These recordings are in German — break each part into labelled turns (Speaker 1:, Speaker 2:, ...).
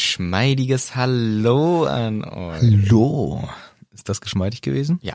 Speaker 1: geschmeidiges Hallo an euch.
Speaker 2: Hallo. Ist das geschmeidig gewesen?
Speaker 1: Ja.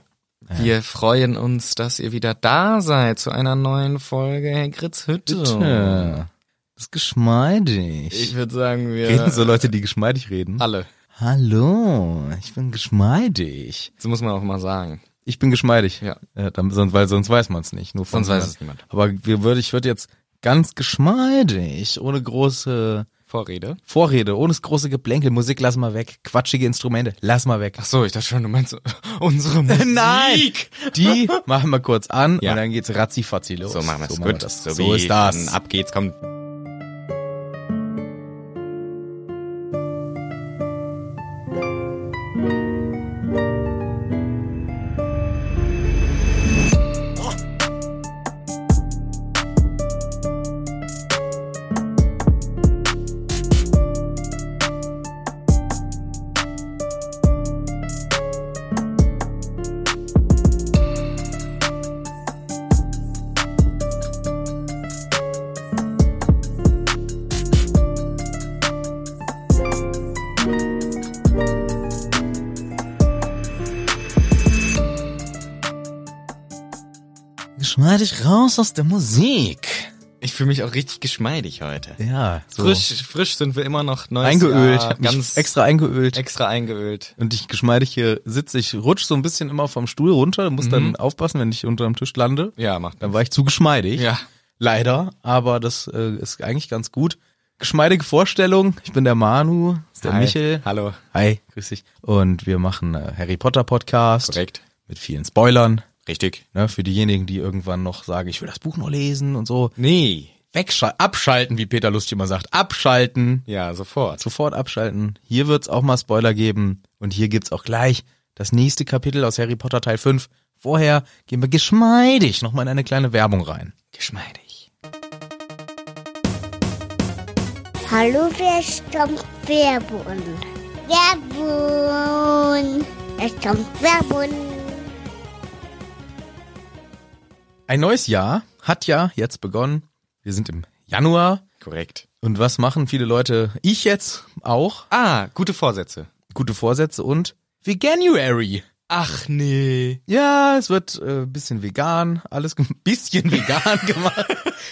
Speaker 1: Wir freuen uns, dass ihr wieder da seid zu einer neuen Folge Herr Gritz Hütte.
Speaker 2: Bitte. Das ist geschmeidig.
Speaker 1: Ich würde sagen, wir
Speaker 2: reden so Leute, die geschmeidig reden?
Speaker 1: alle.
Speaker 2: Hallo, ich bin geschmeidig.
Speaker 1: Das muss man auch mal sagen.
Speaker 2: Ich bin geschmeidig.
Speaker 1: Ja.
Speaker 2: Äh, dann, sonst, weil sonst weiß man es nicht. Nur von
Speaker 1: Sonst weiß
Speaker 2: anderen.
Speaker 1: es niemand.
Speaker 2: Aber wir würde, ich würde jetzt ganz geschmeidig, ohne große
Speaker 1: Vorrede.
Speaker 2: Vorrede, ohne das große Geplänkel, Musik lass mal weg, quatschige Instrumente, lass mal weg.
Speaker 1: Ach so, ich dachte schon, du meinst unsere Musik.
Speaker 2: Nein! Die machen wir kurz an
Speaker 1: Ja.
Speaker 2: und dann geht's ratzifatzi los.
Speaker 1: So machen wir es.
Speaker 2: wir
Speaker 1: Gut.
Speaker 2: das. So, ist das.
Speaker 1: Dann ab geht's, komm.
Speaker 2: Geschmeidig raus aus der Musik.
Speaker 1: Ich fühle mich auch richtig geschmeidig heute.
Speaker 2: Ja, so.
Speaker 1: Frisch, frisch sind wir immer noch neues
Speaker 2: eingeölt,
Speaker 1: Jahr,
Speaker 2: hab mich
Speaker 1: ganz
Speaker 2: extra eingeölt.
Speaker 1: extra eingeölt.
Speaker 2: und ich geschmeidig hier sitze, ich rutsch so ein bisschen immer vom Stuhl runter, muss dann aufpassen, wenn ich unterm Tisch lande.
Speaker 1: Ja, macht
Speaker 2: Dann war ich zu geschmeidig.
Speaker 1: Ja.
Speaker 2: Leider, aber das äh, ist eigentlich ganz gut. Geschmeidige Vorstellung. Ich bin der Manu, das ist der Michel.
Speaker 1: Hallo.
Speaker 2: Hi, grüß dich. Und wir machen äh, Harry Potter Podcast
Speaker 1: Korrekt.
Speaker 2: mit vielen Spoilern.
Speaker 1: Richtig.
Speaker 2: Ne, für diejenigen, die irgendwann noch sagen, ich will das Buch noch lesen und so.
Speaker 1: Nee.
Speaker 2: Wegschalten, abschalten, wie Peter Lustig immer sagt. Abschalten.
Speaker 1: Ja, sofort.
Speaker 2: Sofort abschalten. Hier wird's auch mal Spoiler geben. Und hier gibt's auch gleich das nächste Kapitel aus Harry Potter Teil 5. Vorher gehen wir geschmeidig nochmal in eine kleine Werbung rein.
Speaker 1: Geschmeidig.
Speaker 3: Hallo, wer stammt Werbun? Werbun! Es kommt Werbun!
Speaker 2: Ein neues Jahr hat ja jetzt begonnen. Wir sind im Januar.
Speaker 1: Korrekt.
Speaker 2: Und was machen viele Leute? Ich jetzt auch.
Speaker 1: Ah, gute Vorsätze.
Speaker 2: Gute Vorsätze und Veganuary.
Speaker 1: Ach nee.
Speaker 2: Ja, es wird äh, bisschen vegan, alles ein bisschen vegan gemacht.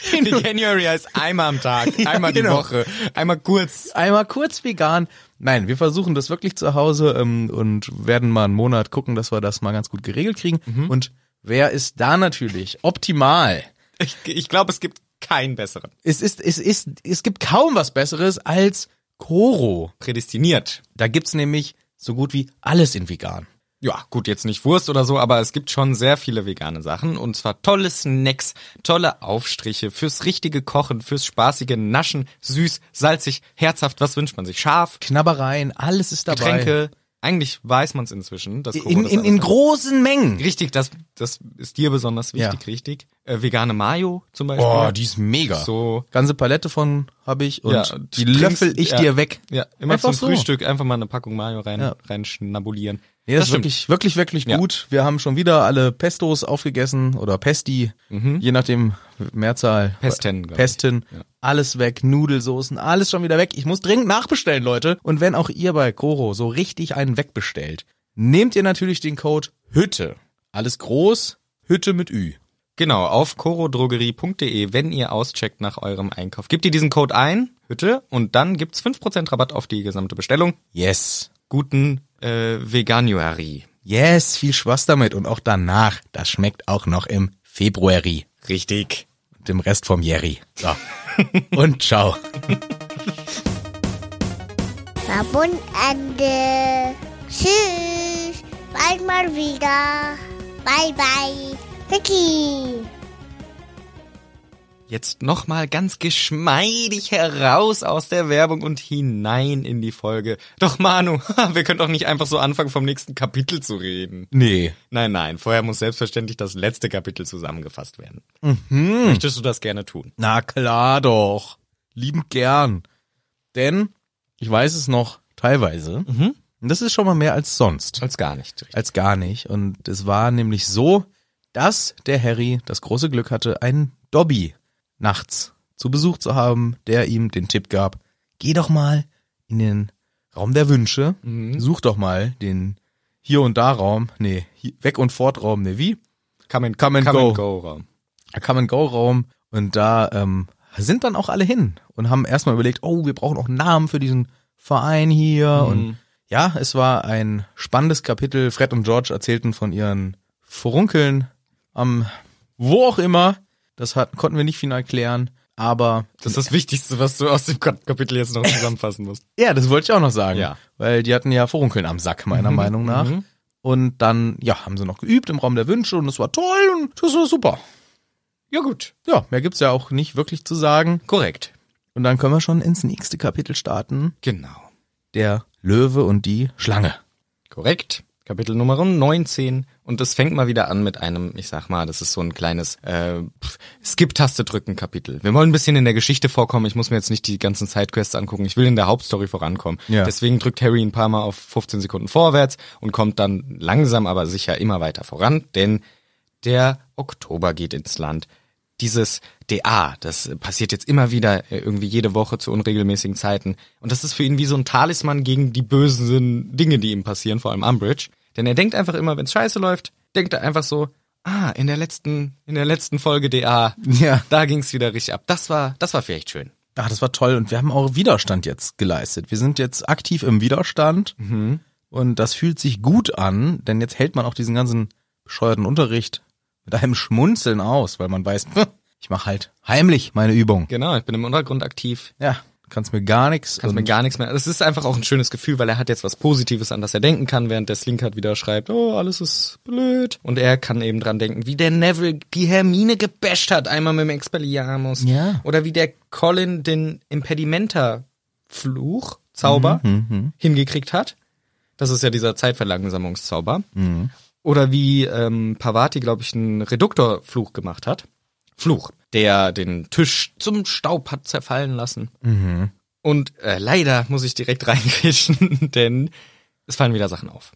Speaker 1: January heißt einmal am Tag, einmal die
Speaker 2: genau.
Speaker 1: Woche, einmal kurz.
Speaker 2: Einmal kurz vegan. Nein, wir versuchen das wirklich zu Hause ähm, und werden mal einen Monat gucken, dass wir das mal ganz gut geregelt kriegen.
Speaker 1: Mhm.
Speaker 2: Und wer ist da natürlich optimal?
Speaker 1: Ich, ich glaube, es gibt keinen besseren.
Speaker 2: Es ist, es ist, es gibt kaum was Besseres als Koro.
Speaker 1: Prädestiniert.
Speaker 2: Da gibt's nämlich so gut wie alles in vegan.
Speaker 1: Ja, gut, jetzt nicht Wurst oder so, aber es gibt schon sehr viele vegane Sachen und zwar tolle Snacks, tolle Aufstriche fürs richtige Kochen, fürs spaßige Naschen, süß, salzig, herzhaft, was wünscht man sich? Scharf,
Speaker 2: Knabbereien, alles ist dabei.
Speaker 1: Getränke. Eigentlich weiß man es inzwischen, dass Koro
Speaker 2: In,
Speaker 1: das
Speaker 2: in, in
Speaker 1: alles-
Speaker 2: großen Mengen.
Speaker 1: Richtig, das, das ist dir besonders wichtig,
Speaker 2: Ja.
Speaker 1: richtig. Äh, vegane Mayo zum Beispiel.
Speaker 2: Boah, die ist mega.
Speaker 1: So.
Speaker 2: Ganze Palette von habe ich und
Speaker 1: Ja,
Speaker 2: die
Speaker 1: trinkst-
Speaker 2: löffel ich
Speaker 1: ja.
Speaker 2: dir weg.
Speaker 1: Ja, immer
Speaker 2: Einfach
Speaker 1: zum
Speaker 2: so.
Speaker 1: Frühstück einfach mal eine Packung Mayo rein,
Speaker 2: Ja.
Speaker 1: reinschnabulieren.
Speaker 2: Nee, das, ist wirklich, wirklich, wirklich
Speaker 1: Ja.
Speaker 2: gut. Wir haben schon wieder alle Pestos aufgegessen oder Pesti, je nachdem Mehrzahl.
Speaker 1: Mhm. Pesten, glaub ich.
Speaker 2: Pesten. Alles weg, Nudelsoßen, alles schon wieder weg. Ich muss dringend nachbestellen, Leute. Und wenn auch ihr bei Koro so richtig einen wegbestellt, nehmt ihr natürlich den Code Hütte. Alles groß, Hütte mit Ü.
Speaker 1: Genau, auf korodrogerie.de, wenn ihr auscheckt nach eurem Einkauf. Gebt ihr diesen Code ein, Hütte, und dann gibt's 5% Rabatt auf die gesamte Bestellung.
Speaker 2: Yes.
Speaker 1: Guten äh, Veganuary.
Speaker 2: Yes, viel Spaß damit. Und auch danach, das schmeckt auch noch im Februari.
Speaker 1: Richtig.
Speaker 2: Dem Rest vom Jerry. So. Und ciao.
Speaker 3: Werbun Ende! Tschüss! Bald mal wieder! Bye bye! Vicky!
Speaker 1: Jetzt nochmal ganz geschmeidig heraus aus der Werbung und hinein in die Folge. Doch Manu, wir können doch nicht einfach so anfangen, vom nächsten Kapitel zu reden.
Speaker 2: Nee.
Speaker 1: Nein, nein, vorher muss selbstverständlich das letzte Kapitel zusammengefasst werden. Möchtest du das gerne tun?
Speaker 2: Na klar doch. Liebend gern. Denn ich weiß es noch teilweise. Und das ist schon mal mehr als sonst.
Speaker 1: Als gar nicht. Richtig.
Speaker 2: Als gar nicht. Und es war nämlich so, dass der Harry das große Glück hatte, einen Dobby nachts zu Besuch zu haben, der ihm den Tipp gab, geh doch mal in den Raum der Wünsche. Such doch mal den Hier- und Da-Raum. Nee, Hi- Weg- und Fort-Raum. Nee, wie?
Speaker 1: Come and,
Speaker 2: Come and
Speaker 1: come
Speaker 2: go.
Speaker 1: and go Raum.
Speaker 2: Come-and-Go-Raum. Und da ähm, sind dann auch alle hin und haben erstmal überlegt, oh, wir brauchen auch einen Namen für diesen Verein hier. Und ja, es war ein spannendes Kapitel. Fred und George erzählten von ihren Furunkeln am wo auch immer. Das hat, konnten wir nicht final klären. Aber
Speaker 1: Das ist das Wichtigste, was du aus dem Kapitel jetzt noch zusammenfassen musst.
Speaker 2: Ja, das wollte ich auch noch sagen.
Speaker 1: Ja.
Speaker 2: Weil die hatten ja Vorunkeln am Sack, meiner Meinung nach. Und dann, ja, haben sie noch geübt im Raum der Wünsche und es war toll und das war super.
Speaker 1: Ja gut,
Speaker 2: Ja, mehr gibt's ja auch nicht wirklich zu sagen.
Speaker 1: korrekt.
Speaker 2: Und dann können wir schon ins nächste Kapitel starten.
Speaker 1: Genau.
Speaker 2: Der Löwe und die Schlange.
Speaker 1: Korrekt. Kapitel Nummer 19. Und es fängt mal wieder an mit einem, ich sag mal, das ist so ein kleines äh, pf, Skip-Taste drücken Kapitel. Wir wollen ein bisschen in der Geschichte vorkommen. Ich muss mir jetzt nicht die ganzen Sidequests angucken. Ich will in der Hauptstory vorankommen.
Speaker 2: Ja.
Speaker 1: Deswegen drückt Harry ein paar Mal auf 15 Sekunden vorwärts und kommt dann langsam aber sicher immer weiter voran, denn der Oktober geht ins Land. Dieses DA, das äh, passiert jetzt immer wieder, äh, irgendwie jede Woche zu unregelmäßigen Zeiten. Und das ist für ihn wie so ein Talisman gegen die bösen Dinge, die ihm passieren, vor allem Umbridge. Denn er denkt einfach immer, wenn es scheiße läuft, denkt er einfach so, ah, in der letzten, in der letzten Folge DA,
Speaker 2: Ja.
Speaker 1: da ging's wieder richtig ab. Das war, das war vielleicht schön.
Speaker 2: Ach, Ah, das war toll. Und wir haben auch Widerstand jetzt geleistet. Wir sind jetzt aktiv im Widerstand. Und das fühlt sich gut an, denn jetzt hält man auch diesen ganzen bescheuerten Unterricht mit einem Schmunzeln aus, weil man weiß, ich mache halt heimlich meine Übung.
Speaker 1: Genau, ich bin im Untergrund aktiv.
Speaker 2: Ja, kannst mir gar nichts.
Speaker 1: Kannst mir gar nichts mehr. also Es ist einfach auch ein schönes Gefühl, weil er hat jetzt was Positives, an das er denken kann, während der Slinkard wieder schreibt, oh, alles ist blöd. Und er kann eben dran denken, wie der Neville die Hermine gebasht hat, einmal mit dem Expelliarmus.
Speaker 2: Ja.
Speaker 1: Oder wie der Colin den Impedimenta-Fluch, Zauber, hingekriegt hat. Das ist ja dieser Zeitverlangsamungszauber. Oder wie ähm, Pavati, glaube ich, einen Reduktorfluch gemacht hat. Fluch, der den Tisch zum Staub hat zerfallen lassen. Und äh, leider muss ich direkt reingrätschen, denn es fallen wieder Sachen auf.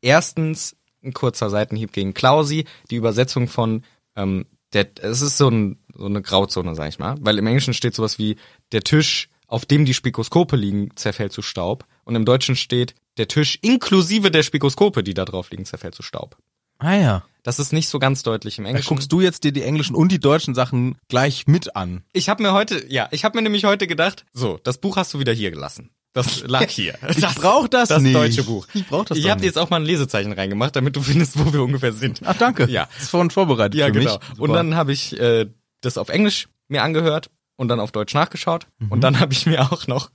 Speaker 1: Erstens, ein kurzer Seitenhieb gegen Klausi, die Übersetzung von ähm, der, es ist so, ein, so eine Grauzone, sag ich mal, weil im Englischen steht sowas wie der Tisch, auf dem die Spikoskope liegen, zerfällt zu Staub. Und im Deutschen steht der Tisch inklusive der Spikoskope, die da drauf liegen, zerfällt zu Staub.
Speaker 2: Ah ja.
Speaker 1: Das ist nicht so ganz deutlich im
Speaker 2: Da
Speaker 1: Englischen.
Speaker 2: guckst du jetzt dir die englischen und die deutschen Sachen gleich mit an.
Speaker 1: Ich habe mir heute, ja, ich habe mir nämlich heute gedacht, so, das Buch hast du wieder hier gelassen. Das lag hier.
Speaker 2: Ich brauch das
Speaker 1: das
Speaker 2: nicht.
Speaker 1: deutsche Buch.
Speaker 2: Ich brauch das
Speaker 1: Ich
Speaker 2: doch
Speaker 1: habe
Speaker 2: nicht.
Speaker 1: jetzt auch mal ein Lesezeichen reingemacht, damit du findest, wo wir ungefähr sind.
Speaker 2: Ach, danke.
Speaker 1: Ja.
Speaker 2: Ist vorhin vorbereitet
Speaker 1: Ja,
Speaker 2: für
Speaker 1: genau.
Speaker 2: mich.
Speaker 1: Und dann habe ich äh, das auf Englisch mir angehört und dann auf Deutsch nachgeschaut.
Speaker 2: Mhm.
Speaker 1: Und dann habe ich mir auch noch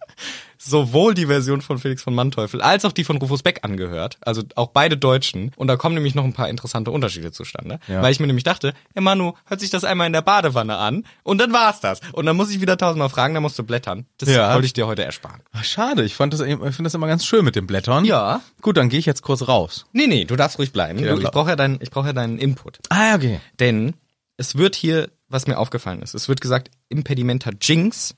Speaker 1: sowohl die Version von Felix von Manteuffel als auch die von Rufus Beck angehört. Also auch beide Deutschen. Und da kommen nämlich noch ein paar interessante Unterschiede zustande.
Speaker 2: Ja.
Speaker 1: Weil ich mir nämlich dachte, hey Manu, hört sich das einmal in der Badewanne an und dann war's das. Und dann muss ich wieder tausendmal fragen, dann musst du blättern. Das
Speaker 2: Ja.
Speaker 1: wollte ich dir heute ersparen.
Speaker 2: Ach, schade, ich fand das, ich finde das immer ganz schön mit den Blättern.
Speaker 1: Ja.
Speaker 2: Gut, dann gehe ich jetzt kurz raus.
Speaker 1: Nee, nee, du darfst ruhig bleiben.
Speaker 2: Ja,
Speaker 1: du, ich
Speaker 2: klar.
Speaker 1: brauche ja, deinen- ich brauch ja deinen Input.
Speaker 2: Ah, ja, okay.
Speaker 1: Denn es wird hier, was mir aufgefallen ist, es wird gesagt Impedimenta Jinx,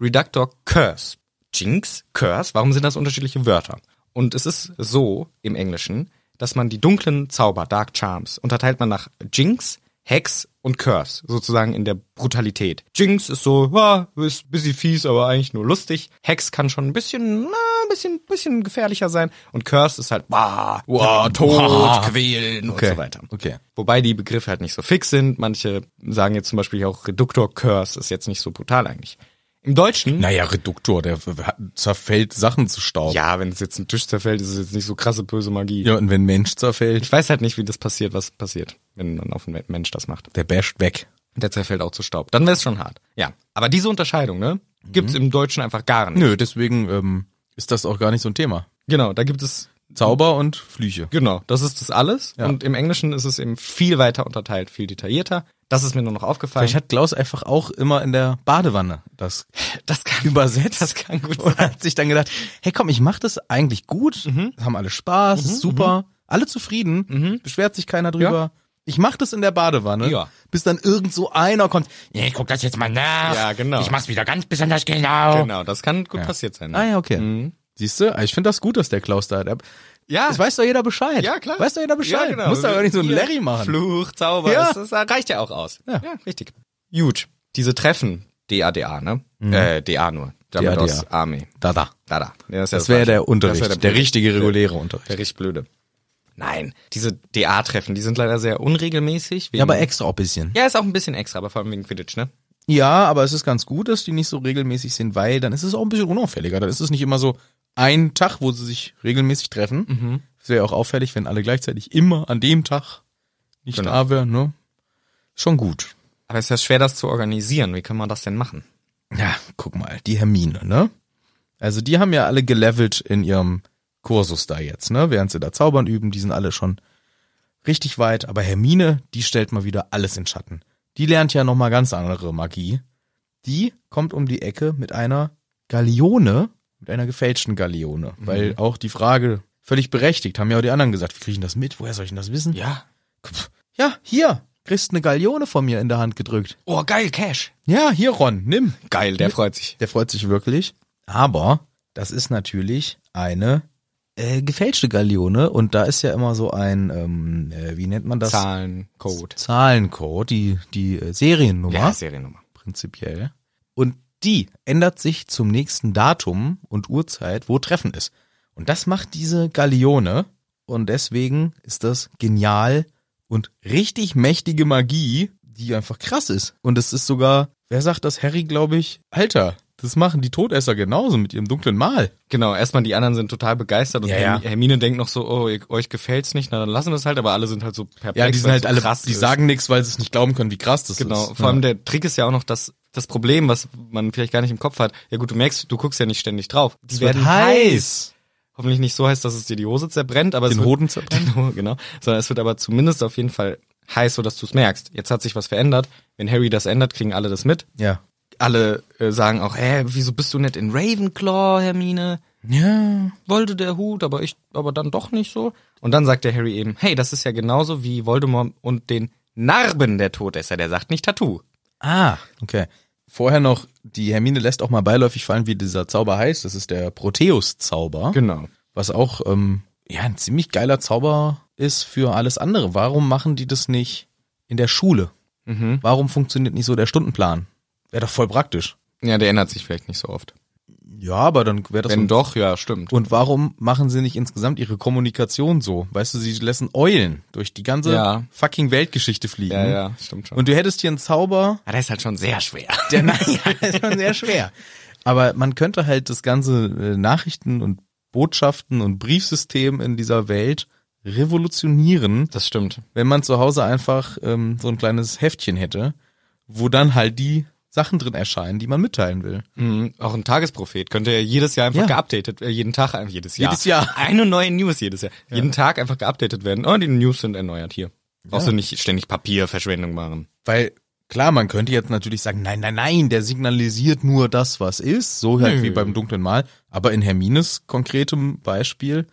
Speaker 1: Reductor Curse. Jinx, Curse, warum sind das unterschiedliche Wörter? Und es ist so im Englischen, dass man die dunklen Zauber, Dark Charms, unterteilt man nach Jinx, Hex und Curse, sozusagen in der Brutalität. Jinx ist so, ah, ist ein bisschen fies, aber eigentlich nur lustig. Hex kann schon ein bisschen, na, ein bisschen, bisschen gefährlicher sein. Und Curse ist halt, bah, wow, Tod, Quälen
Speaker 2: Okay.
Speaker 1: und so weiter.
Speaker 2: Okay.
Speaker 1: Wobei die Begriffe halt nicht so fix sind. Manche sagen jetzt zum Beispiel auch Reduktor Curse ist jetzt nicht so brutal eigentlich. Im Deutschen.
Speaker 2: Naja, Reduktor, der w- w- zerfällt Sachen zu Staub.
Speaker 1: Ja, wenn es jetzt ein Tisch zerfällt, ist es jetzt nicht so krasse böse Magie.
Speaker 2: Ja, und wenn Mensch zerfällt,
Speaker 1: Ich weiß halt nicht, wie das passiert, was passiert, wenn dann auf einen Mensch das macht.
Speaker 2: der basht weg.
Speaker 1: Der zerfällt auch zu Staub. Dann wäre es schon hart. Ja. Aber diese Unterscheidung, ne? Gibt's im Deutschen einfach gar nicht.
Speaker 2: Mhm. Nö, deswegen ähm, ist das auch gar nicht so ein Thema.
Speaker 1: Genau, da gibt es.
Speaker 2: Zauber und Flüche.
Speaker 1: Genau, das ist das alles.
Speaker 2: Ja.
Speaker 1: Und im Englischen ist es eben viel weiter unterteilt, viel detaillierter. Das ist mir nur noch aufgefallen.
Speaker 2: Vielleicht hat Klaus einfach auch immer in der Badewanne das
Speaker 1: das kann
Speaker 2: übersetzt.
Speaker 1: Das kann gut
Speaker 2: und hat sich dann gedacht, hey komm, ich mach das eigentlich gut,
Speaker 1: Mhm.
Speaker 2: haben alle Spaß, ist super, alle zufrieden, beschwert sich keiner drüber. Ich mach das in der Badewanne,
Speaker 1: Ja.
Speaker 2: bis dann irgend so einer kommt.
Speaker 4: Nee, ich guck das jetzt mal nach.
Speaker 1: Ja, genau.
Speaker 4: Ich mach's wieder ganz besonders genau.
Speaker 1: Genau, das kann gut passiert sein. ne?
Speaker 2: Ah ja, okay. Siehst du, ich finde das gut, dass der Klaus da hat.
Speaker 1: Ja.
Speaker 2: Das weiß doch jeder Bescheid.
Speaker 1: Ah. Ja, klar.
Speaker 2: Weiß doch jeder Bescheid. Muss doch gar nicht so ein
Speaker 1: Hier,
Speaker 2: Larry machen.
Speaker 1: Fluch, Zauber,
Speaker 2: Ja.
Speaker 1: das, das reicht ja auch aus.
Speaker 2: Ja. Mhm.
Speaker 1: richtig. Gut, diese Treffen, DADA, ne? Äh, DA nur. Damit
Speaker 2: DADA.
Speaker 1: aus Army.
Speaker 2: Da, da.
Speaker 1: Da, da. Ja, ist ja
Speaker 2: Das wäre
Speaker 1: Falsche.
Speaker 2: der Unterricht,
Speaker 1: wär
Speaker 2: der richtige reguläre Unterricht.
Speaker 1: Der richtig blöde. Nein, diese DA-Treffen, die sind leider sehr unregelmäßig. wegen-
Speaker 2: Ja, aber extra auch ein bisschen.
Speaker 1: Ja, ist auch ein bisschen extra, aber vor allem wegen Quidditch, ne?
Speaker 2: Ja, aber es ist ganz gut, dass die nicht so regelmäßig sind, weil dann ist es auch ein bisschen unauffälliger. Dann ist es nicht immer so ein Tag, wo sie sich regelmäßig treffen. Es wäre ja auch auffällig, wenn alle gleichzeitig immer an dem Tag nicht
Speaker 1: Genau.
Speaker 2: da wären, ne? Schon gut.
Speaker 1: Aber es ist ja schwer, das zu organisieren. Wie kann man das denn machen?
Speaker 2: Ja, guck mal, die Hermine, ne? Also die haben ja alle gelevelt in ihrem Kursus da jetzt, ne? Während sie da zaubern üben, die sind alle schon richtig weit. Aber Hermine, die stellt mal wieder alles in Schatten. Die lernt ja nochmal ganz andere Magie. Die kommt um die Ecke mit einer Galeone, mit einer gefälschten Galeone. Weil auch die Frage völlig berechtigt, haben ja auch die anderen gesagt, wir kriegen das mit, woher soll ich denn das wissen?
Speaker 1: Ja.
Speaker 2: ja hier, kriegst eine Galeone von mir in der Hand gedrückt.
Speaker 1: Oh, geil, Cash.
Speaker 2: Ja, hier Ron, nimm.
Speaker 1: Geil, der freut sich.
Speaker 2: Der freut sich wirklich. Aber das ist natürlich eine äh, gefälschte Galeone und da ist ja immer so ein, ähm, äh, wie nennt man das?
Speaker 1: Zahlen, Code.
Speaker 2: Zahlencode, die, die äh, Seriennummer
Speaker 1: Ja, Seriennummer.
Speaker 2: prinzipiell. Und die ändert sich zum nächsten Datum und Uhrzeit, wo Treffen ist. Und das macht diese Galeone. Und deswegen ist das genial und richtig mächtige Magie, die einfach krass ist. Und es ist sogar, wer sagt das, Harry, glaube ich, Alter, das machen die Todesser genauso mit ihrem dunklen Mal.
Speaker 1: Genau, erstmal die anderen sind total begeistert und
Speaker 2: Ja, ja.
Speaker 1: Hermi- Hermine denkt noch so, oh, ihr, euch gefällt's nicht, na dann lassen wir es halt, aber alle sind halt so perplex.
Speaker 2: Ja, die sind
Speaker 1: weil's
Speaker 2: halt
Speaker 1: so
Speaker 2: alle,
Speaker 1: krass
Speaker 2: die
Speaker 1: ist.
Speaker 2: sagen nichts, weil sie es nicht glauben können, wie krass das ist.
Speaker 1: Genau, vor allem der Trick ist ja auch noch, dass das Problem, was man vielleicht gar nicht im Kopf hat, ja gut, du merkst, du guckst ja nicht ständig drauf. Die
Speaker 2: es wird heiß.
Speaker 1: Hoffentlich nicht so heiß, dass es dir die Hose zerbrennt, aber es
Speaker 2: Den
Speaker 1: wird,
Speaker 2: Hoden zerbrennt.
Speaker 1: Genau, genau, sondern es wird aber zumindest auf jeden Fall heiß, so dass du es merkst. Jetzt hat sich was verändert. Wenn Harry das ändert, kriegen alle das mit.
Speaker 2: Ja.
Speaker 1: Alle äh, sagen auch, hä, wieso bist du nicht in Ravenclaw, Hermine?
Speaker 2: Ja.
Speaker 1: wollte der Hut, aber ich, aber dann doch nicht so. Und dann sagt der Harry eben, hey, das ist ja genauso wie Voldemort und den Narben der Todesser. Der sagt nicht Tattoo.
Speaker 2: Ah, okay. Vorher noch, die Hermine lässt auch mal beiläufig fallen, wie dieser Zauber heißt. Das ist der Proteus-Zauber,
Speaker 1: Genau.
Speaker 2: was auch ähm, ja ein ziemlich geiler Zauber ist für alles andere. Warum machen die das nicht in der Schule? Warum funktioniert nicht so der Stundenplan? Wäre doch voll praktisch.
Speaker 1: Ja, der ändert sich vielleicht nicht so oft.
Speaker 2: Ja, aber dann wäre das so
Speaker 1: Wenn
Speaker 2: ein
Speaker 1: doch, ja, stimmt.
Speaker 2: und warum machen sie nicht insgesamt ihre Kommunikation so? Weißt du, sie lassen Eulen durch die ganze
Speaker 1: Ja.
Speaker 2: fucking Weltgeschichte fliegen.
Speaker 1: Ja, ja, stimmt schon.
Speaker 2: Mhm. Und du hättest hier einen Zauber,
Speaker 1: Ah, das ist halt schon sehr schwer.
Speaker 2: Der Nein, das ist schon sehr schwer. Aber man könnte halt das ganze äh, Nachrichten und Botschaften und Briefsystem in dieser Welt revolutionieren,
Speaker 1: Das stimmt.
Speaker 2: wenn man zu Hause einfach ähm, so ein kleines Heftchen hätte, wo dann halt die Sachen drin erscheinen, die man mitteilen will.
Speaker 1: Mhm. Auch ein Tagesprophet könnte ja jedes Jahr einfach
Speaker 2: Ja.
Speaker 1: geupdatet, äh, jeden Tag, einfach jedes Jahr.
Speaker 2: Jedes Jahr.
Speaker 1: Eine neue News jedes Jahr. Jeden Tag einfach geupdatet werden. Oh, die News sind erneuert hier. Brauchst du nicht ständig Papierverschwendung machen.
Speaker 2: Weil klar, man könnte jetzt natürlich sagen, nein, nein, nein, der signalisiert nur das, was ist, so halt
Speaker 1: Nö.
Speaker 2: wie beim dunklen Mal. Aber in Hermines konkretem Beispiel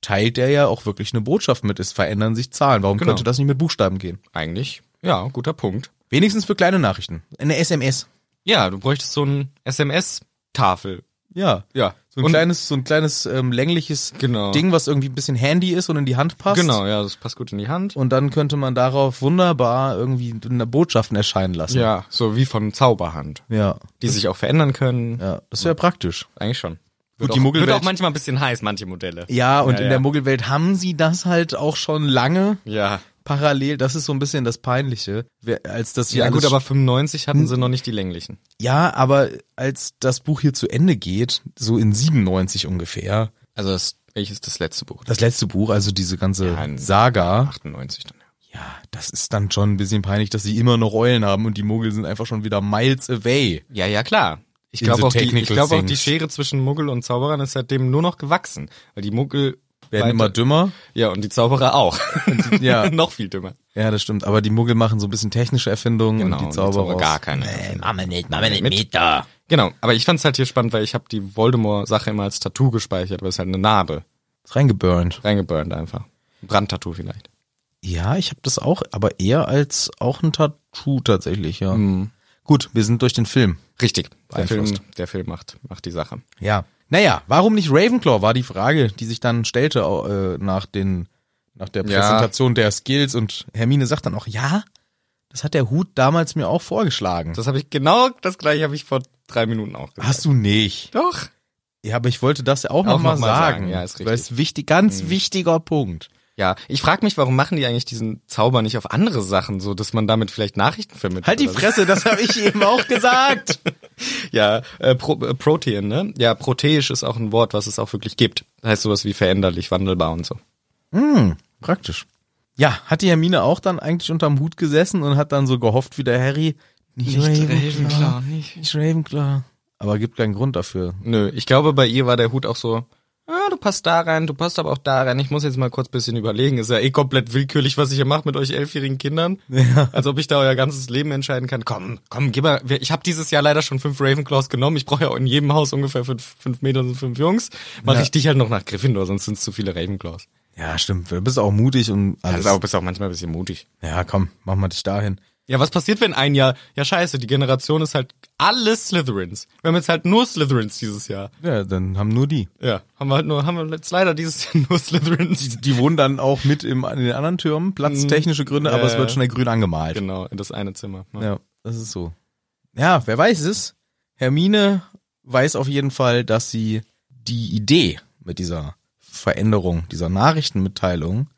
Speaker 2: teilt der ja auch wirklich eine Botschaft mit. Es verändern sich Zahlen. Warum
Speaker 1: Genau.
Speaker 2: könnte das nicht mit Buchstaben gehen?
Speaker 1: Eigentlich, ja, guter Punkt.
Speaker 2: Wenigstens für kleine Nachrichten. Eine SMS.
Speaker 1: Ja, du bräuchtest so ein SMS-Tafel.
Speaker 2: Ja.
Speaker 1: Ja.
Speaker 2: So ein
Speaker 1: Und-
Speaker 2: kleines, so ein kleines ähm, längliches
Speaker 1: Genau.
Speaker 2: Ding, was irgendwie ein bisschen handy ist und in die Hand passt.
Speaker 1: Genau, ja, das passt gut in die Hand.
Speaker 2: Und dann könnte man darauf wunderbar irgendwie eine Botschaften erscheinen lassen.
Speaker 1: Ja, so wie von Zauberhand,
Speaker 2: Ja.
Speaker 1: die sich auch verändern können.
Speaker 2: Ja. Das wäre praktisch.
Speaker 1: Eigentlich schon.
Speaker 2: Gut,
Speaker 1: Wird
Speaker 2: die
Speaker 1: auch,
Speaker 2: Muggelwelt-
Speaker 1: Wird auch manchmal ein bisschen heiß, manche Modelle.
Speaker 2: Ja, und
Speaker 1: Ja,
Speaker 2: in
Speaker 1: ja.
Speaker 2: der Muggelwelt haben sie das halt auch schon lange
Speaker 1: Ja.
Speaker 2: parallel. Das ist so ein bisschen das Peinliche, wer- als das Hm. hier
Speaker 1: Ja, gut,
Speaker 2: alles-
Speaker 1: aber 95 hatten sie noch nicht die länglichen.
Speaker 2: ja, aber als das Buch hier zu Ende geht, so in 97 ungefähr,
Speaker 1: Also das, welches das letzte Buch?
Speaker 2: das letzte Buch, also diese ganze
Speaker 1: Ja, in-
Speaker 2: Saga,
Speaker 1: 98 dann.
Speaker 2: Ja, das ist dann schon ein bisschen peinlich, dass sie immer noch Eulen haben und die Muggel sind einfach schon wieder miles away.
Speaker 1: Ja, ja, klar. Ich
Speaker 2: In
Speaker 1: glaube
Speaker 2: so
Speaker 1: auch, die, ich
Speaker 2: technical
Speaker 1: glaube auch, die
Speaker 2: things.
Speaker 1: Schere zwischen Muggel und Zauberern ist seitdem nur noch gewachsen. Weil die Muggel
Speaker 2: Werden
Speaker 1: weiter-
Speaker 2: immer dümmer.
Speaker 1: Ja, und die Zauberer auch.
Speaker 2: ja.
Speaker 1: noch viel dümmer.
Speaker 2: Ja, das stimmt. Aber die Muggel machen so ein bisschen technische Erfindungen und die Zauberer.
Speaker 1: Genau, gar keine.
Speaker 4: Mama nicht, Mama nicht mit da.
Speaker 1: Genau, aber ich fand's halt hier spannend, weil ich habe die Voldemort-Sache immer als Tattoo gespeichert, aber es ist halt eine Narbe.
Speaker 2: Ist reingeburnt.
Speaker 1: Reingeburnt einfach. Ein Brandtattoo vielleicht.
Speaker 2: Ja, ich habe das auch, aber eher als auch ein Tattoo tatsächlich, ja. Gut, wir sind durch den Film.
Speaker 1: Richtig. Der Film,
Speaker 2: Beeinflusst.
Speaker 1: der Film macht, macht die Sache.
Speaker 2: Ja. Naja, warum nicht Ravenclaw, war die Frage, die sich dann stellte äh, nach, den, nach der
Speaker 1: Ja.
Speaker 2: Präsentation der Skills. Und Hermine sagt dann auch, ja, das hat der Hut damals mir auch vorgeschlagen.
Speaker 1: Das habe ich genau, das gleiche habe ich vor drei Minuten auch gesagt.
Speaker 2: Hast du nicht.
Speaker 1: Doch.
Speaker 2: Ja, aber ich wollte das ja auch nochmal
Speaker 1: noch
Speaker 2: noch
Speaker 1: mal
Speaker 2: mal sagen.
Speaker 1: sagen, ja, ist richtig. Mhm.
Speaker 2: Weil es wichtig, ganz wichtiger Punkt.
Speaker 1: Ja, ich frage mich, warum machen die eigentlich diesen Zauber nicht auf andere Sachen, so dass man damit vielleicht Nachrichten vermittelt?
Speaker 2: Halt die
Speaker 1: oder so?
Speaker 2: Fresse, das habe ich eben auch gesagt.
Speaker 1: Ja, äh, Pro äh, Protein, ne? Ja, proteisch ist auch ein Wort, was es auch wirklich gibt. Das heißt sowas wie veränderlich, wandelbar und so. Mhm,
Speaker 2: Praktisch. Ja, hat die Hermine auch dann eigentlich unterm Hut gesessen und hat dann so gehofft wie der Harry. Nicht,
Speaker 1: nicht.
Speaker 2: Nicht Ravenclaw. Aber gibt keinen Grund dafür.
Speaker 1: Nö, ich glaube, bei ihr war der Hut auch so, ah, du passt da rein, du passt aber auch da rein. Ich muss jetzt mal kurz ein bisschen überlegen. Ist ja eh komplett willkürlich, was ich hier mache mit euch elfjährigen Kindern. Ja. Als ob ich da euer ganzes Leben entscheiden kann. Komm, komm, gib mal. Ich habe dieses Jahr leider schon fünf Ravenclaws genommen. Ich brauche ja in jedem Haus ungefähr fünf, fünf Mädels und fünf Jungs. Mache
Speaker 2: Ja.
Speaker 1: ich dich halt noch nach Gryffindor, sonst sind es zu viele Ravenclaws.
Speaker 2: Ja, stimmt. Du bist auch mutig und alles.
Speaker 1: Also bist auch manchmal ein bisschen mutig.
Speaker 2: Ja, komm, mach mal dich dahin.
Speaker 1: Ja, was passiert, wenn ein Jahr, ja scheiße, die Generation ist halt alles Slytherins. Wir haben jetzt halt nur Slytherins dieses Jahr.
Speaker 2: Ja, dann haben nur die.
Speaker 1: Ja, haben wir halt nur, haben wir jetzt leider dieses Jahr nur Slytherins.
Speaker 2: Die wohnen dann auch mit im, in den anderen Türmen, platztechnische Gründe, aber es
Speaker 1: Ja,
Speaker 2: wird
Speaker 1: ja.
Speaker 2: schnell grün angemalt.
Speaker 1: Genau, in das eine Zimmer. Ja.
Speaker 2: Ja, das ist so. Ja, wer weiß es? Hermine weiß auf jeden Fall, dass sie die Idee mit dieser Veränderung, dieser Nachrichtenmitteilung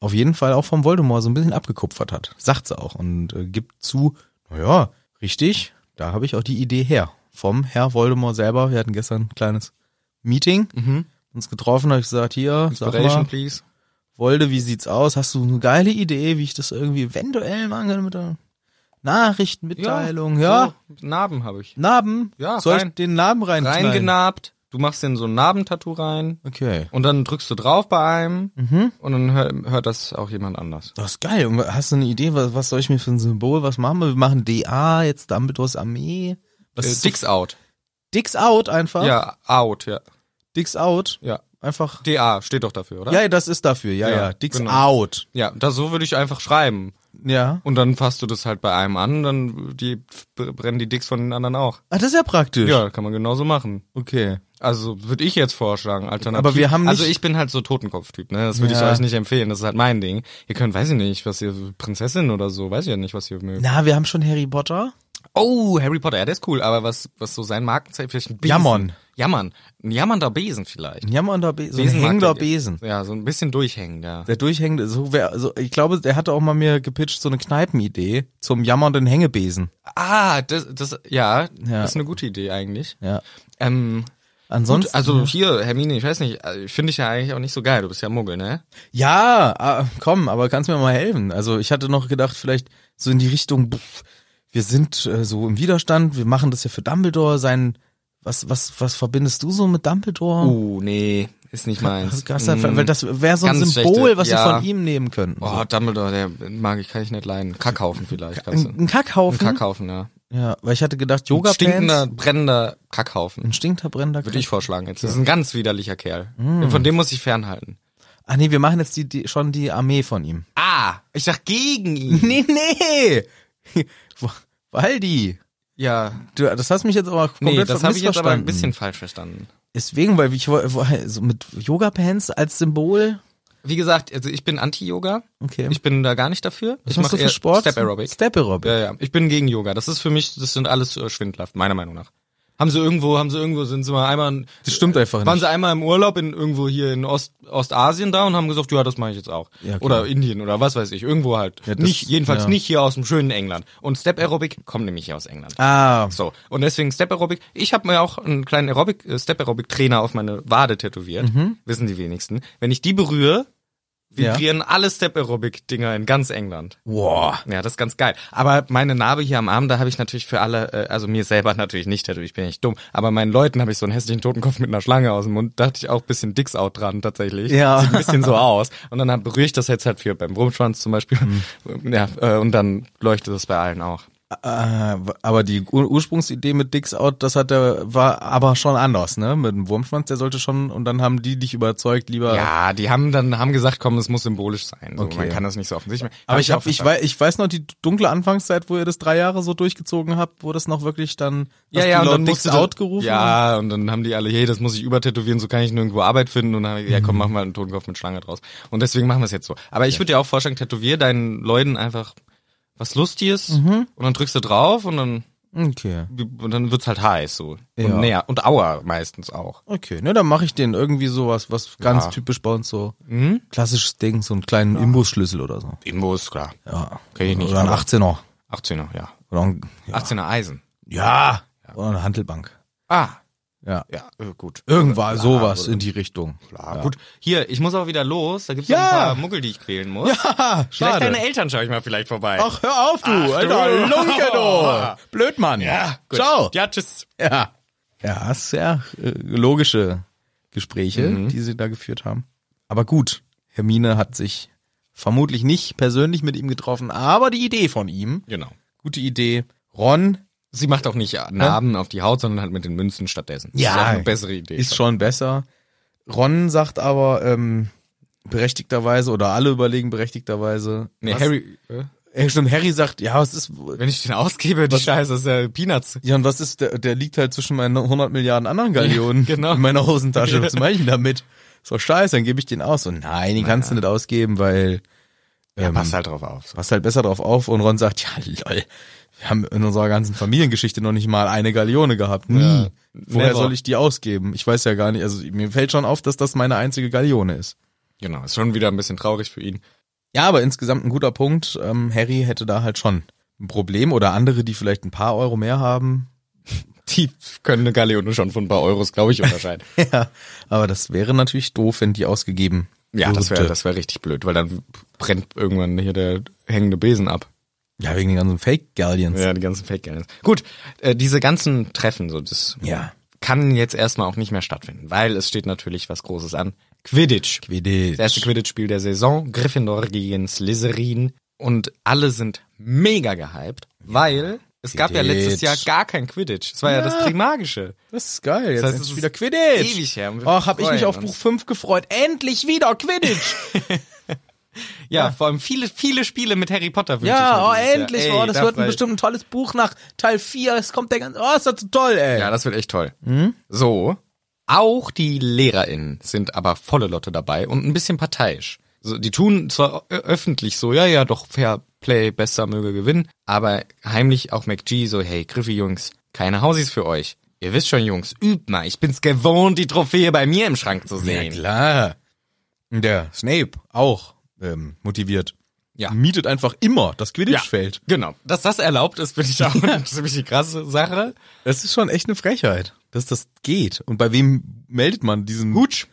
Speaker 2: auf jeden Fall auch vom Voldemort so ein bisschen abgekupfert hat. Sagt sie auch und äh, gibt zu, naja, richtig, da habe ich auch die Idee her. Vom Herr Voldemort selber. Wir hatten gestern ein kleines Meeting, uns getroffen, habe ich gesagt, hier, sag mal,
Speaker 1: Inspiration, please.
Speaker 2: Wolde, wie sieht's aus? Hast du eine geile Idee, wie ich das irgendwie eventuell machen kann mit der Nachrichtenmitteilung? Ja.
Speaker 1: So, Narben habe ich.
Speaker 2: Narben?
Speaker 1: Ja,
Speaker 2: Soll ich
Speaker 1: rein.
Speaker 2: den Narben rein?
Speaker 1: Reingenabt. Du machst den so ein Narbentattoo rein.
Speaker 2: Okay.
Speaker 1: Und dann drückst du drauf bei einem.
Speaker 2: Mhm.
Speaker 1: Und dann hör, hört das auch jemand anders.
Speaker 2: Das ist geil. Und hast du eine Idee, was, was soll ich mir für ein Symbol, was machen wir? Wir machen DA, jetzt Dumbledores Armee. Was
Speaker 1: Äh,
Speaker 2: ist
Speaker 1: Dicks out.
Speaker 2: Dicks out einfach.
Speaker 1: Ja, out, ja.
Speaker 2: Dicks out.
Speaker 1: Ja.
Speaker 2: Einfach.
Speaker 1: DA steht doch dafür, oder?
Speaker 2: Ja, ja, das ist dafür. Ja,
Speaker 1: Ja,
Speaker 2: ja. Dicks
Speaker 1: genau.
Speaker 2: out.
Speaker 1: Ja, da so würde ich einfach schreiben.
Speaker 2: Ja.
Speaker 1: Und dann fasst du das halt bei einem an, dann die b- brennen die Dicks von den anderen auch.
Speaker 2: Ah, das ist ja praktisch.
Speaker 1: Ja, kann man genauso machen.
Speaker 2: Okay.
Speaker 1: Also würde ich jetzt vorschlagen, alternativ.
Speaker 2: Aber wir haben nicht-
Speaker 1: also ich bin halt so Totenkopftyp, ne? Das würde
Speaker 2: Ja.
Speaker 1: ich euch nicht empfehlen. Das ist halt mein Ding. Ihr könnt, weiß ich nicht, was ihr Prinzessin oder so, weiß ich ja nicht, was ihr mögt.
Speaker 2: Na, wir haben schon Harry Potter.
Speaker 1: Oh, Harry Potter, ja, der ist cool. Aber was, was so sein Markenzeichen vielleicht ein Besen.
Speaker 2: Jammern.
Speaker 1: Jammern. Ein jammernder Besen vielleicht.
Speaker 2: Ja, man da Be so ein
Speaker 1: Besen mag
Speaker 2: hängender
Speaker 1: der-
Speaker 2: Besen.
Speaker 1: halt, Ja, so ein bisschen durchhängen, ja.
Speaker 2: Der durchhängende, so wär, also ich glaube, der hatte auch mal mir gepitcht so eine Kneipenidee zum jammernden Hängebesen.
Speaker 1: Ah, das, das, ja,
Speaker 2: Ja.
Speaker 1: ja, ist eine gute Idee eigentlich.
Speaker 2: Ja.
Speaker 1: Ähm,
Speaker 2: Ansonsten.
Speaker 1: Gut, also hier, Hermine, ich weiß nicht, also ich finde dich ja eigentlich auch nicht so geil. Du bist ja Muggel, ne?
Speaker 2: Ja, ah, komm, aber kannst mir mal helfen. Also ich hatte noch gedacht, vielleicht so in die Richtung, pff, wir sind äh, so im Widerstand, wir machen das ja für Dumbledore, sein, was, was, was verbindest du so mit Dumbledore?
Speaker 1: Uh, nee, ist nicht meins.
Speaker 2: Was gab's da-
Speaker 1: Mm.
Speaker 2: weil das wäre so ein
Speaker 1: Ganz
Speaker 2: Symbol,
Speaker 1: schlechte-
Speaker 2: was
Speaker 1: ja.
Speaker 2: wir von ihm nehmen könnten.
Speaker 1: Oh, Dumbledore, der mag ich, kann ich nicht leiden. Kackhaufen vielleicht. kannst
Speaker 2: ein,
Speaker 1: du.
Speaker 2: ein Kackhaufen.
Speaker 1: Ein Kackhaufen, ja.
Speaker 2: Ja, weil ich hatte gedacht,
Speaker 1: Ein
Speaker 2: Yoga
Speaker 1: stinkender, brennender Kackhaufen.
Speaker 2: Ein stinkender brennender
Speaker 1: Würde ich
Speaker 2: Kack-
Speaker 1: vorschlagen jetzt. Das ist ein ganz widerlicher Kerl. Von dem muss ich fernhalten.
Speaker 2: Ah nee, wir machen jetzt die, die, schon die Armee von ihm.
Speaker 1: Ah, ich sag gegen ihn.
Speaker 2: Nee, nee! Waldi!
Speaker 1: Ja,
Speaker 2: Du, das hast mich jetzt aber komplett
Speaker 1: nee, das habe ich jetzt aber ein
Speaker 2: missverstanden.
Speaker 1: bisschen falsch verstanden.
Speaker 2: Deswegen, weil ich wo- wo- also mit Yoga Pants als Symbol.
Speaker 1: Wie gesagt, also ich bin Anti-Yoga.
Speaker 2: Okay.
Speaker 1: Ich bin da gar nicht dafür.
Speaker 2: Was
Speaker 1: ich
Speaker 2: machst
Speaker 1: mache
Speaker 2: du für Sport?
Speaker 1: Step Aerobic.
Speaker 2: Step Aerobic.
Speaker 1: Ja, ja. Ich bin gegen Yoga. Das ist für mich, das sind alles äh, schwindhaft, meiner Meinung nach. Haben sie irgendwo, haben sie irgendwo, sind sie mal einmal,
Speaker 2: Das stimmt einfach
Speaker 1: waren
Speaker 2: nicht.
Speaker 1: sie einmal im Urlaub in irgendwo hier in Ost, Ostasien da und haben gesagt, ja, das mache ich jetzt auch.
Speaker 2: Ja, klar.
Speaker 1: oder Indien oder was weiß ich, irgendwo halt.
Speaker 2: Ja, das-
Speaker 1: nicht, jedenfalls
Speaker 2: ja.
Speaker 1: nicht hier aus dem schönen England. Und Step Aerobic kommt nämlich hier aus England.
Speaker 2: Ah,
Speaker 1: So, und deswegen Step Aerobic. Ich habe mir auch einen kleinen Aerobic, äh, Step Aerobic Trainer auf meine Wade tätowiert. Wissen die wenigsten. Wenn ich die berühre,
Speaker 2: Mhm. Ja.
Speaker 1: vibrieren alle Step Aerobic Dinger in ganz England.
Speaker 2: wow.
Speaker 1: Ja, das ist ganz geil. Aber meine Narbe hier am Arm, da habe ich natürlich für alle, äh, also mir selber natürlich nicht, natürlich bin ich dumm, aber meinen Leuten habe ich so einen hässlichen Totenkopf mit einer Schlange aus dem Mund. Da hatte ich auch ein bisschen Dicks out dran tatsächlich.
Speaker 2: Ja.
Speaker 1: Sieht ein bisschen so aus. Und dann hab- berühre ich das jetzt halt für beim Rumschwanz zum Beispiel.
Speaker 2: Mhm.
Speaker 1: Ja, äh, und dann leuchtet das bei allen auch.
Speaker 2: Ah, aber die Ur Ursprungsidee mit Dicks Out, das hat der, war aber schon anders, ne? Mit dem Wurmschwanz, der sollte schon, und dann haben die dich überzeugt, lieber.
Speaker 1: Ja, die haben dann haben gesagt, komm, es muss symbolisch sein. So,
Speaker 2: Äh. Okay.
Speaker 1: Man kann das nicht so offensichtlich machen.
Speaker 2: Aber ich,
Speaker 1: auch
Speaker 2: hab, ich,
Speaker 1: verstanden.
Speaker 2: weiß, ich weiß noch die dunkle Anfangszeit, wo ihr das drei Jahre so durchgezogen habt, wo das noch wirklich dann,
Speaker 1: ja,
Speaker 2: dass
Speaker 1: ja,
Speaker 2: die
Speaker 1: und
Speaker 2: Leute
Speaker 1: dann
Speaker 2: Dicks
Speaker 1: musste das-
Speaker 2: Out gerufen haben.
Speaker 1: Ja, und dann haben die alle, hey, das muss ich übertätowieren, so kann ich nirgendwo Arbeit finden. Und dann hab ich, ja
Speaker 2: Mhm.
Speaker 1: komm, machen wir einen Totenkopf mit Schlange draus. Und deswegen machen wir es jetzt so. Aber ich würde dir auch
Speaker 2: Mhm.
Speaker 1: vorschlagen, tätowier deinen Leuten einfach was Lustiges und dann drückst du drauf und dann
Speaker 2: Okay.
Speaker 1: Und dann wird's halt heiß so.
Speaker 2: Ja.
Speaker 1: Und näher. Und Auer meistens auch.
Speaker 2: Okay, ne, dann mache ich den irgendwie sowas, was ganz
Speaker 1: Ja. Mhm.
Speaker 2: typisch bei uns so klassisches Ding, so einen kleinen Imbusschlüssel oder so.
Speaker 1: Imbus, klar.
Speaker 2: Ja.
Speaker 1: Kenn ich nicht,
Speaker 2: Oder ein
Speaker 1: aber-
Speaker 2: 18er.
Speaker 1: 18er, ja.
Speaker 2: Oder ein, ja.
Speaker 1: 18er Eisen.
Speaker 2: ja. Oder eine Handelbank.
Speaker 1: Ah,
Speaker 2: Ja.
Speaker 1: ja, äh, gut.
Speaker 2: Irgendwas, sowas in die Richtung.
Speaker 1: Klar, gut. Hier, ich muss auch wieder los. Da gibt's
Speaker 2: Ja.
Speaker 1: noch ein paar Muggel, die ich quälen muss.
Speaker 2: Haha,
Speaker 1: vielleicht
Speaker 2: schade.
Speaker 1: deine Eltern schaue ich mal vielleicht vorbei.
Speaker 2: Ach, hör auf, du,
Speaker 1: Ach, du.
Speaker 2: alter Lunke, du. Blödmann. Ja,
Speaker 1: Gut.
Speaker 2: Ciao.
Speaker 1: Ja, tschüss.
Speaker 2: Ja. Ja, das ist ja äh, logische Gespräche,
Speaker 1: Mhm.
Speaker 2: die sie da geführt haben. Aber gut, Hermine hat sich vermutlich nicht persönlich mit ihm getroffen, aber die Idee von ihm,
Speaker 1: Genau.
Speaker 2: gute Idee. Ron
Speaker 1: Sie macht auch nicht Narben auf die Haut, sondern halt mit den Münzen stattdessen.
Speaker 2: Ja.
Speaker 1: Das ist auch eine bessere Idee.
Speaker 2: ist schon besser. Ron sagt aber ähm, berechtigterweise oder alle überlegen berechtigterweise.
Speaker 1: Nee,
Speaker 2: was-
Speaker 1: Harry, äh,
Speaker 2: Äh, stimmt, Harry sagt, ja, was ist
Speaker 1: wenn ich den ausgebe, die Scheiße, das ist ja Peanuts.
Speaker 2: Ja, und was ist, der, der liegt halt zwischen meinen 100 Milliarden anderen Gallionen
Speaker 1: Ja, genau.
Speaker 2: in meiner Hosentasche. Was mache ich denn damit? So scheiße, dann gebe ich den aus. Und nein, den kannst du nicht ausgeben, weil ähm,
Speaker 1: Ja, passt halt drauf auf. So.
Speaker 2: passt halt besser drauf auf. Und Ron sagt, ja lol, wir haben in unserer ganzen Familiengeschichte noch nicht mal eine Gallione gehabt. Nie.
Speaker 1: Ja,
Speaker 2: Woher
Speaker 1: never.
Speaker 2: soll ich die ausgeben? Ich weiß ja gar nicht, also mir fällt schon auf, dass das meine einzige Gallione ist.
Speaker 1: Genau, ist schon wieder ein bisschen traurig für ihn.
Speaker 2: Ja, aber insgesamt ein guter Punkt. Ähm, Harry hätte da halt schon ein Problem oder andere, die vielleicht ein paar Euro mehr haben,
Speaker 1: Die können eine Galeone schon von ein paar Euros, glaube ich, unterscheiden.
Speaker 2: Ja, aber das wäre natürlich doof, wenn die ausgegeben
Speaker 1: ja, das wäre
Speaker 2: würde.
Speaker 1: das wär richtig blöd, weil dann brennt irgendwann hier der hängende Besen ab.
Speaker 2: Ja, wegen den ganzen Fake-Gallions.
Speaker 1: Ja, die ganzen fake -Gallons. Gut, äh, diese ganzen Treffen, so das
Speaker 2: Ja.
Speaker 1: kann jetzt erstmal auch nicht mehr stattfinden, weil es steht natürlich was Großes an. Quidditch.
Speaker 2: Quidditch.
Speaker 1: Das erste Quidditch-Spiel der Saison, Gryffindor gegen Slytherin und alle sind mega gehypt, weil es gab ja letztes
Speaker 2: Quidditch.
Speaker 1: Jahr gar kein Quidditch. Es war ja, das Primagische.
Speaker 2: Das ist geil. Jetzt
Speaker 1: Das heißt,
Speaker 2: ist
Speaker 1: es
Speaker 2: es
Speaker 1: ist
Speaker 2: wieder Quidditch.
Speaker 1: ewig her und wir
Speaker 2: Ach, hab ich mich
Speaker 1: freuen
Speaker 2: auf
Speaker 1: uns.
Speaker 2: Buch 5 gefreut. Endlich wieder Quidditch.
Speaker 1: Ja, vor allem viele, viele Spiele mit Harry Potter wünsche ich mir
Speaker 2: ja, oh,
Speaker 1: dieses Jahr.
Speaker 2: endlich.
Speaker 1: Ey,
Speaker 2: oh, das wird
Speaker 1: freu-
Speaker 2: bestimmt ein tolles Buch nach Teil 4. Es kommt der ganze... Oh, ist das so toll, ey.
Speaker 1: Ja, das wird echt toll. So. Auch die LehrerInnen sind aber volle Lotte dabei und ein bisschen parteiisch. So, die tun zwar ö- öffentlich so, ja, ja, doch Fair Play, besser möge gewinnen, aber heimlich auch McG so, hey, Griffey Jungs, keine Hausis für euch. Ihr wisst schon, Jungs, übt mal, ich bin's gewohnt, die Trophäe bei mir im Schrank zu
Speaker 2: Ja,
Speaker 1: sehen.
Speaker 2: klar. Der Snape auch ähm, motiviert.
Speaker 1: Ja.
Speaker 2: Mietet einfach immer das Quidditch-Feld.
Speaker 1: genau. Dass das erlaubt ist, finde ich auch eine ziemlich krasse Sache.
Speaker 2: Das ist schon echt eine Frechheit, dass das geht. Und bei wem meldet man diesen Hutsch?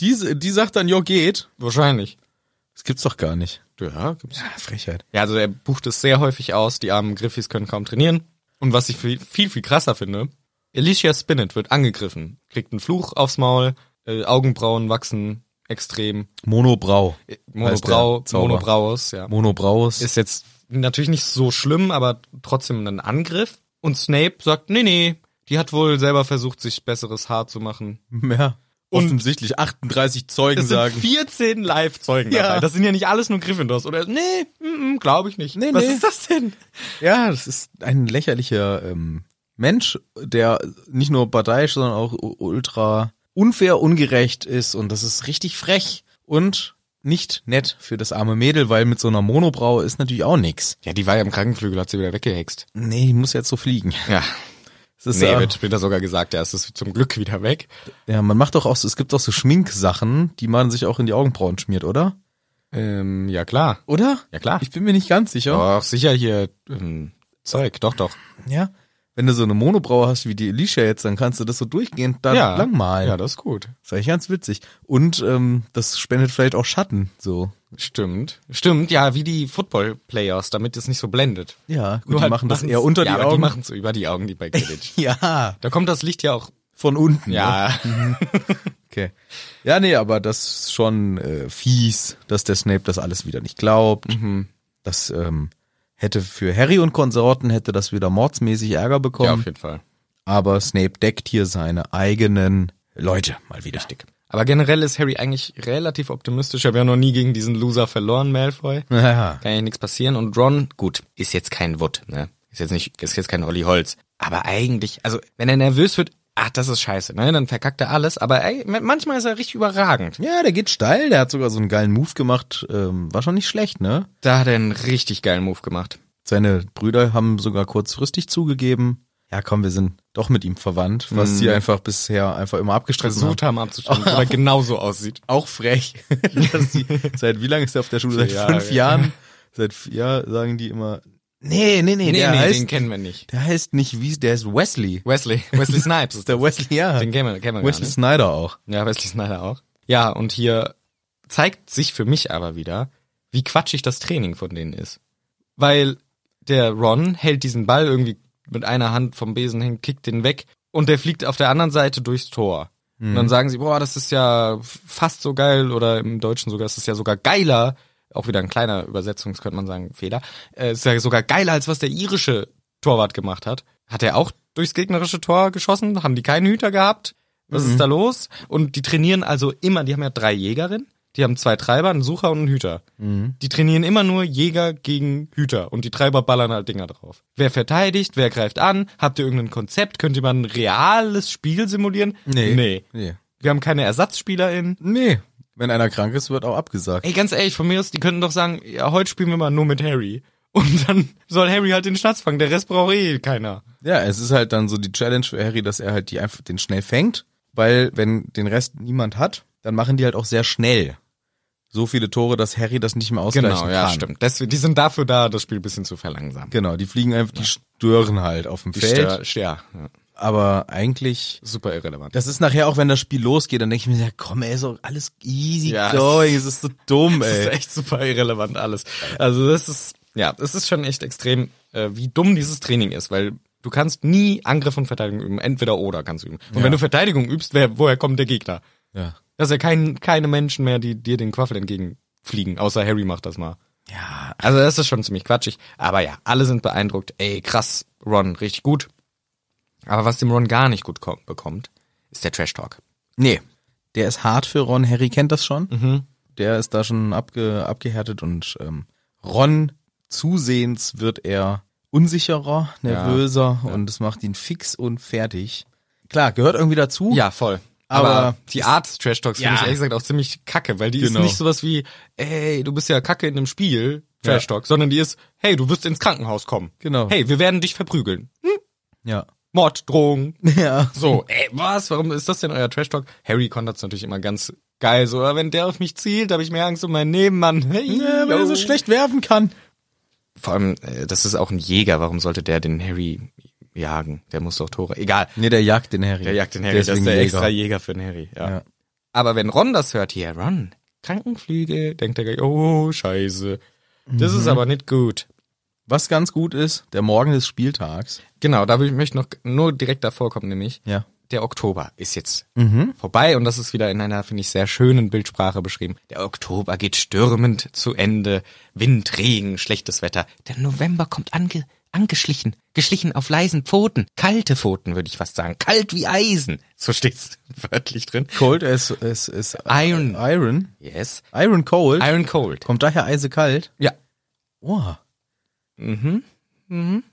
Speaker 2: Diese, die sagt dann, jo, geht.
Speaker 1: Wahrscheinlich.
Speaker 2: Das gibt's doch gar nicht.
Speaker 1: Ja, gibt's.
Speaker 2: Ja, Frechheit.
Speaker 1: Ja, also er bucht es sehr häufig aus. Die armen Griffis können kaum trainieren. Und was ich viel, viel, viel krasser finde, Alicia Spinnet wird angegriffen, kriegt einen Fluch aufs Maul, äh, Augenbrauen wachsen extrem,
Speaker 2: Monobrau.
Speaker 1: Monobrau,
Speaker 2: Heißt der Zauber.
Speaker 1: Monobraus, ja.
Speaker 2: Monobraus.
Speaker 1: Ist jetzt natürlich nicht so schlimm, aber trotzdem ein Angriff. Und Snape sagt, nee, nee, die hat wohl selber versucht, sich besseres Haar zu machen.
Speaker 2: mehr.
Speaker 1: Und-
Speaker 2: Offensichtlich 38 Zeugen
Speaker 1: Es sind
Speaker 2: sagen.
Speaker 1: 14 Live-Zeugen
Speaker 2: Ja.
Speaker 1: dabei. Das sind ja nicht alles nur Gryffindors, oder? Nee, glaube ich nicht.
Speaker 2: Nee,
Speaker 1: Was
Speaker 2: nee.
Speaker 1: ist das denn?
Speaker 2: Ja, das ist ein lächerlicher ähm, Mensch, der nicht nur parteiisch, sondern auch u- ultra unfair, ungerecht ist. Und das ist richtig frech und nicht nett für das arme Mädel, weil mit so einer Monobrau ist natürlich auch nix.
Speaker 1: Ja, die war ja im Krankenflügel, hat sie wieder weggehext.
Speaker 2: Nee, die muss jetzt so fliegen.
Speaker 1: Ja.
Speaker 2: Das ist äh,
Speaker 1: Nee,
Speaker 2: ja,
Speaker 1: wird später sogar gesagt, ja, es ist zum Glück wieder weg.
Speaker 2: ja, man macht doch auch so, es gibt doch so Schminksachen, die man sich auch in die Augenbrauen schmiert, oder?
Speaker 1: Ähm, ja klar.
Speaker 2: Oder?
Speaker 1: Ja, klar.
Speaker 2: Ich bin mir nicht ganz sicher.
Speaker 1: Doch, sicher hier ähm, Zeug, doch, doch.
Speaker 2: Ja. Wenn du so eine Monobraue hast wie die Alicia jetzt, dann kannst du das so durchgehend da
Speaker 1: ja.
Speaker 2: langmalen.
Speaker 1: Ja, das ist gut.
Speaker 2: Das ist eigentlich ganz witzig. Und ähm, das spendet vielleicht auch Schatten. So.
Speaker 1: Stimmt. Stimmt, ja, wie die Football-Players, damit es nicht so blendet.
Speaker 2: Ja, gut, die
Speaker 1: halt
Speaker 2: machen das
Speaker 1: machen's-
Speaker 2: eher unter
Speaker 1: ja,
Speaker 2: die
Speaker 1: aber
Speaker 2: Augen.
Speaker 1: die machen es über die Augen, die bei Quidditch.
Speaker 2: ja,
Speaker 1: da kommt das Licht ja auch.
Speaker 2: von unten. ne?
Speaker 1: Ja.
Speaker 2: Okay. Ja, nee, aber das ist schon äh, fies, dass der Snape das alles wieder nicht glaubt.
Speaker 1: Mhm.
Speaker 2: Das ähm, hätte für Harry und Konsorten hätte das wieder mordsmäßig Ärger
Speaker 1: ja, auf
Speaker 2: bekommen.
Speaker 1: jeden Fall.
Speaker 2: aber Snape deckt hier seine eigenen Leute mal wieder. Richtig.
Speaker 1: Aber generell ist Harry eigentlich relativ optimistisch. Ich habe ja noch nie gegen diesen Loser verloren, Malfoy.
Speaker 2: Ja.
Speaker 1: kann ja nichts passieren. Und Ron, gut, ist jetzt kein Wood, ne? Ist jetzt nicht, ist jetzt kein Olli Holz. Aber eigentlich, also wenn er nervös wird, ach, das ist scheiße, ne? Dann verkackt er alles. Aber ey, ma- manchmal ist er richtig überragend.
Speaker 2: ja, der geht steil, der hat sogar so einen geilen Move gemacht. Ähm, war schon nicht schlecht, ne?
Speaker 1: Da hat er einen richtig geilen Move gemacht.
Speaker 2: Seine Brüder haben sogar kurzfristig zugegeben, ja komm, wir sind doch mit ihm verwandt, was sie einfach bisher einfach immer abgestritten haben.
Speaker 1: Mhm. versucht haben abzustimmen, oder genauso aussieht.
Speaker 2: Auch frech. dass die, seit wie lange ist er auf der Schule? Seit
Speaker 1: Jahre.
Speaker 2: fünf Jahren? Seit vier Jahren sagen die immer, nee, nee, nee,
Speaker 1: Nee,
Speaker 2: der
Speaker 1: nee,
Speaker 2: heißt,
Speaker 1: den kennen wir nicht.
Speaker 2: der heißt nicht wie, der ist Wesley.
Speaker 1: Wesley, Wesley Snipes.
Speaker 2: Das ist der Wesley, ja.
Speaker 1: Den kennen wir, kennen wir gar
Speaker 2: Wesley
Speaker 1: nicht.
Speaker 2: Snyder auch.
Speaker 1: Ja, Wesley Snyder auch. Ja, und hier zeigt sich für mich aber wieder, wie quatschig das Training von denen ist. Weil der Ron hält diesen Ball irgendwie mit einer Hand vom Besen hin, kickt den weg und der fliegt auf der anderen Seite durchs Tor. Und dann sagen sie, boah, das ist ja fast so geil oder im Deutschen sogar, es ist ja sogar geiler, auch wieder ein kleiner Übersetzungs, könnte man sagen, Fehler, äh, es ist ja sogar geiler, als was der irische Torwart gemacht hat. Hat er auch durchs gegnerische Tor geschossen? Haben die keinen Hüter gehabt? Was ist da los? Und die trainieren also immer, die haben ja drei Jägerinnen, die haben zwei Treiber, einen Sucher und einen Hüter. Die trainieren immer nur Jäger gegen Hüter und die Treiber ballern halt Dinger drauf. Wer verteidigt, wer greift an? Habt ihr irgendein Konzept? Könnt ihr mal ein reales Spiel simulieren? Nee.
Speaker 2: Nee.
Speaker 1: Wir haben keine ErsatzspielerInnen.
Speaker 2: Nee. Wenn einer krank ist, wird auch abgesagt.
Speaker 1: Ey, ganz ehrlich, von mir aus, die könnten doch sagen, ja, heute spielen wir mal nur mit Harry. Und dann soll Harry halt den Schnatz fangen, der Rest braucht eh keiner.
Speaker 2: Ja, es ist halt dann so die Challenge für Harry, dass er halt die einfach den schnell fängt, weil wenn den Rest niemand hat, dann machen die halt auch sehr schnell so viele Tore, dass Harry das nicht mehr ausgleichen
Speaker 1: Genau,
Speaker 2: kann.
Speaker 1: Das, die sind dafür da, das Spiel ein bisschen zu verlangsamen.
Speaker 2: Genau, die fliegen einfach, die stören halt auf dem Feld.
Speaker 1: Stör, stör, ja.
Speaker 2: Aber eigentlich,
Speaker 1: Super irrelevant.
Speaker 2: das ist nachher auch, wenn das Spiel losgeht, dann denke ich mir, ja komm, ey, so alles easy
Speaker 1: Ja,
Speaker 2: going,
Speaker 1: es-
Speaker 2: es ist so dumm,
Speaker 1: Das ist
Speaker 2: ey.
Speaker 1: echt super irrelevant alles. Also das ist, ja, es ist schon echt extrem, äh, wie dumm dieses Training ist, weil du kannst nie Angriff und Verteidigung üben. Entweder oder kannst du üben. Und wenn du Verteidigung übst, wer, woher kommt der Gegner?
Speaker 2: Ja.
Speaker 1: Das ist ja kein, keine Menschen mehr, die dir den Quaffel entgegenfliegen, außer Harry macht das mal.
Speaker 2: ja,
Speaker 1: Also das ist schon ziemlich quatschig. Aber ja, alle sind beeindruckt. Ey, krass, Ron, richtig gut. Aber was dem Ron gar nicht gut kommt, bekommt, ist der Trash-Talk.
Speaker 2: nee, der ist hart für Ron, Harry kennt das schon.
Speaker 1: Mhm.
Speaker 2: Der ist da schon abge, abgehärtet und ähm, Ron zusehends wird er unsicherer, nervöser und es macht ihn fix und fertig. Klar, gehört irgendwie dazu.
Speaker 1: Ja, voll. Aber,
Speaker 2: Aber-
Speaker 1: die Art des Trash Talks finde
Speaker 2: Ja.
Speaker 1: ich ehrlich gesagt auch ziemlich kacke, weil die
Speaker 2: Genau.
Speaker 1: ist nicht sowas wie, ey, du bist ja kacke in einem Spiel, Trash Talk, sondern die ist, hey, du wirst ins Krankenhaus kommen.
Speaker 2: Genau.
Speaker 1: Hey, wir werden dich verprügeln.
Speaker 2: Ja.
Speaker 1: Mord, Drohung.
Speaker 2: Ja.
Speaker 1: So, ey, was? Warum ist das denn euer Trash Talk? Harry konnte das natürlich immer ganz geil. So, "Ah, wenn der auf mich zielt, habe ich mehr Angst um meinen Nebenmann. Hey,
Speaker 2: ja, weil er so schlecht werfen kann.
Speaker 1: Vor allem, äh, das ist auch ein Jäger. Warum sollte der den Harry jagen? Der muss doch Tore. Egal.
Speaker 2: Nee, der jagt den Harry.
Speaker 1: Der jagt den Harry, das ist der extra Jäger für den Harry. Ja.
Speaker 2: Ja.
Speaker 1: Aber wenn Ron das hört, hier, Ron, Krankenflüge, denkt er gleich, oh, scheiße. Das ist aber nicht gut.
Speaker 2: Was ganz gut ist, der Morgen des Spieltags.
Speaker 1: Genau, da will ich- möchte ich noch nur direkt davor kommen, nämlich
Speaker 2: Ja.
Speaker 1: der Oktober ist jetzt vorbei und das ist wieder in einer, finde ich, sehr schönen Bildsprache beschrieben. Der Oktober geht stürmend zu Ende, Wind, Regen, schlechtes Wetter. Der November kommt ange angeschlichen, geschlichen auf leisen Pfoten, kalte Pfoten würde ich fast sagen, kalt wie Eisen. So steht's wörtlich drin.
Speaker 2: Cold ist, ist, ist
Speaker 1: Iron.
Speaker 2: Iron.
Speaker 1: Yes.
Speaker 2: Iron Cold.
Speaker 1: Iron Cold.
Speaker 2: Kommt daher eisekalt.
Speaker 1: Ja.
Speaker 2: Oh. Mhm. Mhm.
Speaker 1: Mhm.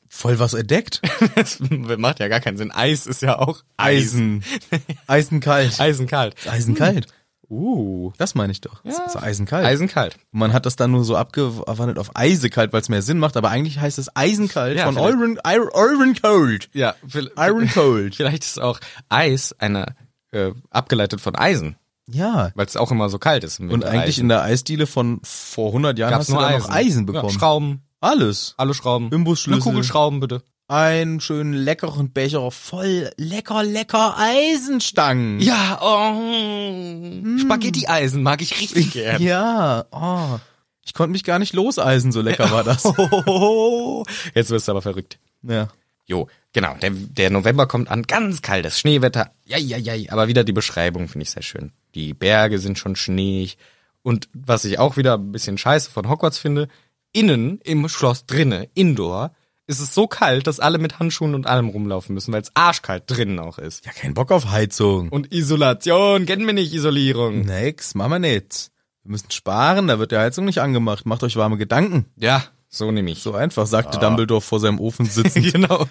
Speaker 2: Voll was entdeckt.
Speaker 1: Das macht ja gar keinen Sinn. Eis ist ja auch
Speaker 2: Eisen. Eisenkalt.
Speaker 1: Eisenkalt.
Speaker 2: Eisenkalt.
Speaker 1: Uh.
Speaker 2: Das meine ich doch. Ja. Das ist eisenkalt.
Speaker 1: Eisenkalt.
Speaker 2: Und Man hat das dann nur so abgewandelt auf eisekalt, weil es mehr Sinn macht, aber eigentlich heißt es eisenkalt
Speaker 1: Ja,
Speaker 2: von
Speaker 1: vielleicht.
Speaker 2: Iron, Iron, Iron Cold.
Speaker 1: Ja, vil-
Speaker 2: Iron Cold.
Speaker 1: Vielleicht ist auch Eis eine äh, abgeleitet von Eisen,
Speaker 2: Ja.
Speaker 1: weil es auch immer so kalt ist. im
Speaker 2: Und
Speaker 1: Winter.
Speaker 2: eigentlich in der Eisdiele von vor 100 Jahren
Speaker 1: Gab's
Speaker 2: hast du dann noch Eisen
Speaker 1: Ja,
Speaker 2: bekommen.
Speaker 1: Schrauben,
Speaker 2: Alles.
Speaker 1: alle Schrauben.
Speaker 2: Imbusschlüssel.
Speaker 1: Eine Kugelschrauben bitte.
Speaker 2: Einen schönen leckeren Becher voll lecker, lecker Eisenstangen.
Speaker 1: Ja, oh, Spaghetti-Eisen mag ich richtig gern.
Speaker 2: Hm. Ja, oh. Ich konnte mich gar nicht loseisen, so lecker war das. Oh.
Speaker 1: Jetzt wirst du aber verrückt.
Speaker 2: Ja.
Speaker 1: Jo, genau. Der, der November kommt an, ganz kaltes Schneewetter. Ja, ja, ja. Aber wieder die Beschreibung finde ich sehr schön. Die Berge sind schon schneeig. Und was ich auch wieder ein bisschen scheiße von Hogwarts finde, innen im Schloss drinne, indoor, ist es so kalt, dass alle mit Handschuhen und allem rumlaufen müssen, weil es arschkalt drinnen auch ist.
Speaker 2: Ja, kein Bock auf Heizung.
Speaker 1: Und Isolation, kennen wir nicht Isolierung.
Speaker 2: Nix, machen wir nicht. Wir müssen sparen, da wird die Heizung nicht angemacht. Macht euch warme Gedanken.
Speaker 1: Ja, so nehme ich.
Speaker 2: So einfach, sagte Dumbledore vor seinem Ofen sitzend.
Speaker 1: genau.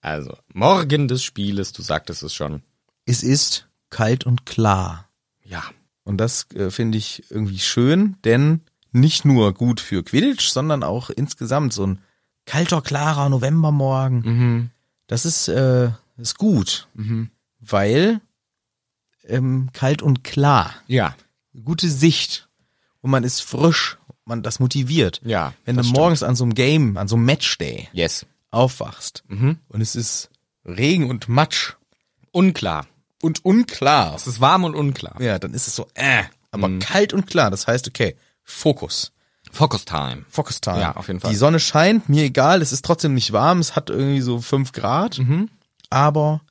Speaker 1: also, morgen des Spieles, du sagtest es schon.
Speaker 2: es ist kalt und klar.
Speaker 1: Ja.
Speaker 2: Und das äh, finde ich irgendwie schön, denn nicht nur gut für Quidditch, sondern auch insgesamt so ein kalter, klarer Novembermorgen.
Speaker 1: Mhm.
Speaker 2: Das ist, äh, ist gut, weil ähm, kalt und klar,
Speaker 1: Ja.
Speaker 2: gute Sicht und man ist frisch, man das motiviert.
Speaker 1: Ja,
Speaker 2: Wenn du
Speaker 1: das
Speaker 2: morgens an so einem Game, an so einem Matchday
Speaker 1: Yes.
Speaker 2: aufwachst
Speaker 1: Mhm.
Speaker 2: und es ist Regen und Matsch
Speaker 1: Unklar.
Speaker 2: und unklar,
Speaker 1: Es ist warm und unklar.
Speaker 2: ja, dann ist es so, äh, aber kalt und klar. Das heißt, okay, Fokus.
Speaker 1: Focus Time.
Speaker 2: Focus Time.
Speaker 1: Ja, auf jeden Fall.
Speaker 2: Die Sonne scheint, mir egal, es ist trotzdem nicht warm, es hat irgendwie so fünf Grad, aber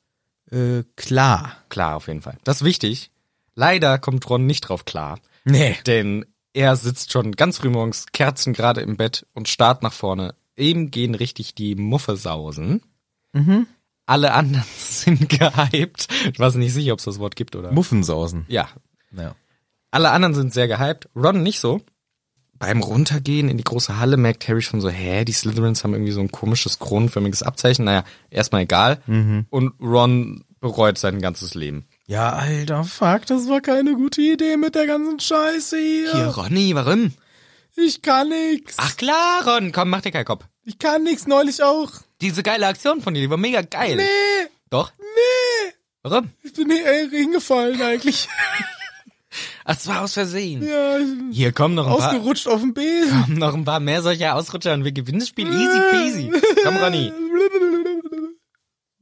Speaker 2: äh, klar.
Speaker 1: Klar, auf jeden Fall. Das ist wichtig. Leider kommt Ron nicht drauf klar.
Speaker 2: Nee.
Speaker 1: Denn er sitzt schon ganz früh morgens Kerzen gerade im Bett und starrt nach vorne. Ihm gehen richtig die Muffesausen. Alle anderen sind gehypt. Ich weiß nicht sicher, ob es das Wort gibt oder.
Speaker 2: Muffensausen.
Speaker 1: ja.
Speaker 2: Ja.
Speaker 1: Alle anderen sind sehr gehypt. Ron nicht so. Beim Runtergehen in die große Halle merkt Harry schon so, hä, die Slytherins haben irgendwie so ein komisches kronenförmiges Abzeichen. Naja, erstmal egal. Und Ron bereut sein ganzes Leben.
Speaker 2: ja, alter Fuck, das war keine gute Idee mit der ganzen Scheiße hier.
Speaker 1: Ronny, warum?
Speaker 2: Ich kann nix.
Speaker 1: Ach klar, Ron, komm, mach dir keinen Kopf.
Speaker 2: Ich kann nix, neulich auch.
Speaker 1: Diese geile Aktion von dir, die war mega geil.
Speaker 2: Nee,
Speaker 1: Doch?
Speaker 2: nee.
Speaker 1: Warum?
Speaker 2: Ich bin hier äh, hingefallen eigentlich.
Speaker 1: Ach, es war aus Versehen.
Speaker 2: ja, ich bin
Speaker 1: Hier kommen noch ein paar,
Speaker 2: ausgerutscht auf dem Besen.
Speaker 1: kommen noch ein paar mehr solcher Ausrutscher und wir gewinnen das Spiel easy peasy. Komm, Ronny.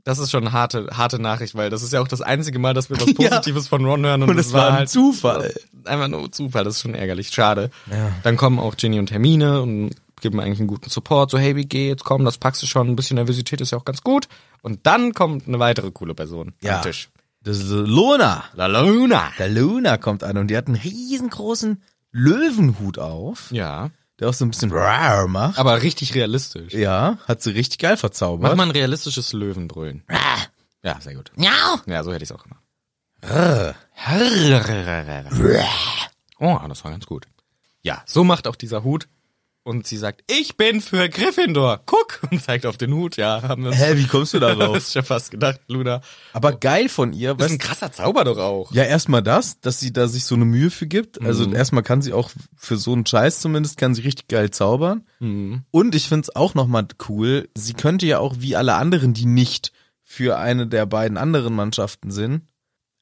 Speaker 1: Das ist schon eine harte, harte Nachricht, weil das ist ja auch das einzige Mal, dass wir was
Speaker 2: Ja.
Speaker 1: Positives von Ron hören. Und,
Speaker 2: Und es
Speaker 1: das
Speaker 2: war ein
Speaker 1: halt
Speaker 2: Zufall.
Speaker 1: Einfach nur Zufall, das ist schon ärgerlich, schade.
Speaker 2: Ja.
Speaker 1: Dann kommen auch Ginny und Hermine und geben eigentlich einen guten Support. So, hey, wie geht's? Komm, das packst du schon. Ein bisschen Nervosität ist ja auch ganz gut. Und dann kommt eine weitere coole Person
Speaker 2: Ja.
Speaker 1: am Tisch.
Speaker 2: Das ist Lona.
Speaker 1: La Luna.
Speaker 2: Der Luna kommt an und die hat einen riesengroßen Löwenhut auf,
Speaker 1: Ja,
Speaker 2: der auch so ein bisschen rar macht.
Speaker 1: aber richtig realistisch.
Speaker 2: Ja, hat sie richtig geil
Speaker 1: Mach
Speaker 2: verzaubert.
Speaker 1: mal ein realistisches Löwenbrüllen. Ja, sehr gut.
Speaker 4: Miau.
Speaker 1: Ja, so hätte ich es auch gemacht.
Speaker 2: Rrr.
Speaker 1: Oh, das war ganz gut. Ja, so macht auch dieser Hut. Und sie sagt, ich bin für Gryffindor. Guck! Und zeigt auf den Hut. Ja, haben wir uns
Speaker 2: Hä, wie kommst du darauf?
Speaker 1: Das ist ja fast gedacht, Luna.
Speaker 2: Aber geil von ihr,
Speaker 1: Das ist
Speaker 2: weißt
Speaker 1: ein krasser Zauber doch auch. Mhm.
Speaker 2: Ja, erstmal das, dass sie da sich so eine Mühe für gibt. Also erstmal kann sie auch für so einen Scheiß zumindest, kann sie richtig geil zaubern.
Speaker 1: Mhm.
Speaker 2: Und ich find's auch nochmal cool, sie könnte ja auch wie alle anderen, die nicht für eine der beiden anderen Mannschaften sind,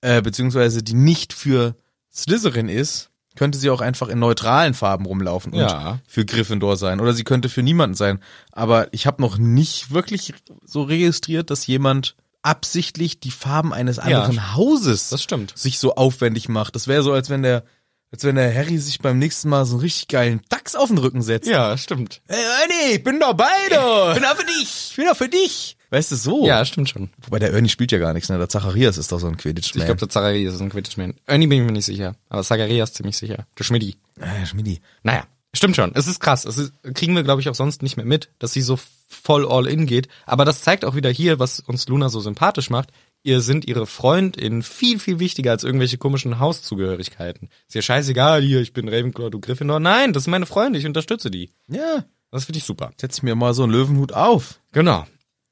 Speaker 2: äh, beziehungsweise die nicht für Slytherin ist, könnte sie auch einfach in neutralen Farben rumlaufen und
Speaker 1: Ja.
Speaker 2: für Gryffindor sein. Oder sie könnte für niemanden sein. Aber ich habe noch nicht wirklich so registriert, dass jemand absichtlich die Farben eines anderen Hauses
Speaker 1: Das stimmt.
Speaker 2: sich so aufwendig macht. Das wäre so, als wenn der, als wenn der Harry sich beim nächsten Mal so einen richtig geilen Dachs auf den Rücken setzt.
Speaker 1: Ja, stimmt.
Speaker 2: Hey, Ernie, ich bin dabei, du!
Speaker 1: auch für dich.
Speaker 2: Ich bin doch für dich! Weißt du, so.
Speaker 1: Ja, stimmt schon.
Speaker 2: Wobei der Ernie spielt ja gar nichts, ne? Der Zacharias ist doch so ein quidditch
Speaker 1: Ich glaube, der Zacharias ist ein Quidditch-Man. Ernie bin ich mir nicht sicher. Aber Zacharias ziemlich sicher. Der Schmidti.
Speaker 2: Ah, Schmidi.
Speaker 1: Naja, stimmt schon. Es ist krass. Es ist, kriegen wir, glaube ich, auch sonst nicht mehr mit, dass sie so voll all in geht. Aber das zeigt auch wieder hier, was uns Luna so sympathisch macht. Ihr sind ihre Freundin viel, viel wichtiger als irgendwelche komischen Hauszugehörigkeiten. Ist ihr scheißegal, hier, ich bin Ravenclaw, du Gryffindor. Nein, das sind meine Freunde, ich unterstütze die.
Speaker 2: Ja,
Speaker 1: Das finde ich super.
Speaker 2: setz ich mir mal so einen Löwenhut auf.
Speaker 1: Genau.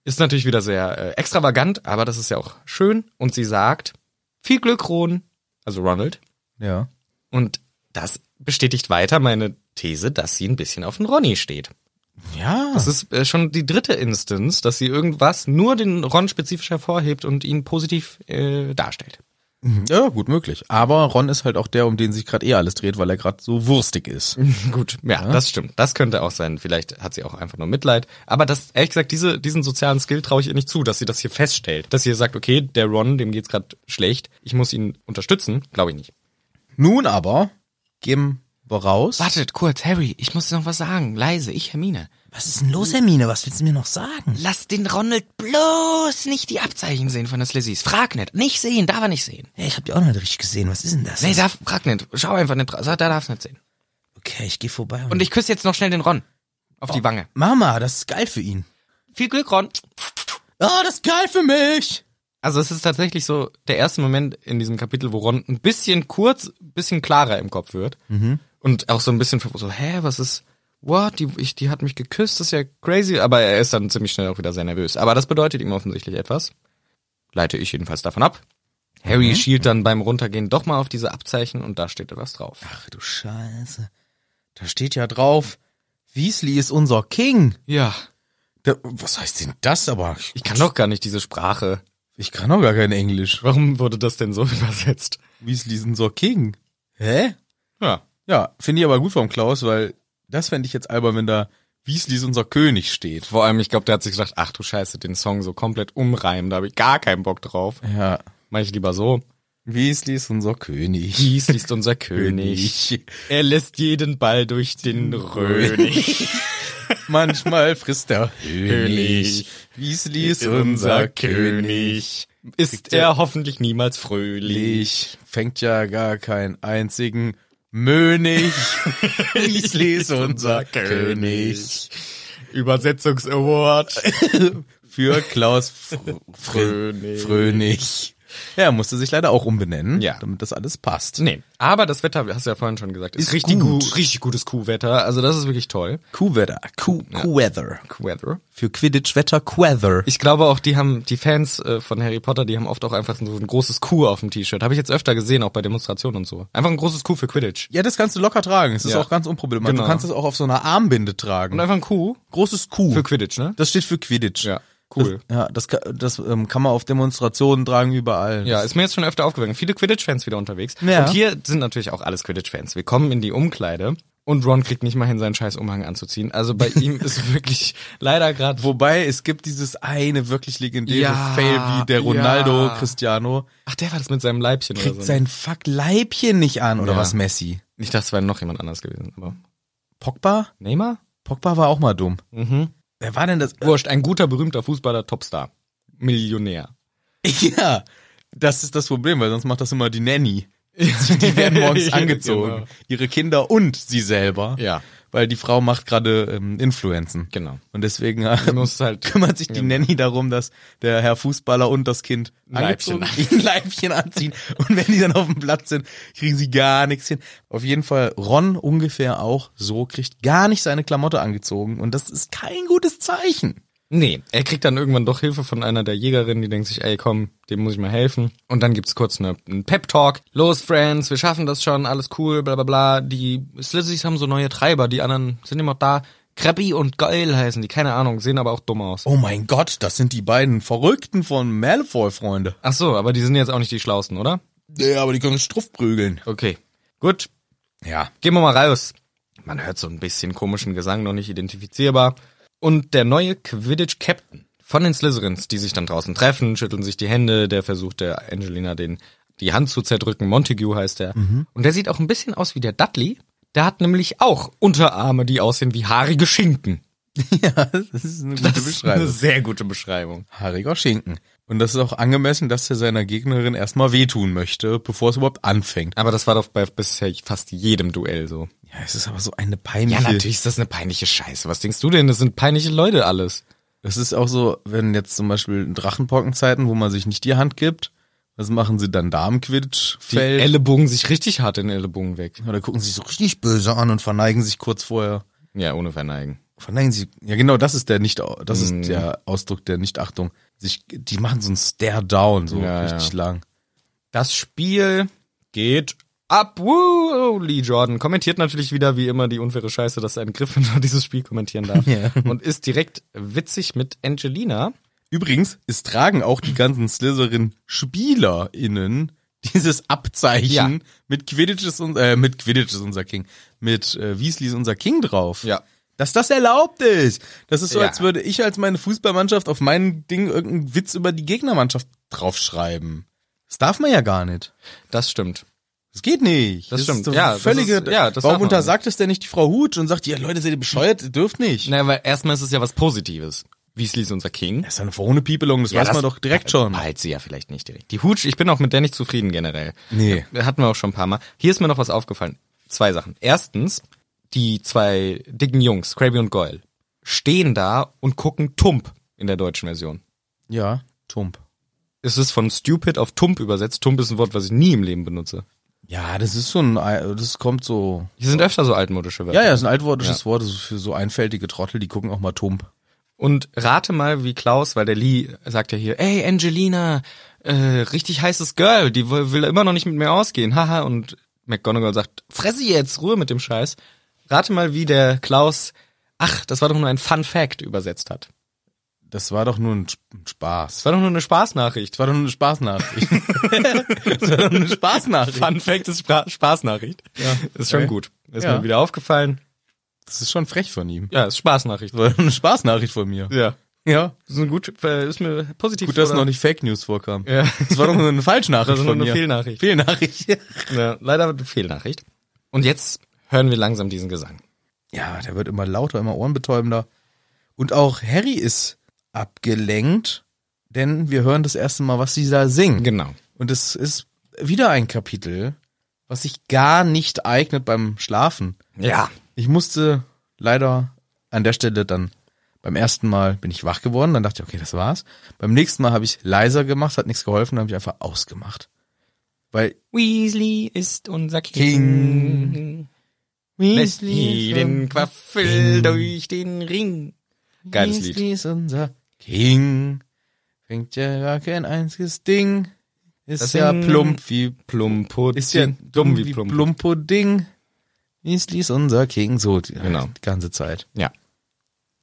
Speaker 1: Ist natürlich wieder sehr äh, extravagant, aber das ist ja auch schön. Und sie sagt, viel Glück, Ron. Also Ronald.
Speaker 2: Ja.
Speaker 1: Und das bestätigt weiter meine These, dass sie ein bisschen auf den Ronny steht.
Speaker 2: Ja.
Speaker 1: Das ist äh, schon die dritte Instanz, dass sie irgendwas nur den Ron spezifisch hervorhebt und ihn positiv äh, darstellt.
Speaker 2: ja, gut möglich. Aber Ron ist halt auch der, um den sich gerade eh alles dreht, weil er gerade so wurstig ist.
Speaker 1: Gut, ja, das stimmt. Das könnte auch sein. Vielleicht hat sie auch einfach nur Mitleid. Aber das, ehrlich gesagt, diese, diesen sozialen Skill traue ich ihr nicht zu, dass sie das hier feststellt. Dass sie sagt, okay, der Ron, dem geht's gerade schlecht, ich muss ihn unterstützen. Glaube ich nicht.
Speaker 2: Nun aber gehen wir raus.
Speaker 1: Wartet kurz, Harry, ich muss noch was sagen. Leise, ich, Hermine.
Speaker 4: Was ist denn los, Hermine? Was willst du mir noch sagen?
Speaker 1: Lass den Ronald bloß nicht die Abzeichen sehen von den Slizzys. Frag nicht. Nicht sehen, darf er nicht sehen.
Speaker 4: Hey, ich hab die auch noch nicht richtig gesehen. Was ist denn das?
Speaker 1: Nee, darf, frag nicht. Schau einfach nicht drauf. Da darf's nicht sehen.
Speaker 4: Okay, ich gehe vorbei.
Speaker 1: Und ich küsse jetzt noch schnell den Ron. Auf die Wange.
Speaker 2: Mama, das ist geil für ihn.
Speaker 1: Oh. Viel Glück, Ron.
Speaker 2: Oh, das ist geil für mich.
Speaker 1: Also es ist tatsächlich so der erste Moment in diesem Kapitel, wo Ron ein bisschen kurz, ein bisschen klarer im Kopf wird. Und auch so ein bisschen verwirrt, so, hä, was ist, what, die, ich, die hat mich geküsst, das ist ja crazy. Aber er ist dann ziemlich schnell auch wieder sehr nervös. Aber das bedeutet ihm offensichtlich etwas. Leite ich jedenfalls davon ab. Harry schielt dann beim Runtergehen doch mal auf diese Abzeichen und da steht etwas drauf.
Speaker 4: Ach du Scheiße.
Speaker 2: Da steht ja drauf, Weasley ist unser King.
Speaker 1: Ja.
Speaker 2: Da, was heißt denn das aber?
Speaker 1: Ich kann doch gar nicht diese Sprache.
Speaker 2: Ich kann doch gar kein Englisch.
Speaker 1: Warum wurde das denn so übersetzt?
Speaker 2: Weasley ist unser King. Hä?
Speaker 1: Ja.
Speaker 2: Ja, finde ich aber gut vom Klaus, weil das fände ich jetzt albern, wenn da Weasley ist unser König steht.
Speaker 1: Vor allem, ich glaube, der hat sich gedacht, ach du Scheiße, den Song so komplett umreimen, da habe ich gar keinen Bock drauf.
Speaker 2: Ja.
Speaker 1: Mach ich lieber so.
Speaker 2: Weasley ist unser König.
Speaker 1: Dies ist unser König. Er lässt jeden Ball durch den Rönig.
Speaker 2: Manchmal frisst er
Speaker 1: König.
Speaker 2: König. Weasley ist unser König.
Speaker 1: Ist er hoffentlich niemals fröhlich.
Speaker 2: Ich fängt ja gar keinen einzigen Mönig. Weasley ist unser König.
Speaker 1: Übersetzungsaward.
Speaker 2: Für Klaus Fr-
Speaker 1: Fröhlich.
Speaker 2: Fr- Fröhlich. Ja, er musste sich leider auch umbenennen,
Speaker 1: Ja.
Speaker 2: damit das alles passt.
Speaker 1: Nee, aber das Wetter, hast du ja vorhin schon gesagt, ist,
Speaker 2: Ist
Speaker 1: richtig,
Speaker 2: gut.
Speaker 1: gu- richtig gutes Kuhwetter. Also das ist wirklich toll.
Speaker 2: Kuhwetter. Kuh, Kuhweather.
Speaker 1: Weather.
Speaker 2: Für Quidditch-Wetter Queather.
Speaker 1: Ich glaube auch, die haben, die Fans äh, von Harry Potter, die haben oft auch einfach so ein großes Kuh auf dem T-Shirt. Habe ich jetzt öfter gesehen, auch bei Demonstrationen und so. Einfach ein großes Kuh für Quidditch.
Speaker 2: Ja, das kannst du locker tragen. Es ist
Speaker 1: Ja.
Speaker 2: auch ganz unproblematisch.
Speaker 1: Genau.
Speaker 2: Du kannst es auch auf so einer Armbinde tragen.
Speaker 1: Und einfach ein Kuh
Speaker 2: großes Q.
Speaker 1: für Quidditch, ne?
Speaker 2: das steht für Quidditch.
Speaker 1: Ja, cool.
Speaker 2: Das, ja, das, ka- das ähm, kann man auf Demonstrationen tragen überall.
Speaker 1: Ja, ist mir jetzt schon öfter aufgefallen. Viele Quidditch-Fans wieder unterwegs.
Speaker 2: Ja.
Speaker 1: Und hier sind natürlich auch alles Quidditch-Fans. Wir kommen in die Umkleide und Ron kriegt nicht mal hin, seinen scheiß Umhang anzuziehen. Also bei ihm ist wirklich leider gerade...
Speaker 2: Wobei es gibt dieses eine wirklich legendäre
Speaker 1: Ja,
Speaker 2: Fail, wie der
Speaker 1: ja.
Speaker 2: Ronaldo Cristiano
Speaker 1: Ach, der war das mit seinem Leibchen
Speaker 2: kriegt
Speaker 1: oder so.
Speaker 2: sein fuck Leibchen nicht an oder
Speaker 1: Ja.
Speaker 2: was Messi?
Speaker 1: Ich dachte, es wäre noch jemand anders gewesen. Aber
Speaker 2: Pogba?
Speaker 1: Neymar?
Speaker 2: Pogba war auch mal dumm.
Speaker 1: Mhm.
Speaker 2: Wer war denn das?
Speaker 1: Wurscht, ein guter, berühmter Fußballer, Topstar. Millionär.
Speaker 2: Ja, das ist das Problem, weil sonst macht das immer die Nanny. Die werden morgens angezogen.
Speaker 1: Genau.
Speaker 2: Ihre Kinder und sie selber.
Speaker 1: Ja.
Speaker 2: Weil die Frau macht gerade ähm, Influenzen.
Speaker 1: Genau.
Speaker 2: Und deswegen
Speaker 1: Du
Speaker 2: äh,
Speaker 1: musst halt...
Speaker 2: kümmert sich die Nanny darum, dass der Herr Fußballer und das Kind
Speaker 1: Ein Leibchen
Speaker 2: angezogen- ein Leibchen anziehen. Und wenn die dann auf dem Platz sind, kriegen sie gar nichts hin. Auf jeden Fall Ron ungefähr auch so kriegt gar nicht seine Klamotte angezogen. Und das ist kein gutes Zeichen.
Speaker 1: Nee, er kriegt dann irgendwann doch Hilfe von einer der Jägerinnen, die denkt sich, ey komm, dem muss ich mal helfen. Und dann gibt's kurz eine, einen Pep-Talk. Los, Friends, wir schaffen das schon, alles cool, bla bla bla. Die Slizzys haben so neue Treiber, die anderen sind immer da. Krabby und Geil heißen die, keine Ahnung, sehen aber auch dumm aus.
Speaker 2: Oh mein Gott, das sind die beiden Verrückten von Malfoy, Freunde.
Speaker 1: Ach so, aber die sind jetzt auch nicht die Schlausten, oder?
Speaker 2: Ja, aber die können Struff prügeln.
Speaker 1: Okay, gut,
Speaker 2: Ja.
Speaker 1: gehen wir mal raus. Man hört so ein bisschen komischen Gesang, noch nicht identifizierbar. Und der neue Quidditch-Captain von den Slytherins, die sich dann draußen treffen, schütteln sich die Hände, der versucht der Angelina den, die Hand zu zerdrücken, Montague heißt er. Und der sieht auch ein bisschen aus wie der Dudley. Der hat nämlich auch Unterarme, die aussehen wie haarige Schinken.
Speaker 2: Ja, das ist eine gute Beschreibung.
Speaker 1: sehr gute Beschreibung.
Speaker 2: Haariger Schinken. Und das ist auch angemessen, dass er seiner Gegnerin erstmal wehtun möchte, bevor es überhaupt anfängt.
Speaker 1: Aber das war doch bei bisher fast jedem Duell so.
Speaker 2: Ja, es ist aber so eine peinliche.
Speaker 1: Ja, natürlich ist das eine peinliche Scheiße. Was denkst du denn? Das sind peinliche Leute alles.
Speaker 2: Das ist auch so, wenn jetzt zum Beispiel in Drachenpockenzeiten, wo man sich nicht die Hand gibt, was machen sie dann da am
Speaker 1: Die
Speaker 2: Quidditch-Feld?
Speaker 1: Ellenbogen sich richtig hart in Ellenbogen weg.
Speaker 2: Oder gucken sich so richtig böse an und verneigen sich kurz vorher.
Speaker 1: Ja, ohne Verneigen.
Speaker 2: Verneigen sie. Ja, genau, das ist der nicht, das
Speaker 1: Mhm.
Speaker 2: ist der Ausdruck der Nichtachtung. Sich, die machen so einen Stare-Down, so
Speaker 1: Ja,
Speaker 2: richtig
Speaker 1: ja.
Speaker 2: lang.
Speaker 1: Das Spiel geht ab. Woo! Lee Jordan kommentiert natürlich wieder, wie immer, die unfaire Scheiße, dass ein Gryffindor dieses Spiel kommentieren darf.
Speaker 2: Ja.
Speaker 1: Und ist direkt witzig mit Angelina.
Speaker 2: Übrigens, es tragen auch die ganzen Slytherin-SpielerInnen dieses Abzeichen
Speaker 1: Ja.
Speaker 2: mit Quidditch ist, un äh, mit Quidditch ist unser King, mit äh, Weasley ist unser King drauf.
Speaker 1: Ja.
Speaker 2: Dass das erlaubt ist. Das ist so,
Speaker 1: Ja.
Speaker 2: als würde ich als meine Fußballmannschaft auf meinen Ding irgendeinen Witz über die Gegnermannschaft draufschreiben. Das darf man ja gar nicht.
Speaker 1: Das stimmt.
Speaker 2: Das geht nicht.
Speaker 1: Das stimmt. Ja,
Speaker 2: Ist ja,
Speaker 1: das
Speaker 2: völlige,
Speaker 1: ist- ja, das darf
Speaker 2: warum
Speaker 1: man
Speaker 2: untersagt es denn nicht die Frau Hut und sagt, ja Leute, seid ihr bescheuert, ihr dürft nicht.
Speaker 1: Na, aber erstmal ist es ja was Positives. Weasley ist unser King.
Speaker 2: Das ist eine verhohene Piepelung, das weiß man doch direkt schon.
Speaker 1: Behält Halt sie ja vielleicht nicht direkt. Die Hooch, ich bin auch mit der nicht zufrieden generell.
Speaker 2: Nee.
Speaker 1: Hatten wir auch schon ein paar Mal. Hier ist mir noch was aufgefallen. Zwei Sachen. Erstens, die zwei dicken Jungs, Krabby und Goyle, stehen da und gucken Tump in der deutschen Version.
Speaker 2: Ja, tump.
Speaker 1: Es ist von stupid auf Tump übersetzt. Tump ist ein Wort, was ich nie im Leben benutze.
Speaker 2: Ja, das ist so ein, Ei- das kommt so.
Speaker 1: Hier sind öfter so altmodische Wörter.
Speaker 2: Ja, ja, ist ein altwordisches Wort das ist für so einfältige Trottel, die gucken auch mal tump.
Speaker 1: Und rate mal, wie Klaus, weil der Lee sagt ja hier, ey Angelina, äh, richtig heißes Girl, die will, will immer noch nicht mit mir ausgehen, haha. Und McGonagall sagt, fresse jetzt, Ruhe mit dem Scheiß. Rate mal, wie der Klaus, ach, das war doch nur ein Fun Fact übersetzt hat.
Speaker 2: Das war doch nur ein Sp- ein Spaß.
Speaker 1: Das war doch nur eine Spaßnachricht.
Speaker 2: Das war doch nur eine Spaßnachricht. das war doch nur eine Spaßnachricht.
Speaker 1: Fun Fact ist Spra Spaßnachricht. Ja. Ist schon
Speaker 2: Okay.
Speaker 1: gut. Ist
Speaker 2: Ja.
Speaker 1: mir wieder aufgefallen.
Speaker 2: Das ist schon frech von ihm.
Speaker 1: Ja, ist Spaßnachricht.
Speaker 2: Das war doch eine Spaßnachricht von mir.
Speaker 1: Ja.
Speaker 2: Ja.
Speaker 1: Ist, ein gut, äh, ist mir positiv.
Speaker 2: Gut, dass
Speaker 1: oder-
Speaker 2: noch nicht Fake News vorkam.
Speaker 1: Ja.
Speaker 2: Das war doch nur eine Falschnachricht
Speaker 1: Das war nur
Speaker 2: von
Speaker 1: eine
Speaker 2: mir.
Speaker 1: Fehlnachricht.
Speaker 2: Fehlnachricht.
Speaker 1: Ja, leider eine Fehlnachricht. Und jetzt hören wir langsam diesen Gesang.
Speaker 2: Ja, der wird immer lauter, immer ohrenbetäubender. Und auch Harry ist abgelenkt, denn wir hören das erste Mal, was sie da singen.
Speaker 1: Genau.
Speaker 2: Und es ist wieder ein Kapitel, was sich gar nicht eignet beim Schlafen.
Speaker 1: Ja.
Speaker 2: Ich musste leider an der Stelle dann beim ersten Mal bin ich wach geworden, dann dachte ich, okay, das war's. Beim nächsten Mal habe ich leiser gemacht, hat nichts geholfen, dann habe ich einfach ausgemacht. Weil
Speaker 1: Weasley ist unser
Speaker 2: King.
Speaker 1: Lässt jeden Quaffel durch den Ring. Geiles Lied.
Speaker 2: Weasley ist unser King. Fängt ja gar kein einziges Ding. Ist
Speaker 1: Das
Speaker 2: ja
Speaker 1: Ding
Speaker 2: plump wie
Speaker 1: Plumpo.
Speaker 2: ist ja dumm wie plump. Plumpo-Ding. Weasley ist unser King. So, die-
Speaker 1: Genau.
Speaker 2: die ganze Zeit.
Speaker 1: Ja.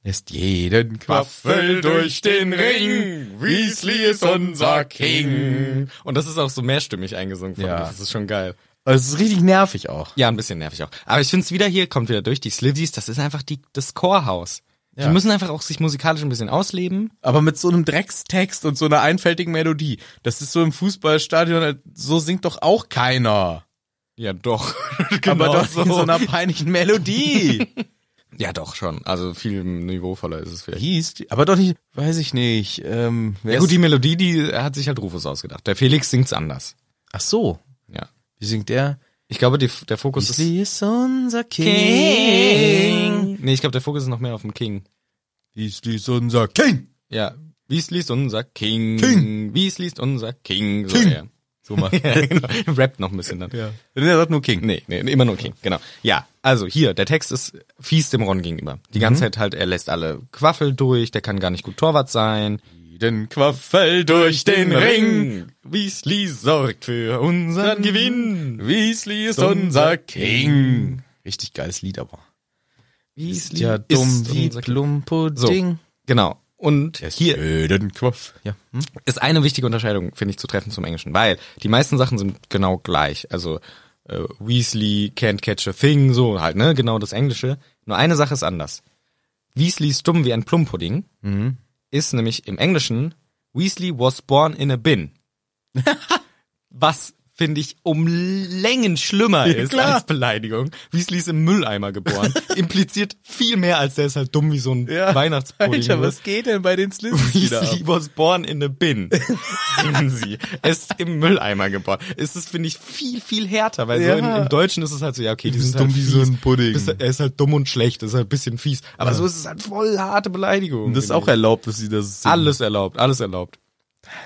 Speaker 2: Lässt jeden Quaffel durch den Ring. Weasley ist unser King.
Speaker 1: Und das ist auch so mehrstimmig eingesungen worden.
Speaker 2: Ja.
Speaker 1: Das ist schon geil.
Speaker 2: Also, es ist richtig nervig auch.
Speaker 1: Ja, ein bisschen nervig auch. Aber ich finde es wieder hier, kommt wieder durch, die Slivies, das ist einfach die, das Chorhaus.
Speaker 2: Ja.
Speaker 1: Die müssen einfach auch sich musikalisch ein bisschen ausleben.
Speaker 2: Aber mit so einem Dreckstext und so einer einfältigen Melodie. Das ist so im Fußballstadion, halt, so singt doch auch keiner.
Speaker 1: Ja, doch. Genau
Speaker 2: Aber doch in Genau so einer peinlichen Melodie.
Speaker 1: Ja, doch schon. Also viel niveauvoller ist es vielleicht.
Speaker 2: Hieß die, aber doch nicht, weiß ich nicht. Ähm, wer
Speaker 1: Ja,
Speaker 2: ist-
Speaker 1: gut, die Melodie, die hat sich halt Rufus ausgedacht. Der Felix singt's anders.
Speaker 2: ach so.
Speaker 1: Ja.
Speaker 2: Wie singt der?
Speaker 1: Ich glaube, die, der Fokus ist.
Speaker 2: Weasley ist unser
Speaker 1: Nee, ich glaube, der Fokus ist noch mehr auf dem King.
Speaker 2: Weasley ist unser King.
Speaker 1: Ja. Weasley ist unser King.
Speaker 2: King.
Speaker 1: Weasley ist unser King. So,
Speaker 2: King.
Speaker 1: Ja.
Speaker 2: So mal.
Speaker 1: ja, genau. Rappt noch ein bisschen dann.
Speaker 2: ja. Der sagt nur King.
Speaker 1: Nee, nee, immer nur King, genau. Ja, also hier, der Text ist fies dem Ron gegenüber.
Speaker 2: Mhm.
Speaker 1: Die ganze Zeit halt, er lässt alle Quaffel durch, der kann gar nicht gut Torwart sein.
Speaker 2: Jeden Quaffel durch den Ring.
Speaker 1: Weasley sorgt für unseren Gewinn.
Speaker 2: Weasley ist
Speaker 1: unser
Speaker 2: unser King. Richtig geiles Lied, aber.
Speaker 1: Weasley
Speaker 2: Ja, dumm wie
Speaker 1: unser King. So,
Speaker 2: Plumpudding.
Speaker 1: genau. Und hier
Speaker 2: Jeden Quaff. Ja. Hm?
Speaker 1: ist eine wichtige Unterscheidung, finde ich, zu treffen zum Englischen, weil die meisten Sachen sind genau gleich. Also äh, Weasley can't catch a thing, so halt, ne? Genau das Englische. Nur eine Sache ist anders. Weasley ist dumm wie ein Plumpudding
Speaker 2: Mhm.
Speaker 1: ist nämlich im Englischen Weasley was born in a bin. Was finde ich um Längen schlimmer ist
Speaker 2: klar.
Speaker 1: als Beleidigung. Weasley ist im Mülleimer geboren. Impliziert viel mehr, als der ist halt dumm wie so ein
Speaker 2: Ja.
Speaker 1: Weihnachtspudding.
Speaker 2: Alter,
Speaker 1: nur.
Speaker 2: was geht denn bei den Slizzys wieder ab?
Speaker 1: Weasley was born in a bin. Singen sie. Er Ist im Mülleimer geboren. Ist es, finde ich, viel, viel härter, weil so
Speaker 2: Ja.
Speaker 1: in, im Deutschen ist es halt so, ja, okay, die
Speaker 2: Du bist
Speaker 1: sind halt
Speaker 2: dumm wie
Speaker 1: fies.
Speaker 2: so ein Pudding.
Speaker 1: Bist- Er ist halt dumm und schlecht, ist halt ein bisschen fies. Aber so ist es halt voll harte Beleidigung.
Speaker 2: Das ist auch erlaubt, dass sie das singen.
Speaker 1: alles erlaubt, alles erlaubt.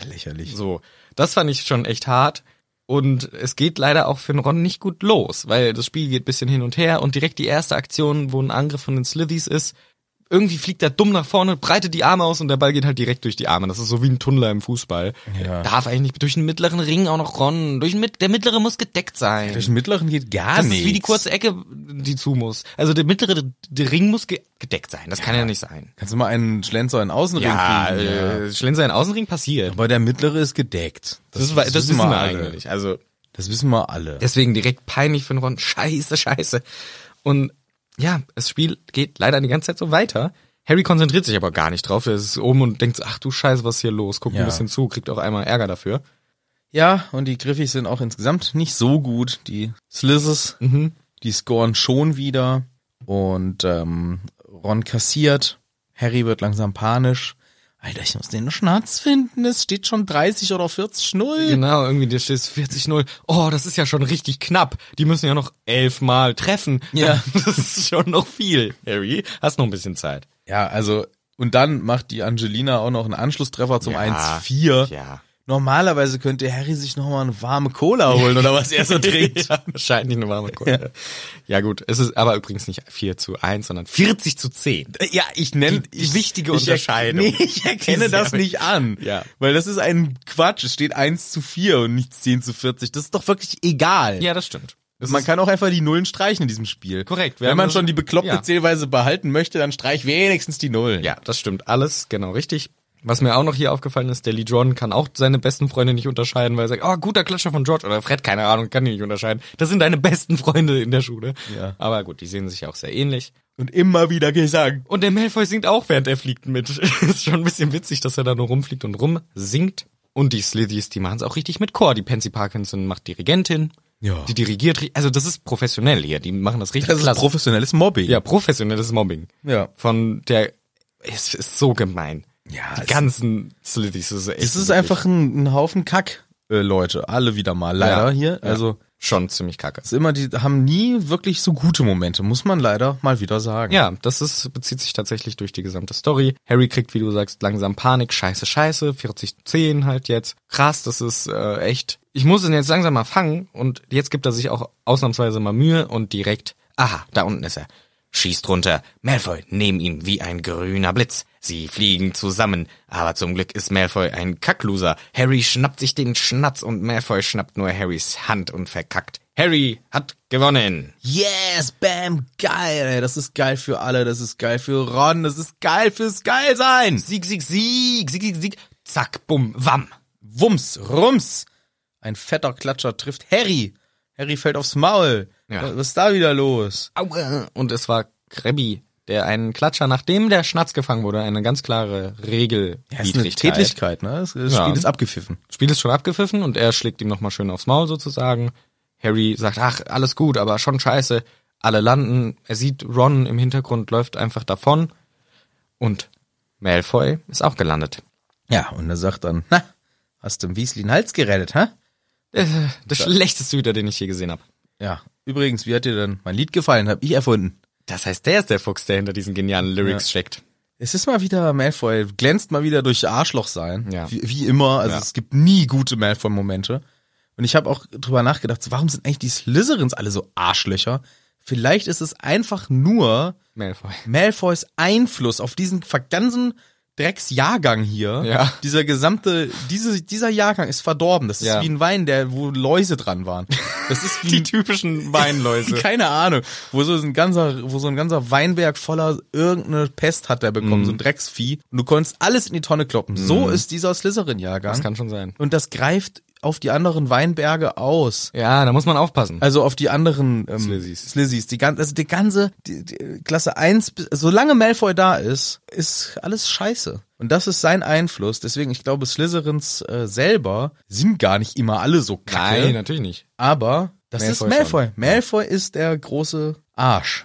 Speaker 2: Lächerlich.
Speaker 1: So. Das fand ich schon echt hart. Und es geht leider auch für den Ron nicht gut los, weil das Spiel geht ein bisschen hin und her und direkt die erste Aktion, wo ein Angriff von den Slithys ist, irgendwie fliegt er dumm nach vorne, breitet die Arme aus und der Ball geht halt direkt durch die Arme. Das ist so wie ein Tunneler im Fußball.
Speaker 2: Ja.
Speaker 1: Darf eigentlich nicht durch den mittleren Ring auch noch Ron. Durch den, mit- der mittlere muss gedeckt sein.
Speaker 2: Durch den mittleren geht gar
Speaker 1: das
Speaker 2: nichts.
Speaker 1: ist wie die kurze Ecke, die zu muss. Also der mittlere der Ring muss ge gedeckt sein. Das kann ja nicht sein.
Speaker 2: Kannst du mal einen Schlenzer in den Außenring
Speaker 1: Ja,
Speaker 2: kriegen? Ja.
Speaker 1: äh, Schlenzer in den Außenring passiert.
Speaker 2: Aber der mittlere ist gedeckt.
Speaker 1: Das, das, das wissen wir eigentlich. Also
Speaker 2: Das wissen wir alle.
Speaker 1: deswegen direkt peinlich für den Ron. Scheiße, scheiße. Und ja, das Spiel geht leider die ganze Zeit so weiter. Harry konzentriert sich aber gar nicht drauf. Er ist oben und denkt, so, ach du Scheiße, was ist hier los? Guckt
Speaker 2: Ja.
Speaker 1: ein bisschen zu, kriegt auch einmal Ärger dafür.
Speaker 2: Ja, und die Griffys sind auch insgesamt nicht so gut. Die Slizzes,
Speaker 1: Mhm.
Speaker 2: die scoren schon wieder. Und ähm, Ron kassiert. Harry wird langsam panisch. Alter, ich muss den Schnatz finden. Es steht schon 30 oder 40 Null.
Speaker 1: Genau, irgendwie da steht es 40-0. Oh, das ist ja schon richtig knapp. Die müssen ja noch elfmal treffen.
Speaker 2: Ja.
Speaker 1: Das ist schon noch viel, Harry. Hast noch ein bisschen Zeit.
Speaker 2: Ja, also, und dann macht die Angelina auch noch einen Anschlusstreffer zum
Speaker 1: Ja.
Speaker 2: 1-4.
Speaker 1: Ja.
Speaker 2: Normalerweise könnte Harry sich nochmal eine warme Cola holen oder was er so trinkt.
Speaker 1: Ja, wahrscheinlich eine warme Cola. Ja. gut, es ist aber übrigens nicht 4 zu 1, sondern 40 zu 10.
Speaker 2: Ja, ich nenne
Speaker 1: Die- die wichtige Unterscheidung.
Speaker 2: Nee, ich erkenne
Speaker 1: Sehr
Speaker 2: das nicht an.
Speaker 1: Ja.
Speaker 2: Weil das ist ein Quatsch. Es steht 1 zu 4 und nicht 10 zu 40. Das ist doch wirklich egal.
Speaker 1: Ja, das stimmt. Es
Speaker 2: man
Speaker 1: ist-
Speaker 2: kann auch einfach die Nullen streichen in diesem Spiel.
Speaker 1: Korrekt, wir
Speaker 2: Wenn
Speaker 1: haben
Speaker 2: man
Speaker 1: das-
Speaker 2: schon die bekloppte
Speaker 1: ja.
Speaker 2: Zählweise behalten möchte, dann streich wenigstens die Nullen.
Speaker 1: Ja, das stimmt. Alles genau richtig. Was mir auch noch hier aufgefallen ist, der Lee Jordan kann auch seine besten Freunde nicht unterscheiden, weil er sagt, oh, guter Klatscher von George oder Fred, keine Ahnung, kann die nicht unterscheiden. Das sind deine besten Freunde in der Schule.
Speaker 2: Ja.
Speaker 1: Aber gut, die sehen sich ja auch sehr ähnlich.
Speaker 2: Und immer wieder Gesang.
Speaker 1: Und der Malfoy singt auch, während er fliegt mit. ist schon ein bisschen witzig, dass er da nur rumfliegt und rumsingt. Und die Slithys, die machen es auch richtig mit Chor. Die Pansy Parkinson macht Dirigentin.
Speaker 2: Ja.
Speaker 1: Die dirigiert, ri- also das ist professionell hier. Die machen das richtig
Speaker 2: Das ist
Speaker 1: klasse.
Speaker 2: professionelles Mobbing.
Speaker 1: ja, professionelles Mobbing.
Speaker 2: Ja.
Speaker 1: Von der, es ist so gemein.
Speaker 2: Ja,
Speaker 1: Die
Speaker 2: Ah, es-
Speaker 1: ganzen Slithys, das ist echt.
Speaker 2: Es ist
Speaker 1: wirklich
Speaker 2: einfach ein, ein Haufen Kack, äh, Leute. Alle wieder mal. Leider
Speaker 1: Ja.
Speaker 2: hier.
Speaker 1: Ja.
Speaker 2: Also,
Speaker 1: Schon ziemlich kacke.
Speaker 2: es ist immer, die haben nie wirklich so gute Momente, muss man leider mal wieder sagen.
Speaker 1: Ja, das ist, bezieht sich tatsächlich durch die gesamte Story. Harry kriegt, wie du sagst, langsam Panik, scheiße, scheiße, 40, 10 halt jetzt. Krass, das ist äh, echt. Ich muss ihn jetzt langsam mal fangen und jetzt gibt er sich auch ausnahmsweise mal Mühe und direkt, aha, da unten ist er. Schießt runter. Malfoy, nehmen ihn wie ein grüner Blitz. Sie fliegen zusammen. Aber zum Glück ist Malfoy ein Kackloser. Harry schnappt sich den Schnatz und Malfoy schnappt nur Harrys Hand und verkackt. Harry hat gewonnen.
Speaker 2: Yes, bam, geil, ey. Das ist geil für alle, das ist geil für Ron, das ist geil fürs Geilsein.
Speaker 1: Sieg, Sieg, Sieg, Sieg, Sieg, Sieg. Zack, bumm, wamm.
Speaker 2: Wumms, rums. Ein fetter Klatscher trifft Harry. Harry fällt aufs Maul.
Speaker 1: Ja.
Speaker 2: Was ist da wieder los?
Speaker 1: Aua. Und es war Krabby, der einen Klatscher, nachdem der Schnatz gefangen wurde, eine ganz klare Regel.
Speaker 2: Das ist eine Tätlichkeit, ne? Das, das
Speaker 1: Ja.
Speaker 2: Spiel ist abgepfiffen.
Speaker 1: Spiel ist schon abgepfiffen und er schlägt ihm nochmal schön aufs Maul sozusagen. Harry sagt, ach, alles gut, aber schon scheiße. Alle landen. Er sieht Ron im Hintergrund, läuft einfach davon. Und Malfoy ist auch gelandet.
Speaker 2: Ja, und er sagt dann, na, hast dem Weasley den Hals gerettet, hä?
Speaker 1: Äh, Das schlechteste Hüter, den ich je gesehen habe.
Speaker 2: Ja. Übrigens, wie hat dir denn mein Lied gefallen? Hab ich erfunden.
Speaker 1: Das heißt, der ist der Fuchs, der hinter diesen genialen Lyrics steckt.
Speaker 2: Es ist mal wieder Malfoy, glänzt mal wieder durch Arschloch sein.
Speaker 1: Ja.
Speaker 2: Wie, wie immer, also
Speaker 1: Ja.
Speaker 2: es gibt nie gute Malfoy-Momente. Und ich habe auch drüber nachgedacht, so, warum sind eigentlich die Slytherins alle so Arschlöcher? Vielleicht ist es einfach nur
Speaker 1: Malfoy.
Speaker 2: Malfoys Einfluss auf diesen ver- ganzen Drecksjahrgang hier.
Speaker 1: Ja.
Speaker 2: Dieser gesamte, diese, dieser Jahrgang ist verdorben. Das ist
Speaker 1: Ja.
Speaker 2: wie ein Wein, der, wo Läuse dran waren. Das ist wie
Speaker 1: Die
Speaker 2: ein-
Speaker 1: typischen Weinläuse.
Speaker 2: Keine Ahnung, wo so ein ganzer, wo so ein ganzer Weinberg voller irgendeine Pest hat der bekommen,
Speaker 1: Mhm.
Speaker 2: so ein Drecksvieh. Und du konntest alles in die Tonne kloppen. So ist dieser
Speaker 1: Das
Speaker 2: Slytherin-Jahrgang.
Speaker 1: kann schon sein.
Speaker 2: Und das greift auf die anderen Weinberge aus.
Speaker 1: Ja, da muss man aufpassen.
Speaker 2: Also auf die anderen ähm,
Speaker 1: Slizzys.
Speaker 2: Slizzys. Die ganze, also die ganze die, die Klasse 1, bis, solange Malfoy da ist, ist alles scheiße. Und das ist sein Einfluss. Deswegen, ich glaube, Slytherins äh, selber sind gar nicht immer alle so kacke.
Speaker 1: Nein, natürlich nicht.
Speaker 2: Aber das
Speaker 1: Malfoy
Speaker 2: ist Malfoy. Malfoy ist der große Arsch.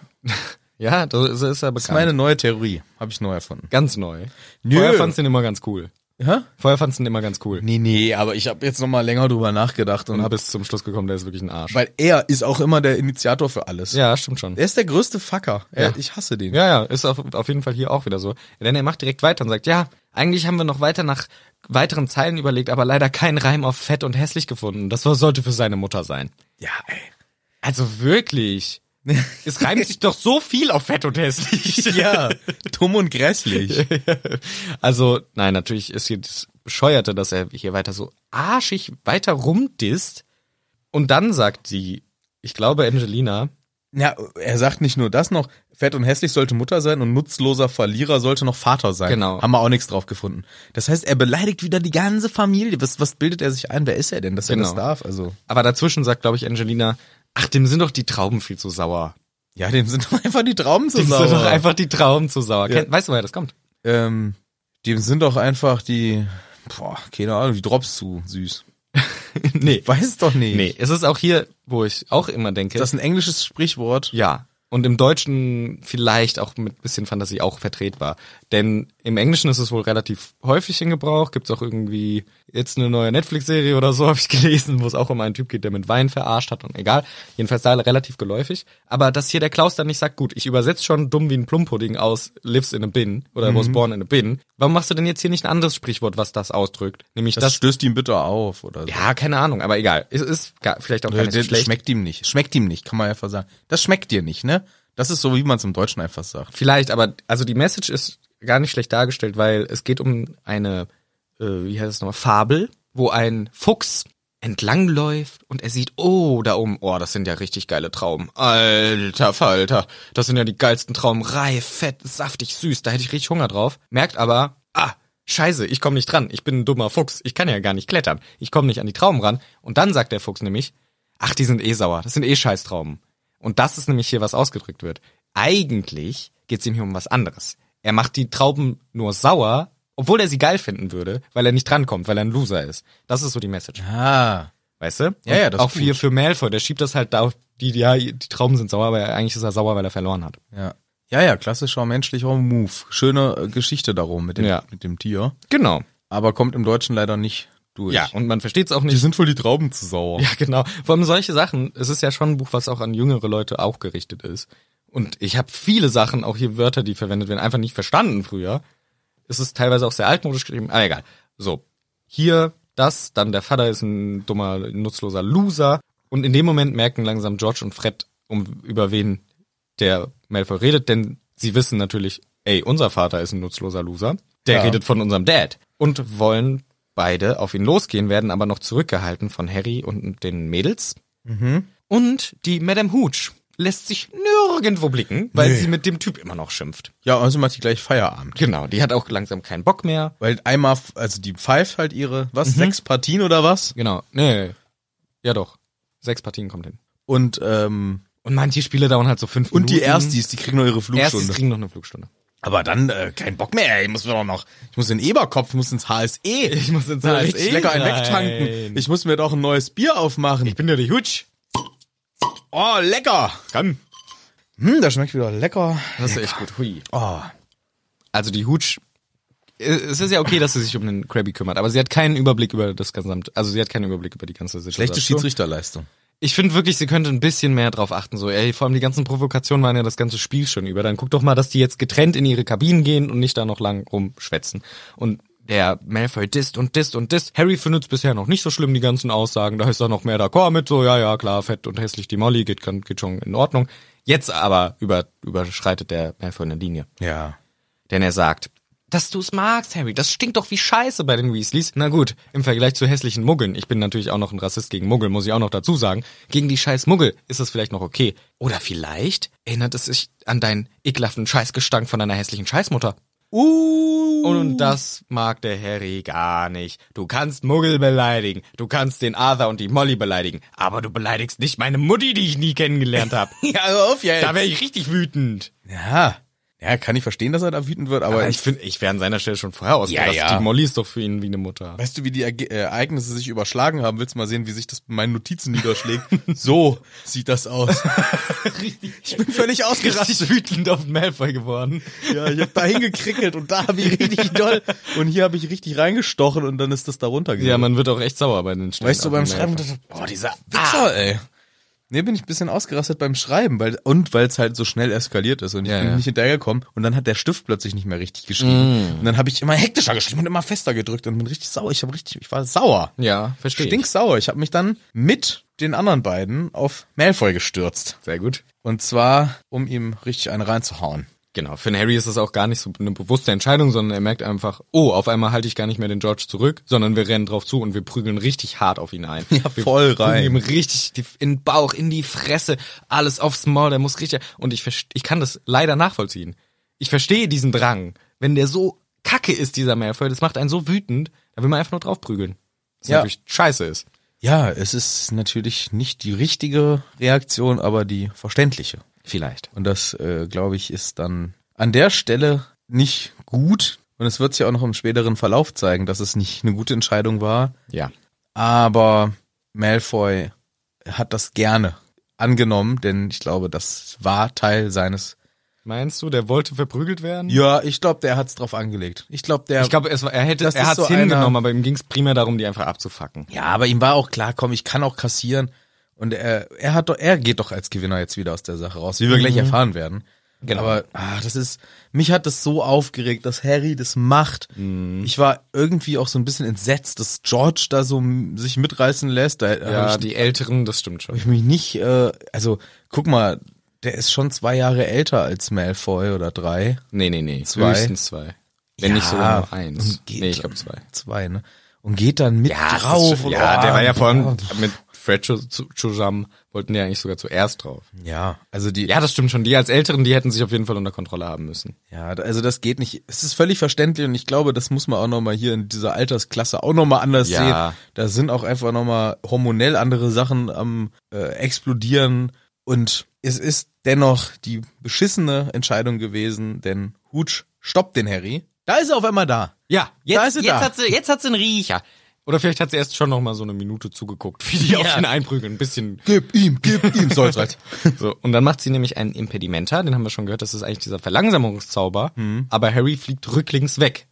Speaker 1: Ja, das ist- ist ja bekannt.
Speaker 2: Das ist meine neue Theorie. Habe ich neu erfunden.
Speaker 1: ganz neu.
Speaker 2: Nö.
Speaker 1: Vorher fandst du ihn immer ganz cool.
Speaker 2: Hä?
Speaker 1: Vorher fandst du ihn immer ganz cool.
Speaker 2: Nee, nee, aber ich habe jetzt nochmal länger drüber nachgedacht und
Speaker 1: Und
Speaker 2: habe
Speaker 1: bist zum Schluss gekommen, der ist wirklich ein Arsch.
Speaker 2: weil er ist auch immer der Initiator für alles.
Speaker 1: ja, stimmt schon.
Speaker 2: Er ist der größte Fucker. Er,
Speaker 1: Ja.
Speaker 2: Ich hasse den.
Speaker 1: Ja, ja, ist auf, auf jeden Fall hier auch wieder so. Denn er macht direkt weiter und sagt, ja, eigentlich haben wir noch weiter nach weiteren Zeilen überlegt, aber leider keinen Reim auf fett und hässlich gefunden. Das sollte für seine Mutter sein.
Speaker 2: Ja, ey.
Speaker 1: Also wirklich. Es reimt sich doch so viel auf fett und hässlich.
Speaker 2: Ja, dumm und grässlich.
Speaker 1: Also, nein, natürlich ist hier das Bescheuerte, dass er hier weiter so arschig weiter rumdisst. Und dann sagt sie, ich glaube Angelina,
Speaker 2: Ja, er sagt nicht nur das noch, fett und hässlich sollte Mutter sein und nutzloser Verlierer sollte noch Vater sein.
Speaker 1: Genau.
Speaker 2: Haben wir auch nichts drauf gefunden. Das heißt, er beleidigt wieder die ganze Familie. Was, was bildet er sich ein? Wer ist er denn, dass er
Speaker 1: Genau.
Speaker 2: das darf? Also,
Speaker 1: aber dazwischen sagt, glaube ich, Angelina, ach, dem sind doch die Trauben viel zu sauer.
Speaker 2: ja, dem sind doch einfach die Trauben zu
Speaker 1: Dem
Speaker 2: sauer.
Speaker 1: sind doch einfach die Trauben zu sauer.
Speaker 2: Ja.
Speaker 1: Ken- Weißt du, woher das kommt?
Speaker 2: Ähm, dem sind doch einfach die, boah, keine Ahnung, die Drops zu süß.
Speaker 1: nee.
Speaker 2: Weiß doch nicht.
Speaker 1: Nee, es ist auch hier, wo ich auch immer denke,
Speaker 2: Ist das ein englisches Sprichwort?
Speaker 1: Ja. Und im Deutschen vielleicht auch mit bisschen Fantasie auch vertretbar. Denn im Englischen ist es wohl relativ häufig in Gebrauch. Gibt's auch irgendwie jetzt eine neue Netflix-Serie oder so, habe ich gelesen, wo es auch um einen Typ geht, der mit Wein verarscht hat und egal. Jedenfalls da relativ geläufig. Aber dass hier der Klaus dann nicht sagt, gut, ich übersetze schon dumm wie ein Plumpudding aus lives in a bin oder was born in a bin. Warum machst du denn jetzt hier nicht ein anderes Sprichwort, was das ausdrückt? Nämlich
Speaker 2: Das
Speaker 1: das,
Speaker 2: stößt ihm bitter auf oder so.
Speaker 1: ja, keine Ahnung, aber egal. Es ist gar, vielleicht auch gar
Speaker 2: Oder
Speaker 1: nicht
Speaker 2: der-
Speaker 1: schlecht.
Speaker 2: schmeckt ihm nicht. Schmeckt ihm nicht, kann man einfach sagen. Das schmeckt dir nicht, ne? Das ist so, wie man es im Deutschen einfach sagt.
Speaker 1: Vielleicht, aber also die Message ist gar nicht schlecht dargestellt, weil es geht um eine, äh, wie heißt es nochmal, Fabel, wo ein Fuchs entlangläuft und er sieht, oh, da oben, oh, das sind ja richtig geile Trauben. Alter Falter, das sind ja die geilsten Trauben. Reif, fett, saftig, süß, da hätte ich richtig Hunger drauf. Merkt aber, ah, scheiße, ich komme nicht dran, ich bin ein dummer Fuchs, ich kann ja gar nicht klettern, ich komme nicht an die Trauben ran. Und dann sagt der Fuchs nämlich, ach, die sind eh sauer, das sind eh Scheißtrauben. Und das ist nämlich hier, was ausgedrückt wird. Eigentlich geht's ihm hier um was anderes. Er macht die Trauben nur sauer, obwohl er sie geil finden würde, weil er nicht drankommt, weil er ein Loser ist. Das ist so die Message.
Speaker 2: Ah.
Speaker 1: Weißt du?
Speaker 2: Ja, ja, das ist
Speaker 1: Auch
Speaker 2: gut.
Speaker 1: hier für Malfoy, der schiebt das halt da auf die, die- ja, die Trauben sind sauer, aber eigentlich ist er sauer, weil er verloren hat.
Speaker 2: Ja. Ja, ja, klassischer menschlicher Move. Schöne äh, Geschichte darum mit dem,
Speaker 1: Ja.
Speaker 2: mit dem Tier.
Speaker 1: Genau.
Speaker 2: Aber kommt im Deutschen leider nicht durch.
Speaker 1: Ja, und man versteht's auch nicht.
Speaker 2: Die sind wohl die Trauben zu sauer.
Speaker 1: Ja, genau. Vor allem solche Sachen, es ist ja schon ein Buch, was auch an jüngere Leute auch gerichtet ist. Und ich habe viele Sachen, auch hier Wörter, die verwendet werden, einfach nicht verstanden früher. Es ist teilweise auch sehr altmodisch geschrieben, aber egal. So, hier das, dann der Vater ist ein dummer, nutzloser Loser. Und in dem Moment merken langsam George und Fred, um über wen der Malfoy redet, denn sie wissen natürlich, ey, unser Vater ist ein nutzloser Loser. Der
Speaker 2: Ja.
Speaker 1: redet von unserem Dad. Und wollen beide auf ihn losgehen, werden aber noch zurückgehalten von Harry und den Mädels.
Speaker 2: Mhm.
Speaker 1: Und die Madame Hooch lässt sich nirgendwo blicken, weil
Speaker 2: Nee.
Speaker 1: sie mit dem Typ immer noch schimpft.
Speaker 2: Ja, also macht die gleich Feierabend.
Speaker 1: Genau, die hat auch langsam keinen Bock mehr.
Speaker 2: Weil einmal, f- also die pfeift halt ihre, was, sechs Partien oder was?
Speaker 1: Genau, nee. Ja doch. Sechs Partien kommt hin.
Speaker 2: Und, ähm,
Speaker 1: Und manche Spiele dauern halt so fünf
Speaker 2: und die
Speaker 1: Minuten.
Speaker 2: Erstis, die kriegen noch ihre
Speaker 1: Erstis
Speaker 2: Flugstunde.
Speaker 1: kriegen noch eine Flugstunde.
Speaker 2: Aber dann äh, kein Bock mehr, ey, muss mir doch noch. Ich muss in den Eberkopf, ich muss ins HSE. Ich
Speaker 1: muss ins HSE
Speaker 2: lecker einen
Speaker 1: rein.
Speaker 2: wegtanken. Ich muss mir doch ein neues Bier aufmachen.
Speaker 1: bin ja die Hooch.
Speaker 2: Oh, lecker.
Speaker 1: Komm.
Speaker 2: Hm, das schmeckt wieder lecker.
Speaker 1: Das ist echt gut. Hui.
Speaker 2: Oh.
Speaker 1: Also die Hooch, äh, es ist ja okay, dass sie sich um den Krabby kümmert, aber sie hat keinen Überblick über das gesamte, also sie hat keinen Überblick über die ganze Situation.
Speaker 2: Schlechte Schiedsrichterleistung.
Speaker 1: Ich finde wirklich, sie könnte ein bisschen mehr drauf achten. So, ey, vor allem die ganzen Provokationen waren ja das ganze Spiel schon über. Dann guck doch mal, dass die jetzt getrennt in ihre Kabinen gehen und nicht da noch lang rumschwätzen. Und der Malfoy disst und disst und disst. Harry findet's bisher noch nicht so schlimm, die ganzen Aussagen. Da ist er noch mehr d'accord mit. So, ja, ja, klar, fett und hässlich die Molly, geht, kann- geht schon in Ordnung. Jetzt aber über, überschreitet der Malfoy eine Linie.
Speaker 2: Ja.
Speaker 1: Denn er sagt, dass du's magst, Harry, das stinkt doch wie Scheiße bei den Weasleys. Na gut, im Vergleich zu hässlichen Muggeln, ich bin natürlich auch noch ein Rassist gegen Muggel, muss ich auch noch dazu sagen. Gegen die scheiß Muggel ist es vielleicht noch okay. Oder vielleicht erinnert es sich an deinen ekelhaften Scheißgestank von deiner hässlichen Scheißmutter.
Speaker 2: Uh.
Speaker 1: Und das mag der Harry gar nicht. Du kannst Muggel beleidigen, du kannst den Arthur und die Molly beleidigen, aber du beleidigst nicht meine Mutti, die ich nie kennengelernt habe.
Speaker 2: Ja, hör auf jetzt.
Speaker 1: da wäre ich richtig wütend.
Speaker 2: ja. Ja, kann ich verstehen, dass er da wütend wird, aber,
Speaker 1: Aber ich finde, ich wäre an seiner Stelle schon vorher ausgerastet.
Speaker 2: ja.
Speaker 1: Die Molly ist doch für ihn wie eine Mutter.
Speaker 2: Weißt du, wie die Erge äh, Ereignisse sich überschlagen haben? Willst du mal sehen, wie sich das in meinen Notizen niederschlägt? so sieht das aus. Ich bin völlig ausgerastet.
Speaker 1: Richtig wütend auf Malfoy geworden.
Speaker 2: Ja, ich habe da hingekrickelt und da habe ich richtig doll und hier habe ich richtig reingestochen und dann ist das da runtergegangen.
Speaker 1: Ja, man wird auch echt sauer bei den Stellen.
Speaker 2: weißt du,
Speaker 1: auf
Speaker 2: beim
Speaker 1: den
Speaker 2: Schreiben,
Speaker 1: Malfoy.
Speaker 2: dachte ich, boah, dieser
Speaker 1: Ah.
Speaker 2: Wichser, ey. Nee, bin ich ein bisschen ausgerastet beim Schreiben, weil und weil es halt so schnell eskaliert ist und ich
Speaker 1: Ja,
Speaker 2: bin
Speaker 1: ja.
Speaker 2: nicht hinterhergekommen und dann hat der Stift plötzlich nicht mehr richtig geschrieben und dann habe ich immer hektischer geschrieben und immer fester gedrückt und bin richtig sauer. Ich habe richtig, ich war sauer.
Speaker 1: Ja, verstehe.
Speaker 2: stinksauer. Ich habe mich dann mit den anderen beiden auf Malfoy gestürzt.
Speaker 1: Sehr gut.
Speaker 2: Und zwar, um ihm richtig eine reinzuhauen.
Speaker 1: Genau. Für den Harry ist das auch gar nicht so eine bewusste Entscheidung, sondern er merkt einfach, oh, auf einmal halte ich gar nicht mehr den George zurück, sondern wir rennen drauf zu und wir prügeln richtig hart auf ihn ein. Ja,
Speaker 2: voll
Speaker 1: wir
Speaker 2: rein.
Speaker 1: prügeln ihm richtig die, in den Bauch, in die Fresse, alles aufs Maul, der muss richtig, und ich, verst- ich kann das leider nachvollziehen. Ich verstehe diesen Drang. Wenn der so kacke ist, dieser Malfoy, das macht einen so wütend, da will man einfach nur drauf prügeln. Was
Speaker 2: Ja.
Speaker 1: natürlich scheiße ist.
Speaker 2: Ja, es ist natürlich nicht die richtige Reaktion, aber die verständliche.
Speaker 1: Vielleicht.
Speaker 2: Und das, äh, glaube ich, ist dann an der Stelle nicht gut. Und es wird sich auch noch im späteren Verlauf zeigen, dass es nicht eine gute Entscheidung war.
Speaker 1: Ja.
Speaker 2: Aber Malfoy hat das gerne angenommen, denn ich glaube, das war Teil seines.
Speaker 1: Meinst du, der wollte verprügelt werden?
Speaker 2: Ja, ich glaube, der hat's drauf angelegt. Ich glaube, der
Speaker 1: Ich glaube, es war- er hätte,
Speaker 2: Das
Speaker 1: er
Speaker 2: ist
Speaker 1: hat's
Speaker 2: so
Speaker 1: hingenommen,
Speaker 2: einer-
Speaker 1: aber ihm ging's primär darum, die einfach abzufacken.
Speaker 2: Ja, aber ihm war auch klar, komm, ich kann auch kassieren. Und er, er hat doch, er geht doch als Gewinner jetzt wieder aus der Sache raus, wie wir gleich erfahren werden.
Speaker 1: Mhm. Genau.
Speaker 2: Aber ah, das ist, mich hat das so aufgeregt, dass Harry das macht.
Speaker 1: Mhm.
Speaker 2: Ich war irgendwie auch so ein bisschen entsetzt, dass George da so m- sich mitreißen lässt. Da ja,
Speaker 1: Ja,
Speaker 2: habe ich,
Speaker 1: die Älteren, das stimmt
Speaker 2: hab
Speaker 1: schon.
Speaker 2: ich mich nicht, äh, also guck mal, der ist schon zwei Jahre älter als Malfoy oder drei.
Speaker 1: Nee, nee, nee.
Speaker 2: Zwei.
Speaker 1: Höchstens zwei. Wenn nicht sogar nur eins.
Speaker 2: Und geht
Speaker 1: Nee, ich
Speaker 2: schon.
Speaker 1: glaube zwei.
Speaker 2: Zwei, ne? und geht dann mit
Speaker 1: Ja,
Speaker 2: drauf.
Speaker 1: Das ist,
Speaker 2: und,
Speaker 1: ja,
Speaker 2: oh,
Speaker 1: der war ja vor
Speaker 2: oh.
Speaker 1: allem mit Fred zu- zu- zusammen, wollten ja eigentlich sogar zuerst drauf.
Speaker 2: Ja, also die,
Speaker 1: Ja, das stimmt schon. Die als Älteren, die hätten sich auf jeden Fall unter Kontrolle haben müssen.
Speaker 2: Ja, da- also das geht nicht. Es ist völlig verständlich und ich glaube, das muss man auch nochmal hier in dieser Altersklasse auch nochmal anders
Speaker 1: Ja.
Speaker 2: sehen. Da sind auch einfach nochmal hormonell andere Sachen am äh, explodieren und es ist dennoch die beschissene Entscheidung gewesen, denn Hooch stoppt den Harry. Da ist er auf einmal da.
Speaker 1: Ja,
Speaker 2: Da
Speaker 1: jetzt,
Speaker 2: ist sie
Speaker 1: jetzt,
Speaker 2: da.
Speaker 1: hat sie, jetzt hat sie einen Riecher. Oder vielleicht hat sie erst schon noch mal so eine Minute zugeguckt, wie die auf ihn einprügeln. Ein bisschen.
Speaker 2: Gib ihm, gib ihm, Solzreit.
Speaker 1: So. Und dann macht sie nämlich einen Impedimenta, den haben wir schon gehört, das ist eigentlich dieser Verlangsamungszauber.
Speaker 2: Mhm.
Speaker 1: Aber Harry fliegt rücklings weg.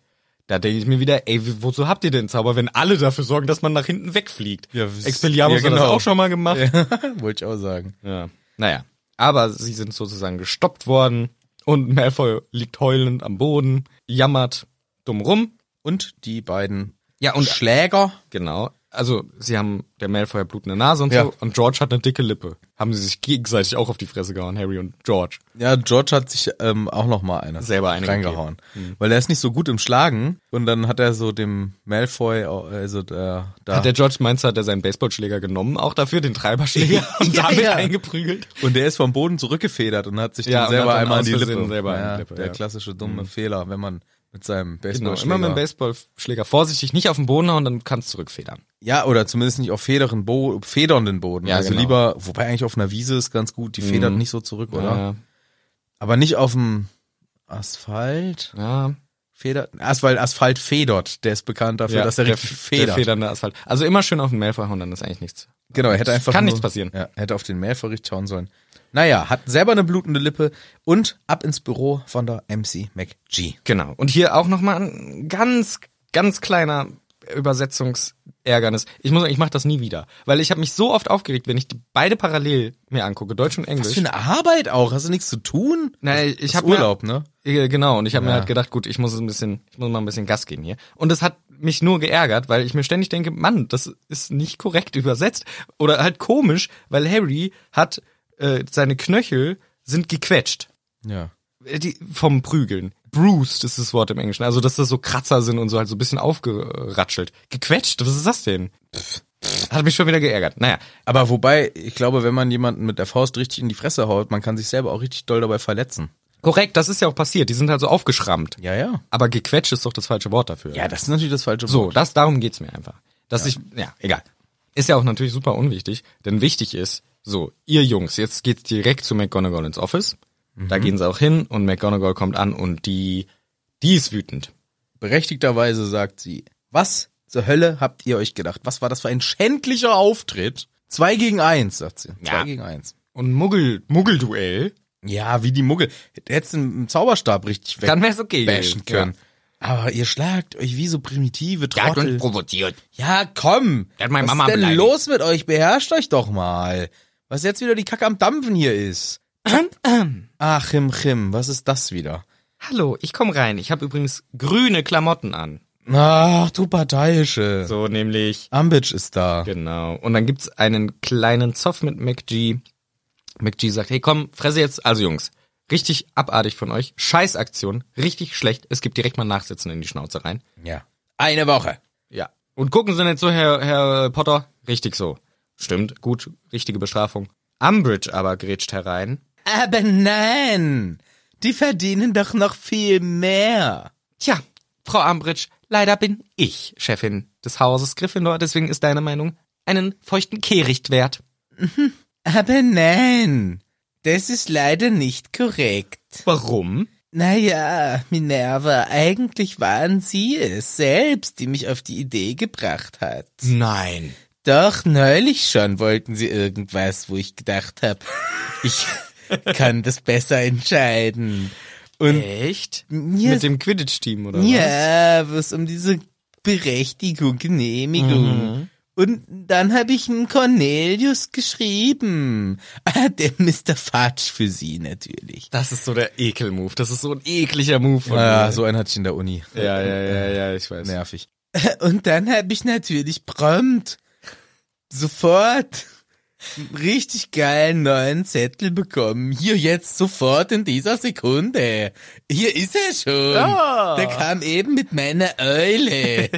Speaker 1: Da denke ich mir wieder, ey, wie- wozu habt ihr den Zauber, wenn alle dafür sorgen, dass man nach hinten wegfliegt?
Speaker 2: Ja,
Speaker 1: Expelliarmus
Speaker 2: ja,
Speaker 1: hat
Speaker 2: genau.
Speaker 1: das auch schon mal gemacht.
Speaker 2: Wollte ich auch sagen.
Speaker 1: Ja. Naja. Aber sie sind sozusagen gestoppt worden und Malfoy liegt heulend am Boden, jammert dumm rum.
Speaker 2: Und die beiden
Speaker 1: Ja, und
Speaker 2: Schläger.
Speaker 1: genau. Also, sie haben, der Malfoy hat blutende Nase und
Speaker 2: Ja.
Speaker 1: so, und George hat eine dicke Lippe. Haben sie sich gegenseitig auch auf die Fresse gehauen, Harry und George.
Speaker 2: Ja, George hat sich ähm, auch noch mal eine
Speaker 1: Selber eine Mhm.
Speaker 2: reingehauen, weil er ist nicht so gut im Schlagen und dann hat er so dem Malfoy äh, also da, da
Speaker 1: Hat der George Mainz hat er seinen Baseballschläger genommen, auch dafür den Treiberschläger und
Speaker 2: Ja,
Speaker 1: damit
Speaker 2: ja.
Speaker 1: eingeprügelt.
Speaker 2: und der ist vom Boden zurückgefedert und hat sich
Speaker 1: Ja,
Speaker 2: dann
Speaker 1: und hat
Speaker 2: selber
Speaker 1: dann aus
Speaker 2: einmal an die
Speaker 1: Versehen
Speaker 2: Lippe.
Speaker 1: selber an die
Speaker 2: ja,
Speaker 1: Lippe,
Speaker 2: der
Speaker 1: ja. Mhm.
Speaker 2: klassische dumme Fehler, wenn man mit seinem
Speaker 1: Genau,
Speaker 2: Baseballschläger
Speaker 1: immer mit dem Baseballschläger vorsichtig, nicht auf den Boden hauen, dann kannst du zurückfedern.
Speaker 2: ja oder zumindest nicht auf federen Bo federnden Boden,
Speaker 1: Ja,
Speaker 2: also
Speaker 1: genau. Mhm.
Speaker 2: lieber wobei eigentlich auf einer Wiese ist ganz gut, die federt nicht so zurück, oder? Aber nicht auf dem Asphalt.
Speaker 1: Ja, ja.
Speaker 2: Federt Asphalt Asphalt federt, der ist bekannt dafür, dass er
Speaker 1: der,
Speaker 2: richtig
Speaker 1: der
Speaker 2: federt.
Speaker 1: federnde Asphalt. Also immer schön auf den Malfoy hauen, dann ist eigentlich nichts.
Speaker 2: Genau, er hätte einfach.
Speaker 1: Kann
Speaker 2: nur,
Speaker 1: nichts passieren.
Speaker 2: Ja, er hätte auf den Mailverricht schauen sollen. Naja, hat selber eine blutende Lippe und ab ins Büro von der MC McG.
Speaker 1: Genau. Und hier auch nochmal ein ganz, ganz kleiner Übersetzungsärgernis. Ich muss sagen, ich mache das nie wieder. Weil ich habe mich so oft aufgeregt, wenn ich die beide parallel mir angucke, Deutsch und
Speaker 2: Was
Speaker 1: Englisch.
Speaker 2: für eine Arbeit auch. Hast du nichts zu tun?
Speaker 1: Nein, ich
Speaker 2: Das
Speaker 1: habe
Speaker 2: Urlaub, ne?
Speaker 1: Äh, Genau, und ich habe
Speaker 2: Ja.
Speaker 1: mir halt gedacht, gut, ich muss es ein bisschen, ich muss mal ein bisschen Gas geben hier. Und es hat mich nur geärgert, weil ich mir ständig denke, Mann, das ist nicht korrekt übersetzt oder halt komisch, weil Harry hat äh, seine Knöchel sind gequetscht
Speaker 2: ne? Ja.
Speaker 1: äh, die, vom Prügeln. Bruised ist das Wort im Englischen, also dass das so Kratzer sind und so halt so ein bisschen aufgeratschelt. Gequetscht, was ist das denn? Hat mich schon wieder geärgert. Naja,
Speaker 2: Aber wobei, ich glaube, wenn man jemanden mit der Faust richtig in die Fresse haut, man kann sich selber auch richtig doll dabei verletzen.
Speaker 1: korrekt, das ist ja auch passiert. Die sind halt so aufgeschrammt.
Speaker 2: Ja, ja.
Speaker 1: Aber gequetscht ist doch das falsche Wort dafür.
Speaker 2: Ja, das ist natürlich das falsche
Speaker 1: So, das darum geht's mir einfach. Dass ich ja, egal. Ist ja auch natürlich super unwichtig, denn wichtig ist, so, ihr Jungs, jetzt geht's direkt zu McGonagall ins Office. Da gehen sie auch hin und McGonagall kommt an und die die ist wütend.
Speaker 2: Berechtigterweise sagt sie, was zur Hölle habt ihr euch gedacht? Was war das für ein schändlicher Auftritt? Zwei gegen eins, sagt sie. Zwei
Speaker 1: Ja.
Speaker 2: gegen eins.
Speaker 1: Und Muggel Muggelduell,
Speaker 2: Ja, wie die Muggel. Hättest du einen Zauberstab richtig weg
Speaker 1: dann wär's okay.
Speaker 2: bashen können. Aber ihr schlagt euch wie so primitive Trottel.
Speaker 1: provoziert.
Speaker 2: Ja, komm.
Speaker 1: Der hat meine
Speaker 2: Was
Speaker 1: Mama
Speaker 2: ist denn
Speaker 1: beleidigt.
Speaker 2: los mit euch? Beherrscht euch doch mal. Was jetzt wieder die Kacke am Dampfen hier ist. Ach, Chim, Chim, was ist das wieder?
Speaker 1: Hallo, ich komm rein. Ich habe übrigens grüne Klamotten an.
Speaker 2: Ach, du parteiische.
Speaker 1: So nämlich
Speaker 2: Ambitch ist da.
Speaker 1: Genau. Und dann gibt's einen kleinen Zoff mit McG. McG sagt, hey komm, fresse jetzt. Also Jungs, richtig abartig von euch. Scheißaktion, richtig schlecht. Es gibt direkt mal Nachsitzen in die Schnauze rein.
Speaker 2: Ja. Eine Woche.
Speaker 1: Ja. Und gucken Sie nicht so, Herr, Herr Potter. Richtig so. Stimmt, gut, richtige Bestrafung. Umbridge aber grätscht herein.
Speaker 2: Aber nein. Die verdienen doch noch viel mehr.
Speaker 1: Tja, Frau Umbridge, leider bin ich Chefin des Hauses Gryffindor, deswegen ist deine Meinung einen feuchten Kehricht wert.
Speaker 2: Aber nein. Das ist leider nicht korrekt.
Speaker 1: Warum?
Speaker 2: Naja, Minerva, eigentlich waren Sie es selbst, die mich auf die Idee gebracht hat.
Speaker 1: Nein.
Speaker 2: Doch, neulich schon wollten Sie irgendwas, wo ich gedacht habe, ich kann das besser entscheiden. Und
Speaker 1: Echt?
Speaker 2: Ja.
Speaker 1: Äh, Mit dem Quidditch-Team, oder was?
Speaker 2: ja, was um diese Berechtigung, Genehmigung.
Speaker 1: Mhm.
Speaker 2: Und dann habe ich einen Cornelius geschrieben. Ah, Der Mr. Fatsch für Sie natürlich.
Speaker 1: Das ist so der Ekel-Move. Das ist so ein ekliger Move von mir.
Speaker 2: Ah, einen hatte ich in der Uni.
Speaker 1: ja, ja, ja, ja, ich weiß.
Speaker 2: Nervig. Und dann habe ich natürlich prompt, sofort, einen richtig geilen neuen Zettel bekommen. Hier jetzt, sofort in dieser Sekunde. Hier ist er schon.
Speaker 1: Ah.
Speaker 2: Der kam eben mit meiner Eule.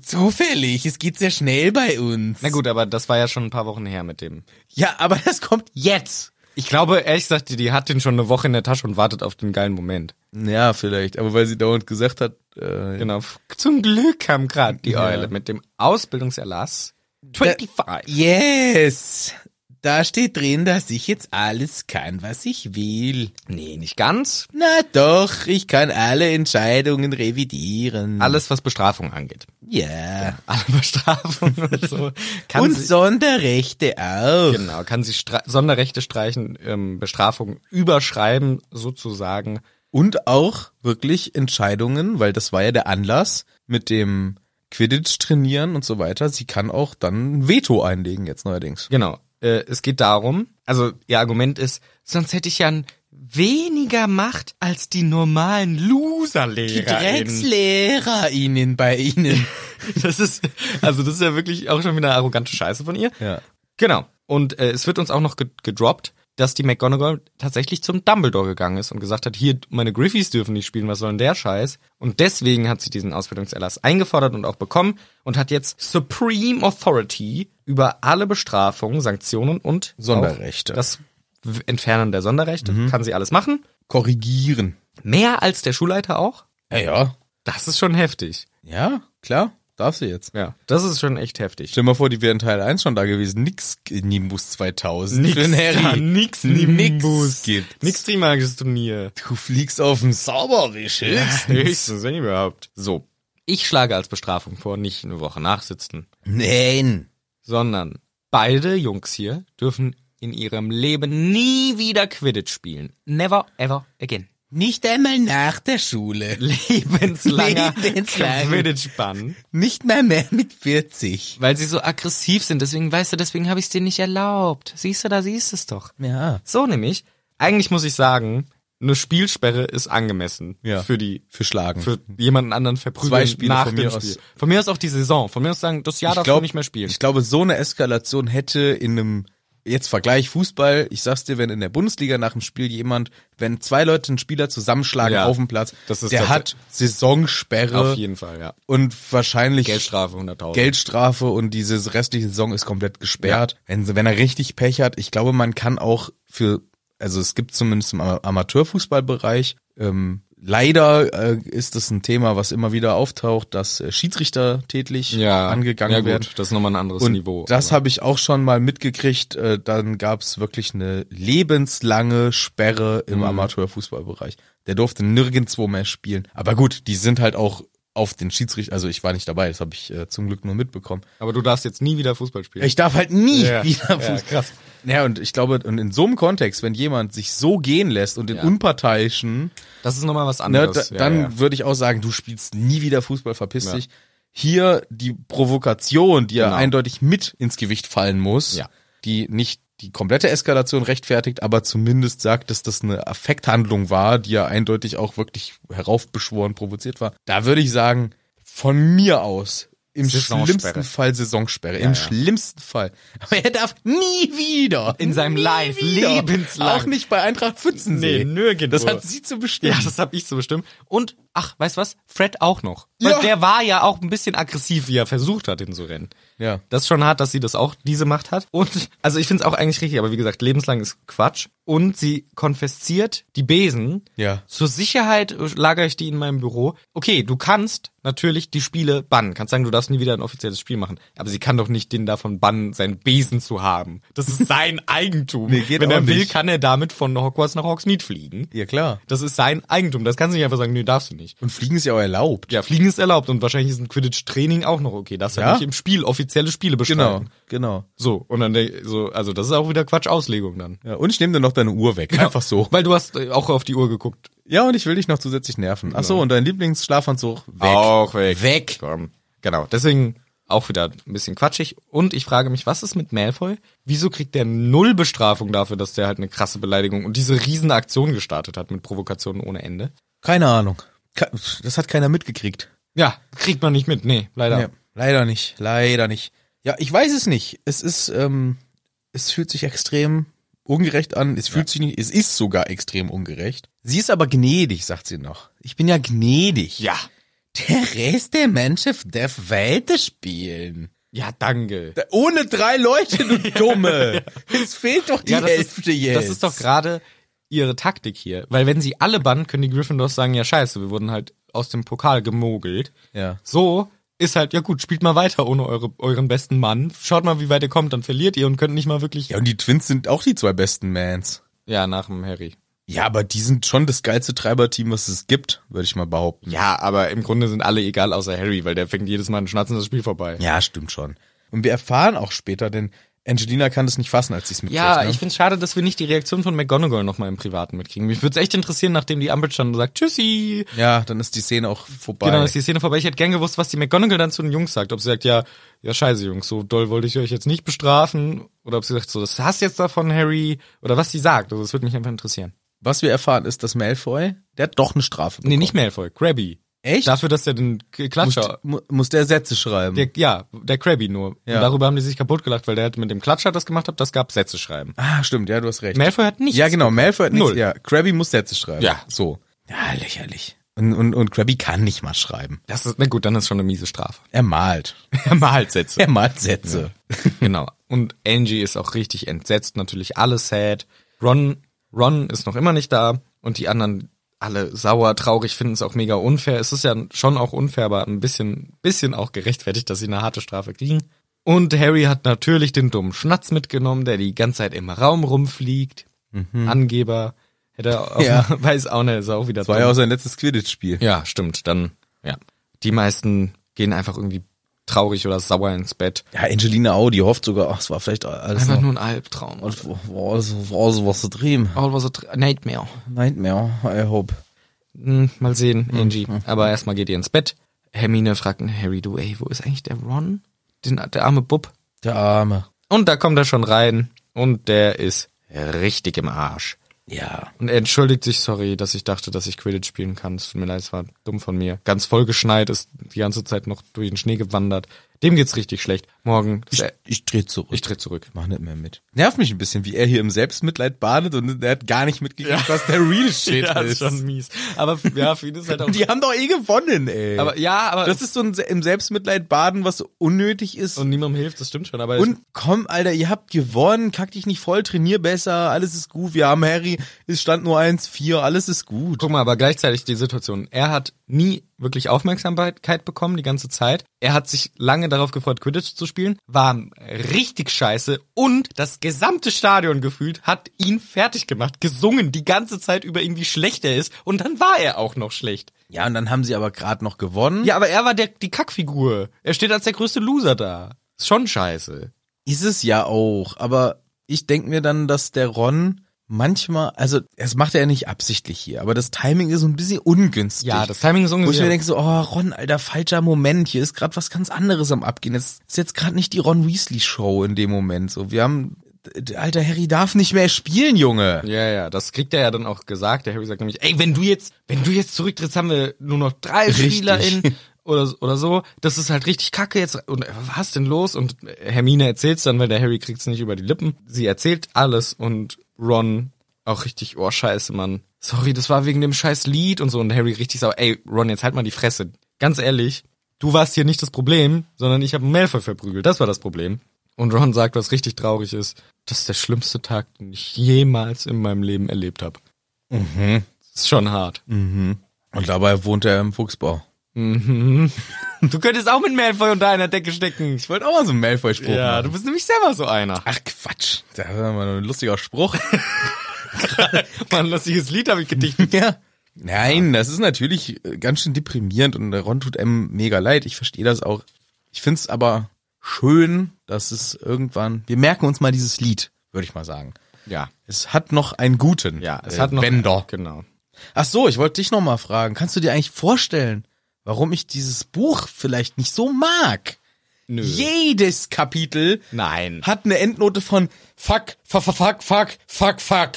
Speaker 2: Zufällig, es geht sehr schnell bei uns.
Speaker 1: Na gut, aber das war ja schon ein paar Wochen her mit dem.
Speaker 2: Ja, aber das kommt jetzt.
Speaker 1: Ich glaube, ehrlich gesagt, die, die hat den schon eine Woche in der Tasche und wartet auf den geilen Moment.
Speaker 2: Ja, vielleicht, aber weil sie dauernd gesagt hat, äh,
Speaker 1: Genau. F- Zum Glück kam gerade die
Speaker 2: Ja.
Speaker 1: Eule mit dem Ausbildungserlass 25.
Speaker 2: Yes! Da steht drin, dass ich jetzt alles kann, was ich will.
Speaker 1: Nee, nicht ganz.
Speaker 2: Na doch, ich kann alle Entscheidungen revidieren.
Speaker 1: Alles, was Bestrafung angeht.
Speaker 2: Ja.
Speaker 1: Alle Bestrafung und so. Kann
Speaker 2: Und
Speaker 1: sie,
Speaker 2: Sonderrechte auch.
Speaker 1: Genau, kann sie Stra Sonderrechte streichen, ähm, Bestrafung überschreiben, sozusagen.
Speaker 2: Und auch wirklich Entscheidungen, weil das war ja der Anlass mit dem Quidditch trainieren und so weiter. Sie kann auch dann ein Veto einlegen jetzt neuerdings.
Speaker 1: Genau. Äh, es geht darum, also ihr Argument ist, sonst hätte ich ja n- weniger Macht als die normalen Loser-Lehrer.
Speaker 2: DreckslehrerInnen bei Ihnen.
Speaker 1: Das ist, also das ist ja wirklich auch schon wieder eine arrogante Scheiße von ihr.
Speaker 2: ja.
Speaker 1: Genau. Und äh, es wird uns auch noch ge- gedroppt, dass die McGonagall tatsächlich zum Dumbledore gegangen ist und gesagt hat, hier, meine Griffys dürfen nicht spielen, was soll denn der Scheiß? Und deswegen hat sie diesen Ausbildungserlass eingefordert und auch bekommen und hat jetzt Supreme Authority über alle Bestrafungen, Sanktionen und auch
Speaker 2: Sonderrechte. Mhm.
Speaker 1: Das W- Entfernen der Sonderrechte kann sie alles machen.
Speaker 2: Korrigieren.
Speaker 1: Mehr als der Schulleiter auch.
Speaker 2: Ja, ja.
Speaker 1: Das ist schon heftig.
Speaker 2: Ja, klar. Darf sie jetzt.
Speaker 1: Ja, das ist schon echt heftig.
Speaker 2: Stell mal vor, die wären Teil 1 schon da gewesen. Nix Nimbus 2000 für den
Speaker 1: da,
Speaker 2: Harry.
Speaker 1: nix,
Speaker 2: Nix
Speaker 1: nix,
Speaker 2: gibt's.
Speaker 1: nix Trimagisches Turnier.
Speaker 2: Du fliegst auf den Zauberwisch. höchstens.
Speaker 1: Höchstens, wenn überhaupt. So. Ich schlage als Bestrafung vor, nicht eine Woche nachsitzen,
Speaker 4: Nein.
Speaker 1: sondern beide Jungs hier dürfen in ihrem Leben nie wieder Quidditch spielen. Never ever again.
Speaker 4: Nicht einmal nach der Schule.
Speaker 1: Lebenslanger
Speaker 4: Lebenslang.
Speaker 1: Quidditch-Bann.
Speaker 4: Nicht mal mehr mit 40.
Speaker 1: Weil sie so aggressiv sind, deswegen weißt du, deswegen habe ich es dir nicht erlaubt. Siehst du, da siehst du es doch.
Speaker 4: Ja.
Speaker 1: So nämlich, eigentlich muss ich sagen, eine Spielsperre ist angemessen
Speaker 2: Ja.
Speaker 1: für die
Speaker 2: Für Schlagen.
Speaker 1: für jemanden anderen verprügeln
Speaker 2: Zwei Spiele
Speaker 1: nach
Speaker 2: von
Speaker 1: dem
Speaker 2: mir
Speaker 1: Spiel.
Speaker 2: aus.
Speaker 1: Von mir aus auch die Saison. Von mir aus sagen, das Jahr darfst
Speaker 2: glaub-
Speaker 1: du nicht mehr spielen.
Speaker 2: Ich glaube, so eine Eskalation hätte in einem jetzt Vergleich Fußball, ich sag's dir, wenn in der Bundesliga nach dem Spiel jemand, wenn zwei Leute einen Spieler zusammenschlagen
Speaker 1: Ja,
Speaker 2: auf dem Platz,
Speaker 1: das ist
Speaker 2: der
Speaker 1: tats-
Speaker 2: hat Saisonsperre
Speaker 1: Auf jeden Fall, ja.
Speaker 2: und wahrscheinlich
Speaker 1: Geldstrafe 100.000.
Speaker 2: Geldstrafe und diese restliche Saison ist komplett gesperrt. Wenn, wenn er richtig Pech hat, ich glaube, man kann auch für, also es gibt zumindest im Ama- Amateurfußballbereich, ähm, leider äh, ist das ein Thema, was immer wieder auftaucht, dass äh, Schiedsrichter tätlich
Speaker 1: ja,
Speaker 2: angegangen
Speaker 1: ja, gut,
Speaker 2: werden.
Speaker 1: Das ist nochmal ein anderes
Speaker 2: Und
Speaker 1: Niveau.
Speaker 2: das habe ich auch schon mal mitgekriegt. äh, Dann gab's wirklich eine lebenslange Sperre im
Speaker 1: Mhm.
Speaker 2: Amateurfußballbereich. Der durfte nirgendwo mehr spielen. Aber gut, die sind halt auch auf den Schiedsrichter. Also ich war nicht dabei, das habe ich äh, zum Glück nur mitbekommen.
Speaker 1: Aber du darfst jetzt nie wieder Fußball spielen.
Speaker 2: Ich darf halt nie
Speaker 1: Ja,
Speaker 2: wieder
Speaker 1: ja,
Speaker 2: Fuß.
Speaker 1: krass.
Speaker 2: Ja, und ich glaube, und in so einem Kontext, wenn jemand sich so gehen lässt und den
Speaker 1: Ja.
Speaker 2: Unparteiischen
Speaker 1: Das ist nochmal was
Speaker 2: ne,
Speaker 1: anderes.
Speaker 2: da,
Speaker 1: Ja,
Speaker 2: dann
Speaker 1: ja.
Speaker 2: würde ich auch sagen, du spielst nie wieder Fußball, verpiss
Speaker 1: Ja.
Speaker 2: dich. Hier die Provokation, die ja
Speaker 1: Genau.
Speaker 2: eindeutig mit ins Gewicht fallen muss,
Speaker 1: Ja.
Speaker 2: die nicht die komplette Eskalation rechtfertigt, aber zumindest sagt, dass das eine Affekthandlung war, die ja eindeutig auch wirklich heraufbeschworen provoziert war. Da würde ich sagen, von mir aus im
Speaker 1: Saisonsperre.
Speaker 2: schlimmsten Fall Saisonsperre, im
Speaker 1: ja.
Speaker 2: schlimmsten Fall. Aber er darf nie wieder
Speaker 1: In seinem
Speaker 2: nie
Speaker 1: Life,
Speaker 2: wieder.
Speaker 1: lebenslang.
Speaker 2: auch nicht bei Eintracht
Speaker 1: Nee,
Speaker 2: Pfützensee.
Speaker 1: nirgendwo.
Speaker 2: Das hat sie zu bestimmen.
Speaker 1: ja, das habe ich so bestimmt. Und, ach, weißt du was? Fred auch noch. Weil
Speaker 2: Ja.
Speaker 1: der war ja auch ein bisschen aggressiv, wie er versucht hat, hinzurennen.
Speaker 2: Ja.
Speaker 1: Das ist schon hart, dass sie das auch, diese Macht hat. Und, also ich finde es auch eigentlich richtig, aber wie gesagt, lebenslang ist Quatsch. Und sie konfisziert die Besen.
Speaker 2: Ja.
Speaker 1: Zur Sicherheit äh, lagere ich die in meinem Büro. Okay, du kannst natürlich die Spiele bannen. Kannst sagen, du darfst nie wieder ein offizielles Spiel machen. Aber sie kann doch nicht den davon bannen, seinen Besen zu haben. Das ist sein Eigentum.
Speaker 2: Nee, geht
Speaker 1: Wenn
Speaker 2: auch
Speaker 1: er will,
Speaker 2: nicht.
Speaker 1: kann er damit von Hogwarts nach Hogsmeade fliegen.
Speaker 2: Ja, klar.
Speaker 1: Das ist sein Eigentum. Das kannst du nicht einfach sagen, nee, darfst du nicht.
Speaker 2: Und Fliegen ist ja auch erlaubt.
Speaker 1: Ja, Fliegen ist erlaubt und wahrscheinlich ist ein Quidditch-Training auch noch okay. Darfst ja,
Speaker 2: Ja?
Speaker 1: nicht im Spiel offizielle Spiele bestreiten.
Speaker 2: genau.
Speaker 1: So, und dann denk- so, also das ist auch wieder Quatschauslegung dann.
Speaker 2: Ja, und ich nehme dir noch deine Uhr weg. Einfach so.
Speaker 1: Weil du hast äh, auch auf die Uhr geguckt.
Speaker 2: Ja, und ich will dich noch zusätzlich nerven. Ach so, und dein Lieblingsschlafanzug weg.
Speaker 1: weg.
Speaker 2: Weg.
Speaker 1: Komm. Genau, deswegen auch wieder ein bisschen quatschig. Und ich frage mich, was ist mit Malfoy? Wieso kriegt der null Bestrafung dafür, dass der halt eine krasse Beleidigung und diese riesen Aktion gestartet hat mit Provokationen ohne Ende?
Speaker 2: Keine Ahnung. Ke- Das hat keiner mitgekriegt.
Speaker 1: Ja, kriegt man nicht mit. Nee, leider.
Speaker 2: Nee, leider nicht. Leider nicht. Ja, ich weiß es nicht. Es ist, ähm, es fühlt sich extrem ungerecht an. Es fühlt sich nicht, es ist sogar extrem ungerecht. Sie ist aber gnädig, sagt sie noch. Ich bin ja gnädig.
Speaker 1: Ja.
Speaker 4: Der Rest der Mannschaft darf weiterspielen.
Speaker 1: Ja, danke.
Speaker 4: Ohne drei Leute, du Dumme. es fehlt doch die
Speaker 1: ja,
Speaker 4: Hälfte
Speaker 1: ist,
Speaker 4: jetzt.
Speaker 1: Das ist doch gerade ihre Taktik hier. Weil wenn sie alle bannen, können die Gryffindors sagen, ja scheiße, wir wurden halt aus dem Pokal gemogelt.
Speaker 4: Ja.
Speaker 1: So ist halt, ja gut, spielt mal weiter ohne eure, euren besten Mann. Schaut mal, wie weit ihr kommt, dann verliert ihr und könnt nicht mal wirklich...
Speaker 2: Ja, und die Twins sind auch die zwei besten Mans.
Speaker 1: Ja, nach dem Harry.
Speaker 2: Ja, aber die sind schon das geilste Treiberteam, was es gibt, würde ich mal behaupten.
Speaker 1: Ja, aber im Grunde sind alle egal außer Harry, weil der fängt jedes Mal einen Schnatzen das Spiel vorbei.
Speaker 2: Ja, stimmt schon. Und wir erfahren auch später, denn Angelina kann das nicht fassen, als sie es mitkriegt.
Speaker 1: Ja,
Speaker 2: ne?
Speaker 1: ich find's schade, dass wir nicht die Reaktion von McGonagall nochmal im Privaten mitkriegen. Mich würd's echt interessieren, nachdem die Umbridge dann sagt, tschüssi.
Speaker 2: ja, dann ist die Szene auch vorbei.
Speaker 1: Genau, ist die Szene vorbei. Ich hätte gern gewusst, was die McGonagall dann zu den Jungs sagt. Ob sie sagt, ja, ja scheiße Jungs, so doll wollte ich euch jetzt nicht bestrafen. Oder ob sie sagt, so, das hast jetzt davon, Harry. Oder was sie sagt. Also das würde mich einfach interessieren.
Speaker 2: Was wir erfahren ist, dass Malfoy, der hat doch eine Strafe bekommen.
Speaker 1: Nee, nicht Malfoy, Krabby.
Speaker 2: Echt?
Speaker 1: Dafür, dass der den K- Klatscher...
Speaker 2: Muss, mu- muss der Sätze schreiben.
Speaker 1: Der, ja, der Krabby nur.
Speaker 2: Ja.
Speaker 1: Und darüber haben die sich kaputt gelacht, weil der hat mit dem Klatscher das gemacht hat, das gab Sätze schreiben.
Speaker 2: ah, stimmt, ja, du hast recht.
Speaker 1: Malfoy hat nichts.
Speaker 2: ja, genau, Malfoy hat nichts.
Speaker 1: Null.
Speaker 2: Ja, Krabby muss Sätze schreiben.
Speaker 1: Ja.
Speaker 2: So. Ja, lächerlich. Und, und, und Krabby kann nicht mal schreiben.
Speaker 1: Das ist, na gut, dann ist schon eine miese Strafe.
Speaker 2: Er malt.
Speaker 1: Er malt Sätze.
Speaker 2: Er malt Sätze.
Speaker 1: Genau. Und Angie ist auch richtig entsetzt, natürlich alle sad. Ron, Ron ist noch immer nicht da und die anderen alle sauer, traurig, finden es auch mega unfair. Es ist ja schon auch unfair, aber ein bisschen, bisschen auch gerechtfertigt, dass sie eine harte Strafe kriegen. Und Harry hat natürlich den dummen Schnatz mitgenommen, der die ganze Zeit im Raum rumfliegt. Mhm. Angeber. Hätte er auch,
Speaker 2: Ja.
Speaker 1: weiß auch nicht, ist auch wieder
Speaker 2: War
Speaker 1: dumm.
Speaker 2: ja auch sein letztes Quidditch-Spiel.
Speaker 1: Ja, stimmt. Dann, ja. Die meisten gehen einfach irgendwie traurig oder sauer ins Bett.
Speaker 2: Ja, Angelina auch, die hofft sogar, ach, es war vielleicht alles
Speaker 1: Einfach
Speaker 2: noch,
Speaker 1: nur ein Albtraum. Oder
Speaker 2: es war alles, war alles was zu drehen.
Speaker 1: all was a tr- nightmare.
Speaker 2: Nightmare, I hope.
Speaker 1: Hm, mal sehen, Angie. Aber erstmal geht ihr ins Bett. Hermine fragt einen Harry, du, ey, wo ist eigentlich der Ron? Den, der arme Bub.
Speaker 2: Der Arme.
Speaker 1: Und da kommt er schon rein. Und der ist richtig im Arsch.
Speaker 2: Ja.
Speaker 1: Und er entschuldigt sich, sorry, dass ich dachte, dass ich Quidditch spielen kann. Es tut mir leid, es war dumm von mir. Ganz vollgeschneit, ist die ganze Zeit noch durch den Schnee gewandert. Dem geht's richtig schlecht. Morgen, das-
Speaker 2: Ich, ich dreh zurück.
Speaker 1: ich dreh zurück.
Speaker 2: mach nicht mehr mit. Nervt mich ein bisschen, wie er hier im Selbstmitleid badet und er hat gar nicht mitgekriegt, was der real shit
Speaker 1: ja,
Speaker 2: ist.
Speaker 1: ist schon mies. Aber ja, für ihn ist halt auch.
Speaker 2: Die haben doch eh gewonnen, ey.
Speaker 1: aber ja, aber
Speaker 2: das ist so ein Se- im Selbstmitleid baden, was so unnötig ist.
Speaker 1: und niemandem hilft, das stimmt schon. Aber
Speaker 2: Und komm, Alter, ihr habt gewonnen, kack dich nicht voll, trainier besser, alles ist gut, wir haben Harry, es stand nur 1-4, alles ist gut.
Speaker 1: guck mal, aber gleichzeitig die Situation. Er hat nie wirklich Aufmerksamkeit bekommen die ganze Zeit. Er hat sich lange darauf gefreut, Quidditch zu spielen, war richtig scheiße und das gesamte Stadion gefühlt hat ihn fertig gemacht, gesungen die ganze Zeit über ihn, wie schlecht er ist und dann war er auch noch schlecht.
Speaker 2: Ja, und dann haben sie aber gerade noch gewonnen.
Speaker 1: Ja, aber er war der die Kackfigur. Er steht als der größte Loser da. Ist schon scheiße.
Speaker 2: Ist es ja auch, aber ich denk mir dann, dass der Ron manchmal, also das macht er ja nicht absichtlich hier, aber das Timing ist so ein bisschen ungünstig.
Speaker 1: Ja, das Timing ist
Speaker 2: Wo ich
Speaker 1: ungefähr.
Speaker 2: mir denke so, oh Ron, alter, falscher Moment, hier ist gerade was ganz anderes am Abgehen. Das ist jetzt gerade nicht die Ron Weasley Show in dem Moment. So, wir haben, d- alter Harry darf nicht mehr spielen, Junge.
Speaker 1: Ja, ja, das kriegt er ja dann auch gesagt. Der Harry sagt nämlich, ey, wenn du jetzt, wenn du jetzt zurücktrittst, haben wir nur noch drei
Speaker 2: Richtig.
Speaker 1: SpielerInnen oder, oder so. Das ist halt richtig kacke jetzt. Und was denn los? Und Hermine erzählt's dann, weil der Harry kriegt's nicht über die Lippen. Sie erzählt alles und Ron auch richtig, oh scheiße, Mann. Sorry, das war wegen dem scheiß Lied und so. Und Harry richtig sauer, ey, Ron, jetzt halt mal die Fresse. Ganz ehrlich, du warst hier nicht das Problem, sondern ich habe Malfoy verprügelt. Das war das Problem. Und Ron sagt, was richtig traurig ist, das ist der schlimmste Tag, den ich jemals in meinem Leben erlebt habe. Das ist schon hart.
Speaker 2: Und dabei wohnt er im Fuchsbau.
Speaker 1: Du könntest auch mit Malfoy unter einer Decke stecken.
Speaker 2: Ich wollte auch mal so einen Malfoy-Spruch
Speaker 1: Ja,
Speaker 2: machen.
Speaker 1: du bist nämlich selber so einer.
Speaker 2: Ach Quatsch, da war mal ein lustiger Spruch.
Speaker 1: Mann, lustiges Lied habe ich gedichtet.
Speaker 2: ja. Nein, das ist natürlich äh, ganz schön deprimierend und der Ron tut einem mega leid. Ich verstehe das auch. Ich find's aber schön, dass es irgendwann. Wir merken uns mal dieses Lied, würde ich mal sagen.
Speaker 1: Ja,
Speaker 2: Es hat noch einen guten.
Speaker 1: ja, es
Speaker 2: äh,
Speaker 1: hat noch
Speaker 2: Wender.
Speaker 1: Genau.
Speaker 2: Ach so, ich wollte dich noch mal fragen. Kannst du dir eigentlich vorstellen, warum ich dieses Buch vielleicht nicht so mag?
Speaker 1: Nö.
Speaker 2: Jedes Kapitel
Speaker 1: Nein.
Speaker 2: hat eine Endnote von Fuck, fuck, fuck, fuck, fuck, fuck, fuck.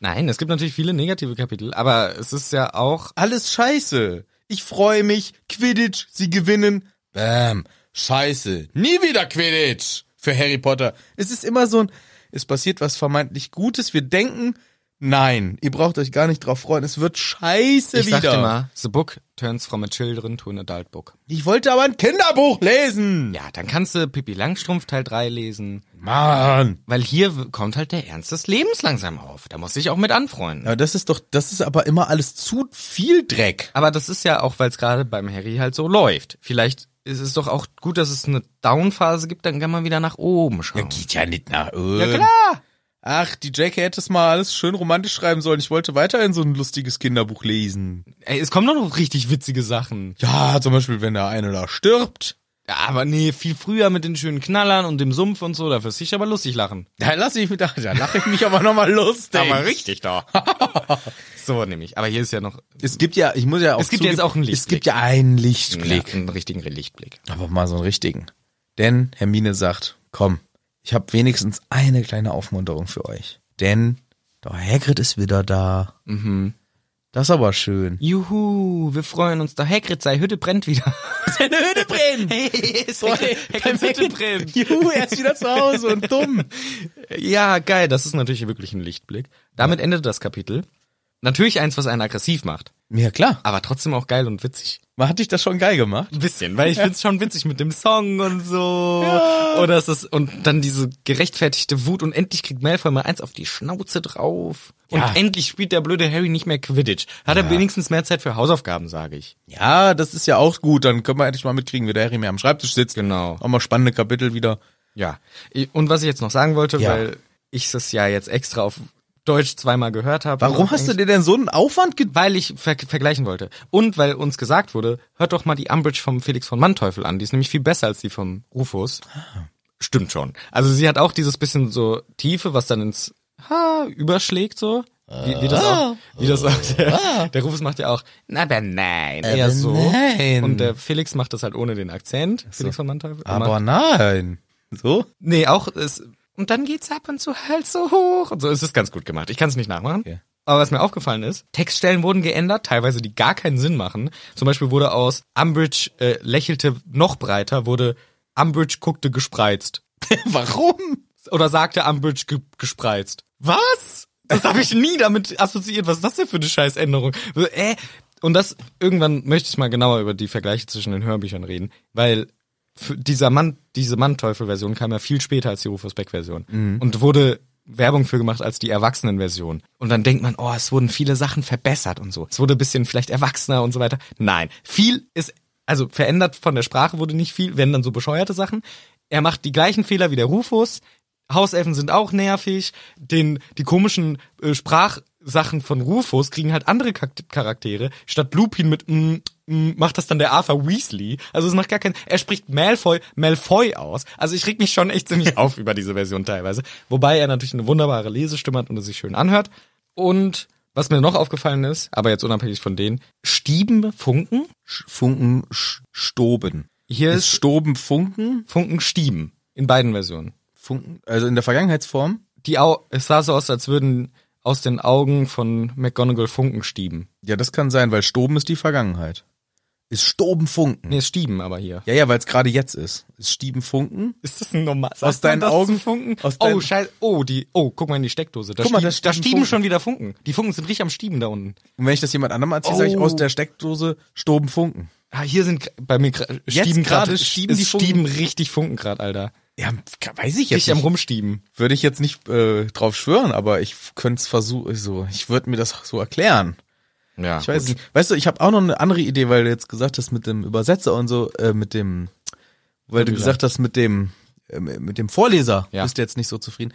Speaker 1: Nein, es gibt natürlich viele negative Kapitel, aber es ist ja auch
Speaker 2: Alles scheiße. Ich freue mich. Quidditch, sie gewinnen. Bam. Scheiße. Nie wieder Quidditch für Harry Potter. Es ist immer so ein, es passiert was vermeintlich Gutes. Wir denken, Nein, ihr braucht euch gar nicht drauf freuen. Es wird scheiße
Speaker 1: Ich
Speaker 2: wieder.
Speaker 1: sagte mal, the book turns from a children to an adult book.
Speaker 2: Ich wollte aber ein Kinderbuch lesen.
Speaker 1: Ja, dann kannst du Pippi Langstrumpf Teil 3 lesen,
Speaker 2: Mann.
Speaker 1: weil hier w- kommt halt der Ernst des Lebens langsam auf. Da muss ich auch mit anfreunden.
Speaker 2: Aber das ist doch, das ist aber immer alles zu viel Dreck.
Speaker 1: Aber das ist ja auch, weil es gerade beim Harry halt so läuft. Vielleicht ist es doch auch gut, dass es eine Down-Phase gibt, dann kann man wieder nach oben schauen.
Speaker 4: Geht ja nicht nach oben.
Speaker 1: Ja klar.
Speaker 2: Ach, die Jackie hätte es mal alles schön romantisch schreiben sollen. Ich wollte weiterhin so ein lustiges Kinderbuch lesen.
Speaker 1: Ey, es kommen doch noch richtig witzige Sachen.
Speaker 2: Ja, zum Beispiel, wenn der eine da stirbt.
Speaker 1: Ja, aber nee, viel früher mit den schönen Knallern und dem Sumpf und so, da wirst du dich aber lustig lachen.
Speaker 2: Da lasse ich mich, da, da lache ich mich aber nochmal lustig.
Speaker 1: richtig da. so nämlich. Aber hier ist ja noch
Speaker 2: Es gibt ja, ich muss ja auch
Speaker 1: Es gibt ja
Speaker 2: zugeben,
Speaker 1: jetzt auch einen
Speaker 2: Es
Speaker 1: Lichtblick.
Speaker 2: gibt ja einen
Speaker 1: ja,
Speaker 2: Lichtblick.
Speaker 1: einen richtigen Lichtblick.
Speaker 2: Aber mal so einen richtigen. Denn Hermine sagt, komm, ich habe wenigstens eine kleine Aufmunterung für euch. Denn der Hagrid ist wieder da. Mhm. Das ist aber schön.
Speaker 1: Juhu, wir freuen uns. Der Hagrid, sei Hütte brennt wieder.
Speaker 2: Seine Hütte brennt!
Speaker 1: Hey, ist
Speaker 2: Beim
Speaker 1: Hagrids Hütte brennt.
Speaker 2: Juhu, er ist wieder zu Hause und dumm.
Speaker 1: Ja, geil, das ist natürlich wirklich ein Lichtblick. Damit endet das Kapitel. Natürlich eins, was einen aggressiv macht,
Speaker 2: Ja, klar.
Speaker 1: aber trotzdem auch geil und witzig.
Speaker 2: Man hat dich das schon geil gemacht.
Speaker 1: Ein bisschen, weil ich find's schon witzig mit dem Song und so. Oder es ist, und dann diese gerechtfertigte Wut und endlich kriegt Malfoy mal eins auf die Schnauze drauf. Und
Speaker 2: Ja.
Speaker 1: endlich spielt der blöde Harry nicht mehr Quidditch. Hat er wenigstens mehr Zeit für Hausaufgaben, sage ich.
Speaker 2: Ja, das ist ja auch gut. Dann können wir endlich mal mitkriegen, wie der Harry mehr am Schreibtisch sitzt.
Speaker 1: Genau.
Speaker 2: Auch mal spannende Kapitel wieder.
Speaker 1: Ja. Und was ich jetzt noch sagen wollte,
Speaker 2: Ja.
Speaker 1: weil ich das ja jetzt extra auf Deutsch zweimal gehört habe.
Speaker 2: Warum hast du dir denn so einen Aufwand ge...
Speaker 1: Weil ich ver vergleichen wollte. Und weil uns gesagt wurde, hört doch mal die Umbridge vom Felix von Manteuffel an. Die ist nämlich viel besser als die vom Rufus.
Speaker 2: Ah.
Speaker 1: Stimmt schon. Also sie hat auch dieses bisschen so Tiefe, was dann ins Ha überschlägt so. Wie, wie das
Speaker 2: Ah.
Speaker 1: auch, wie das auch der, der Rufus macht ja auch, na, aber nein, eher so.
Speaker 2: nein.
Speaker 1: Und der Felix macht das halt ohne den Akzent, Felix von Manteuffel.
Speaker 2: Aber nein. So?
Speaker 1: Nee, auch es. Und dann geht's ab und zu halt so hoch. Und so es ist ganz gut gemacht. Ich kann es nicht nachmachen.
Speaker 2: Okay.
Speaker 1: Aber was mir aufgefallen ist, Textstellen wurden geändert, teilweise die gar keinen Sinn machen. Zum Beispiel wurde aus Umbridge äh, lächelte noch breiter, wurde Umbridge guckte gespreizt.
Speaker 2: Warum?
Speaker 1: Oder sagte Umbridge ge gespreizt. Was? Das habe ich nie damit assoziiert. Was ist das denn für eine Scheißänderung? Äh, und das, irgendwann möchte ich mal genauer über die Vergleiche zwischen den Hörbüchern reden, weil für dieser Mann, diese Mann-Teufel-Version kam ja viel später als die Rufus Beck-Version und wurde Werbung für gemacht als die Erwachsenen-Version. Und dann denkt man, oh, es wurden viele Sachen verbessert und so. Es wurde ein bisschen vielleicht erwachsener und so weiter. Nein, viel ist, also verändert von der Sprache wurde nicht viel, wenn dann so bescheuerte Sachen. Er macht die gleichen Fehler wie der Rufus. Hauselfen sind auch nervig. Den, die komischen äh, Sprachsachen von Rufus kriegen halt andere Chak- Charaktere. Statt Lupin mit mm, mm, macht das dann der Arthur Weasley. Also es macht gar keinen. Er spricht Malfoy Malfoy aus. Also ich reg mich schon echt ziemlich auf über diese Version teilweise. Wobei er natürlich eine wunderbare Lesestimme hat und es sich schön anhört. Und was mir noch aufgefallen ist, aber jetzt unabhängig von denen, Stieben Funken.
Speaker 2: Sch- Funken sch- stoben.
Speaker 1: Hier
Speaker 2: Ist
Speaker 1: ist
Speaker 2: Stoben Funken?
Speaker 1: Funken Stieben in beiden Versionen.
Speaker 2: Funken, also in der Vergangenheitsform?
Speaker 1: die Au es sah so aus, als würden aus den Augen von McGonagall Funken stieben.
Speaker 2: Ja, das kann sein, weil Stoben ist die Vergangenheit. Ist Stoben Funken?
Speaker 1: Nee, es stieben aber hier.
Speaker 2: Ja, ja, weil es gerade jetzt ist. Ist Stieben Funken?
Speaker 1: Ist das ein normal? Sagt man
Speaker 2: Aus deinen
Speaker 1: das
Speaker 2: Augen-
Speaker 1: zu Funken?
Speaker 2: aus
Speaker 1: oh,
Speaker 2: deinen-
Speaker 1: scheiße. Oh, die oh, guck mal in die Steckdose. Da
Speaker 2: Guck mal, da
Speaker 1: stieben, da
Speaker 2: stieben
Speaker 1: stieben
Speaker 2: Funken.
Speaker 1: schon wieder Funken. Die Funken sind richtig am stieben da unten.
Speaker 2: Und wenn ich das jemand anderem erzähle, sage ich
Speaker 1: Oh.
Speaker 2: aus der Steckdose Stoben Funken.
Speaker 1: Ah, hier sind gr- bei mir gra- stieben
Speaker 2: gerade
Speaker 1: gerade
Speaker 2: stieben die Funken?
Speaker 1: stieben richtig Funken gerade, Alter.
Speaker 2: Ja, weiß ich
Speaker 1: Richtig am rumstieben.
Speaker 2: Würde ich jetzt nicht äh, drauf schwören, aber ich könnte es versuchen, so, ich würde mir das so erklären.
Speaker 1: Ja.
Speaker 2: Ich weiß nicht. Weißt du, ich habe auch noch eine andere Idee, weil du jetzt gesagt hast mit dem Übersetzer und so, äh, mit dem, weil du gesagt hast mit dem, äh, mit dem Vorleser,
Speaker 1: Ja.
Speaker 2: bist du jetzt nicht so zufrieden.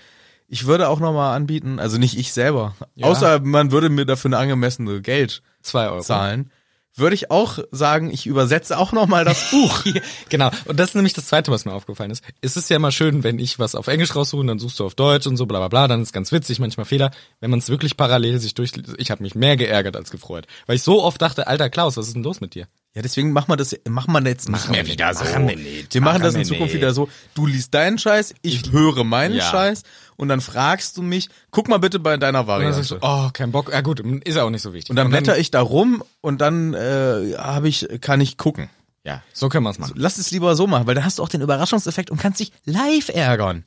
Speaker 2: Ich würde auch noch mal anbieten, also nicht ich selber, außer man würde mir dafür eine angemessene Geld
Speaker 1: Zwei Euro.
Speaker 2: zahlen, würde ich auch sagen, ich übersetze auch noch mal das Buch.
Speaker 1: Genau. Und das ist nämlich das Zweite, was mir aufgefallen ist. Es ist ja immer schön, wenn ich was auf Englisch raussuche, und dann suchst du auf Deutsch und so, bla bla bla, dann ist ganz witzig, manchmal Fehler. Wenn man es wirklich parallel sich durch... Ich habe mich mehr geärgert als gefreut. Weil ich so oft dachte, alter Klaus, was ist denn los mit dir?
Speaker 2: Ja, deswegen machen wir das, machen wir jetzt nicht mehr wieder so.
Speaker 1: wir nicht.
Speaker 2: Wir machen das
Speaker 1: wir
Speaker 2: in Zukunft
Speaker 1: nicht.
Speaker 2: wieder so. Du liest deinen Scheiß, ich höre meinen
Speaker 1: Ja.
Speaker 2: Scheiß und dann fragst du mich, guck mal bitte bei deiner
Speaker 1: Und dann
Speaker 2: Variante.
Speaker 1: sagst du, oh, kein Bock. Ja gut, ist ja auch nicht so wichtig.
Speaker 2: Und dann blätter ich da rum und dann äh, habe ich, kann ich gucken. Ja.
Speaker 1: So können wir es machen.
Speaker 2: Lass es lieber so machen, weil dann hast du auch den Überraschungseffekt und kannst dich live ärgern.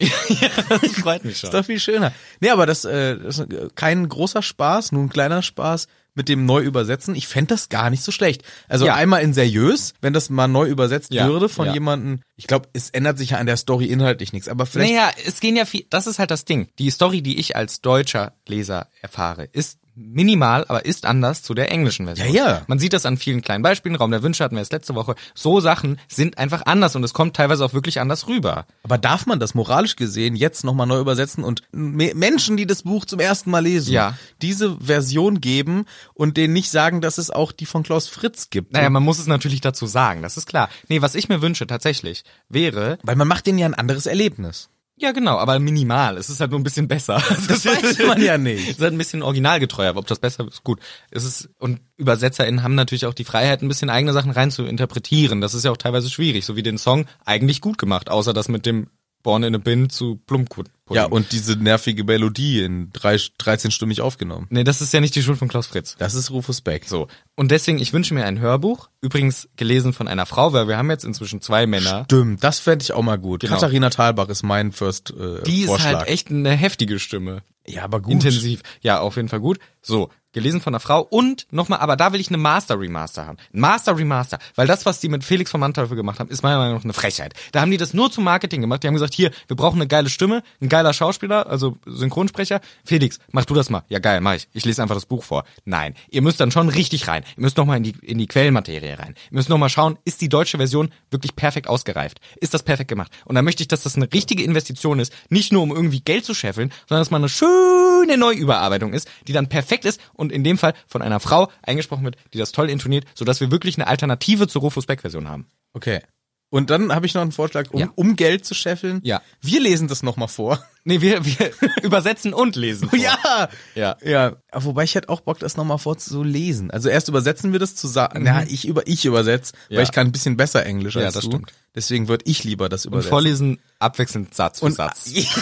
Speaker 1: Das freut mich schon.
Speaker 2: Ist doch viel schöner. Nee, aber das, äh, das ist äh, kein großer Spaß, nur ein kleiner Spaß mit dem Neuübersetzen. Ich fänd das gar nicht so schlecht. Also
Speaker 1: Ja.
Speaker 2: einmal in seriös, wenn das mal neu übersetzt
Speaker 1: Ja,
Speaker 2: würde von
Speaker 1: ja.
Speaker 2: jemandem. Ich glaube, es ändert sich ja an der Story inhaltlich nichts, aber vielleicht
Speaker 1: Naja, es gehen ja viel, das ist halt das Ding. Die Story, die ich als deutscher Leser erfahre, ist minimal, aber ist anders zu der englischen Version.
Speaker 2: Ja, ja.
Speaker 1: Man sieht das an vielen kleinen Beispielen. Raum der Wünsche hatten wir erst letzte Woche. So Sachen sind einfach anders und es kommt teilweise auch wirklich anders rüber.
Speaker 2: Aber darf man das moralisch gesehen jetzt nochmal neu übersetzen und me- Menschen, die das Buch zum ersten Mal lesen,
Speaker 1: Ja.
Speaker 2: diese Version geben und denen nicht sagen, dass es auch die von Klaus Fritz gibt?
Speaker 1: Naja, man muss es natürlich dazu sagen, das ist klar. Nee, was ich mir wünsche tatsächlich wäre,
Speaker 2: Weil man macht denen ja ein anderes Erlebnis.
Speaker 1: ja genau, aber minimal. Es ist halt nur ein bisschen besser. Das
Speaker 2: weiß man ja nicht.
Speaker 1: Es ist halt ein bisschen originalgetreuer, aber ob das besser ist, gut. Es ist, und ÜbersetzerInnen haben natürlich auch die Freiheit, ein bisschen eigene Sachen rein zu interpretieren. Das ist ja auch teilweise schwierig, so wie den Song eigentlich gut gemacht, außer das mit dem Born in a Bin zu Plumkut.
Speaker 2: Ja, und diese nervige Melodie in drei, 13-stimmig aufgenommen.
Speaker 1: Nee, das ist ja nicht die Schuld von Klaus Fritz.
Speaker 2: Das ist Rufus Beck. So.
Speaker 1: Und deswegen, ich wünsche mir ein Hörbuch, übrigens gelesen von einer Frau, weil wir haben jetzt inzwischen zwei Männer.
Speaker 2: Stimmt, das fände ich auch mal gut.
Speaker 1: Genau.
Speaker 2: Katharina Thalbach ist mein First äh,
Speaker 1: Die ist
Speaker 2: Vorschlag.
Speaker 1: halt echt eine heftige Stimme.
Speaker 2: ja, aber gut.
Speaker 1: Intensiv. Ja, auf jeden Fall gut. So, gelesen von einer Frau und nochmal, aber da will ich eine Master Remaster haben. Ein Master Remaster, weil das, was die mit Felix vom Manteuffel gemacht haben, ist meiner Meinung nach eine Frechheit. Da haben die das nur zum Marketing gemacht. Die haben gesagt, hier, wir brauchen eine geile Stimme, ein geiler Schauspieler, also Synchronsprecher. Felix, mach du das mal. Ja, geil, mach ich. Ich lese einfach das Buch vor. Nein, ihr müsst dann schon richtig rein. Ihr müsst nochmal in die, in die Quellenmaterie rein. Ihr müsst nochmal schauen, ist die deutsche Version wirklich perfekt ausgereift? Ist das perfekt gemacht? Und dann möchte ich, dass das eine richtige Investition ist, nicht nur um irgendwie Geld zu scheffeln, sondern dass man eine schöne Neuüberarbeitung ist, die dann perfekt ist und in dem Fall von einer Frau eingesprochen wird, die das toll intoniert, sodass wir wirklich eine Alternative zur Rufus Beck Version haben.
Speaker 2: Okay. Und dann habe ich noch einen Vorschlag, um,
Speaker 1: Ja.
Speaker 2: um Geld zu scheffeln.
Speaker 1: Ja.
Speaker 2: Wir lesen das nochmal vor.
Speaker 1: Nee, wir, wir übersetzen und lesen. vor.
Speaker 2: Ja!
Speaker 1: Oh. Ja.
Speaker 2: Ja. Aber Wobei ich hätte auch Bock, das nochmal vorzulesen. Also erst übersetzen wir das zusammen. Na, ich über ich übersetze,
Speaker 1: Mhm. Ja.
Speaker 2: weil ich kann ein bisschen besser Englisch
Speaker 1: Ja,
Speaker 2: als
Speaker 1: das
Speaker 2: du.
Speaker 1: stimmt.
Speaker 2: Deswegen würde ich lieber das
Speaker 1: Und
Speaker 2: übersetzen.
Speaker 1: vorlesen abwechselnd Satz für Satz.
Speaker 2: Richtig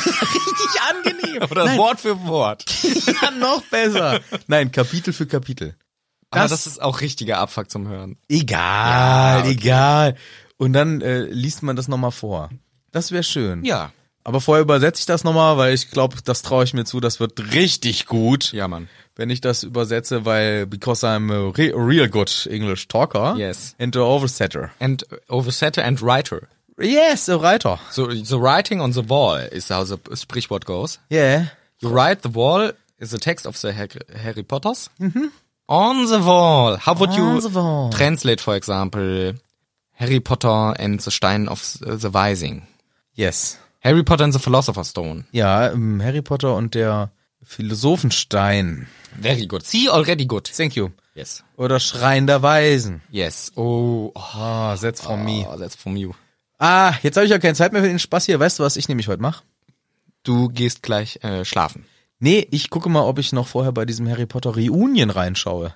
Speaker 2: angenehm.
Speaker 1: Oder
Speaker 2: Nein,
Speaker 1: Wort für Wort.
Speaker 2: ja, noch besser. Nein, Kapitel für Kapitel.
Speaker 1: Aber
Speaker 2: Das-
Speaker 1: das ist auch richtiger Abfuck zum Hören.
Speaker 2: Egal,
Speaker 1: Ja, okay.
Speaker 2: egal. Und dann äh, liest man das nochmal vor. Das wäre schön.
Speaker 1: Ja.
Speaker 2: Aber vorher übersetze ich das nochmal, weil ich glaube, das traue ich mir zu, das wird richtig gut.
Speaker 1: Ja, Mann.
Speaker 2: Wenn ich das übersetze, weil because I'm a re real good English talker
Speaker 1: Yes.
Speaker 2: and a oversetter.
Speaker 1: And oversetter and writer.
Speaker 2: Yes, a writer.
Speaker 1: So the writing on the wall is how the Sprichwort goes.
Speaker 2: Yeah.
Speaker 1: You write the wall is the text of the Har- Harry Potters. On the wall. How would
Speaker 2: On
Speaker 1: you
Speaker 2: the wall.
Speaker 1: translate, for example, Harry Potter and the Stein of s- the Rising?
Speaker 2: Yes.
Speaker 1: Harry Potter and the Philosopher's Stone.
Speaker 2: Ja, ähm, Harry Potter und der Philosophenstein.
Speaker 1: Very good. See, already good.
Speaker 2: Thank you.
Speaker 1: Yes.
Speaker 2: Oder Schrein der Weisen.
Speaker 1: Yes. Oh, oh,
Speaker 2: Ah, that's from me.
Speaker 1: oh that's from you.
Speaker 2: Ah, jetzt habe ich ja keine Zeit mehr für den Spaß hier. Weißt du, was ich nämlich heute mache?
Speaker 1: Du gehst gleich äh, schlafen.
Speaker 2: Nee, ich gucke mal, ob ich noch vorher bei diesem Harry Potter Reunion reinschaue.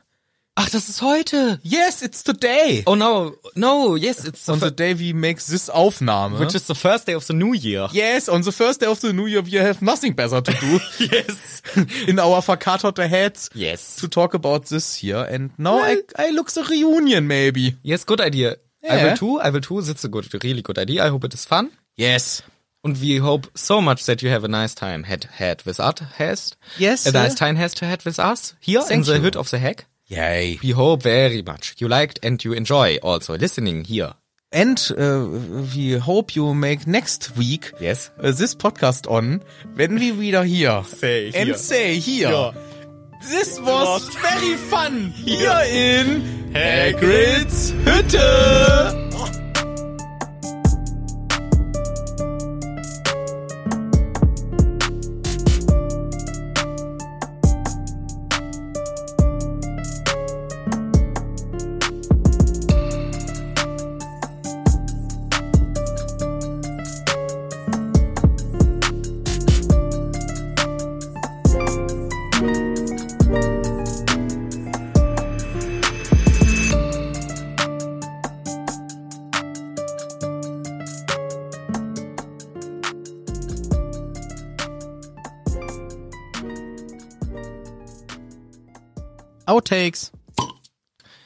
Speaker 1: Ach, das ist heute.
Speaker 2: Yes, it's today.
Speaker 1: Oh no, no, yes, it's the
Speaker 2: On the
Speaker 1: fir-
Speaker 2: day we make this Aufnahme.
Speaker 1: which is the first day of the new year.
Speaker 2: yes, on the first day of the new year we have nothing better to do
Speaker 1: Yes.
Speaker 2: in our verkaterte heads
Speaker 1: Yes.
Speaker 2: to talk about this here. And now I, I look the reunion maybe.
Speaker 1: Yes, good idea. I
Speaker 2: Yeah.
Speaker 1: will too, I will too. It's a good, really good idea. I hope it is fun.
Speaker 2: Yes.
Speaker 1: And we hope so much that you have a nice time had had with us. Has,
Speaker 2: Yes,
Speaker 1: A nice
Speaker 2: sir.
Speaker 1: time has to had with us here in
Speaker 2: Thank
Speaker 1: the
Speaker 2: you.
Speaker 1: hood of the hack.
Speaker 2: Yay.
Speaker 1: We hope very much you liked and you enjoy also listening here.
Speaker 2: And uh, we hope you make next week
Speaker 1: Yes.
Speaker 2: uh, this podcast on when we wieder here.
Speaker 1: Say
Speaker 2: and
Speaker 1: here.
Speaker 2: say here.
Speaker 1: Yeah.
Speaker 2: This was
Speaker 1: was
Speaker 2: very fun here in Hagrid's Hütte.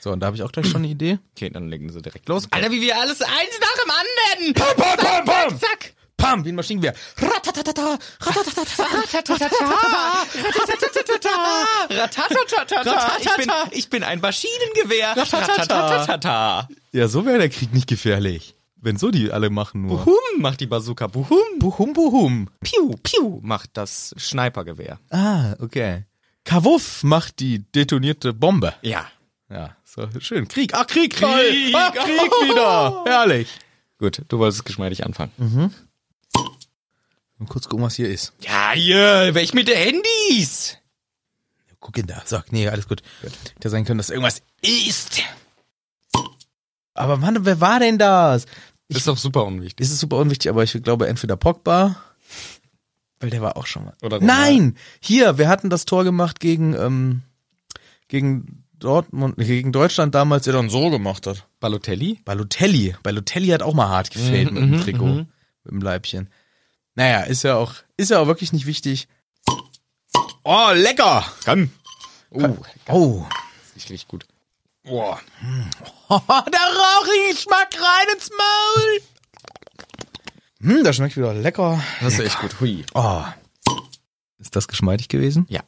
Speaker 2: So, und da habe ich auch gleich schon eine Idee.
Speaker 1: Okay, dann legen sie direkt los. Alter, wie wir alles eins nach dem anderen!
Speaker 2: Pam, pam, pam, pam!
Speaker 1: Zack!
Speaker 2: Pam, wie ein Maschinengewehr. Ratatatata, ratatatata, ratatatata, ratatatata.
Speaker 1: Ratatatata! Ich bin, ich bin ein Maschinengewehr! Ratatatata!
Speaker 2: Ja, so wäre der Krieg nicht gefährlich. Wenn so die alle machen nur.
Speaker 1: Buhum macht die Bazooka, buhum!
Speaker 2: Buhum, buhum.
Speaker 1: Piu, piu macht das Schneipergewehr.
Speaker 2: Ah, okay. Kawuff macht die detonierte Bombe.
Speaker 1: Ja.
Speaker 2: Ja, so schön. Krieg. Ach, Krieg, Krieg.
Speaker 1: Krieg.
Speaker 2: Ach, Krieg wieder. Herrlich.
Speaker 1: Gut, du wolltest geschmeidig anfangen.
Speaker 2: Und kurz gucken, was hier ist.
Speaker 1: Ja, hier, weg mit den Handys!
Speaker 2: Gucken da. So, nee, alles gut. Hätte sein können, dass irgendwas ist. Aber Mann, wer war denn das?
Speaker 1: Ist doch super unwichtig.
Speaker 2: Das ist super unwichtig, aber ich glaube entweder Pogba, weil der war auch schon mal.
Speaker 1: Oder Ronaldo.
Speaker 2: Nein, hier, wir hatten das Tor gemacht gegen ähm, gegen Dortmund, gegen Deutschland damals, der dann so gemacht hat.
Speaker 1: Balotelli?
Speaker 2: Balotelli, Balotelli hat auch mal hart gefehlt
Speaker 1: Mhm,
Speaker 2: mit dem
Speaker 1: mhm,
Speaker 2: Trikot,
Speaker 1: mhm.
Speaker 2: mit dem Leibchen. Naja, ist ja auch, ist ja auch wirklich nicht wichtig. Oh, lecker!
Speaker 1: Kann.
Speaker 2: Oh, oh.
Speaker 1: Das riecht Uh, gut.
Speaker 2: Boah. Oh, der rauchige Geschmack rein ins Maul! Hm, das schmeckt wieder lecker.
Speaker 1: Das ist echt gut. Hui.
Speaker 2: Oh. Ist das geschmeidig gewesen?
Speaker 1: Ja.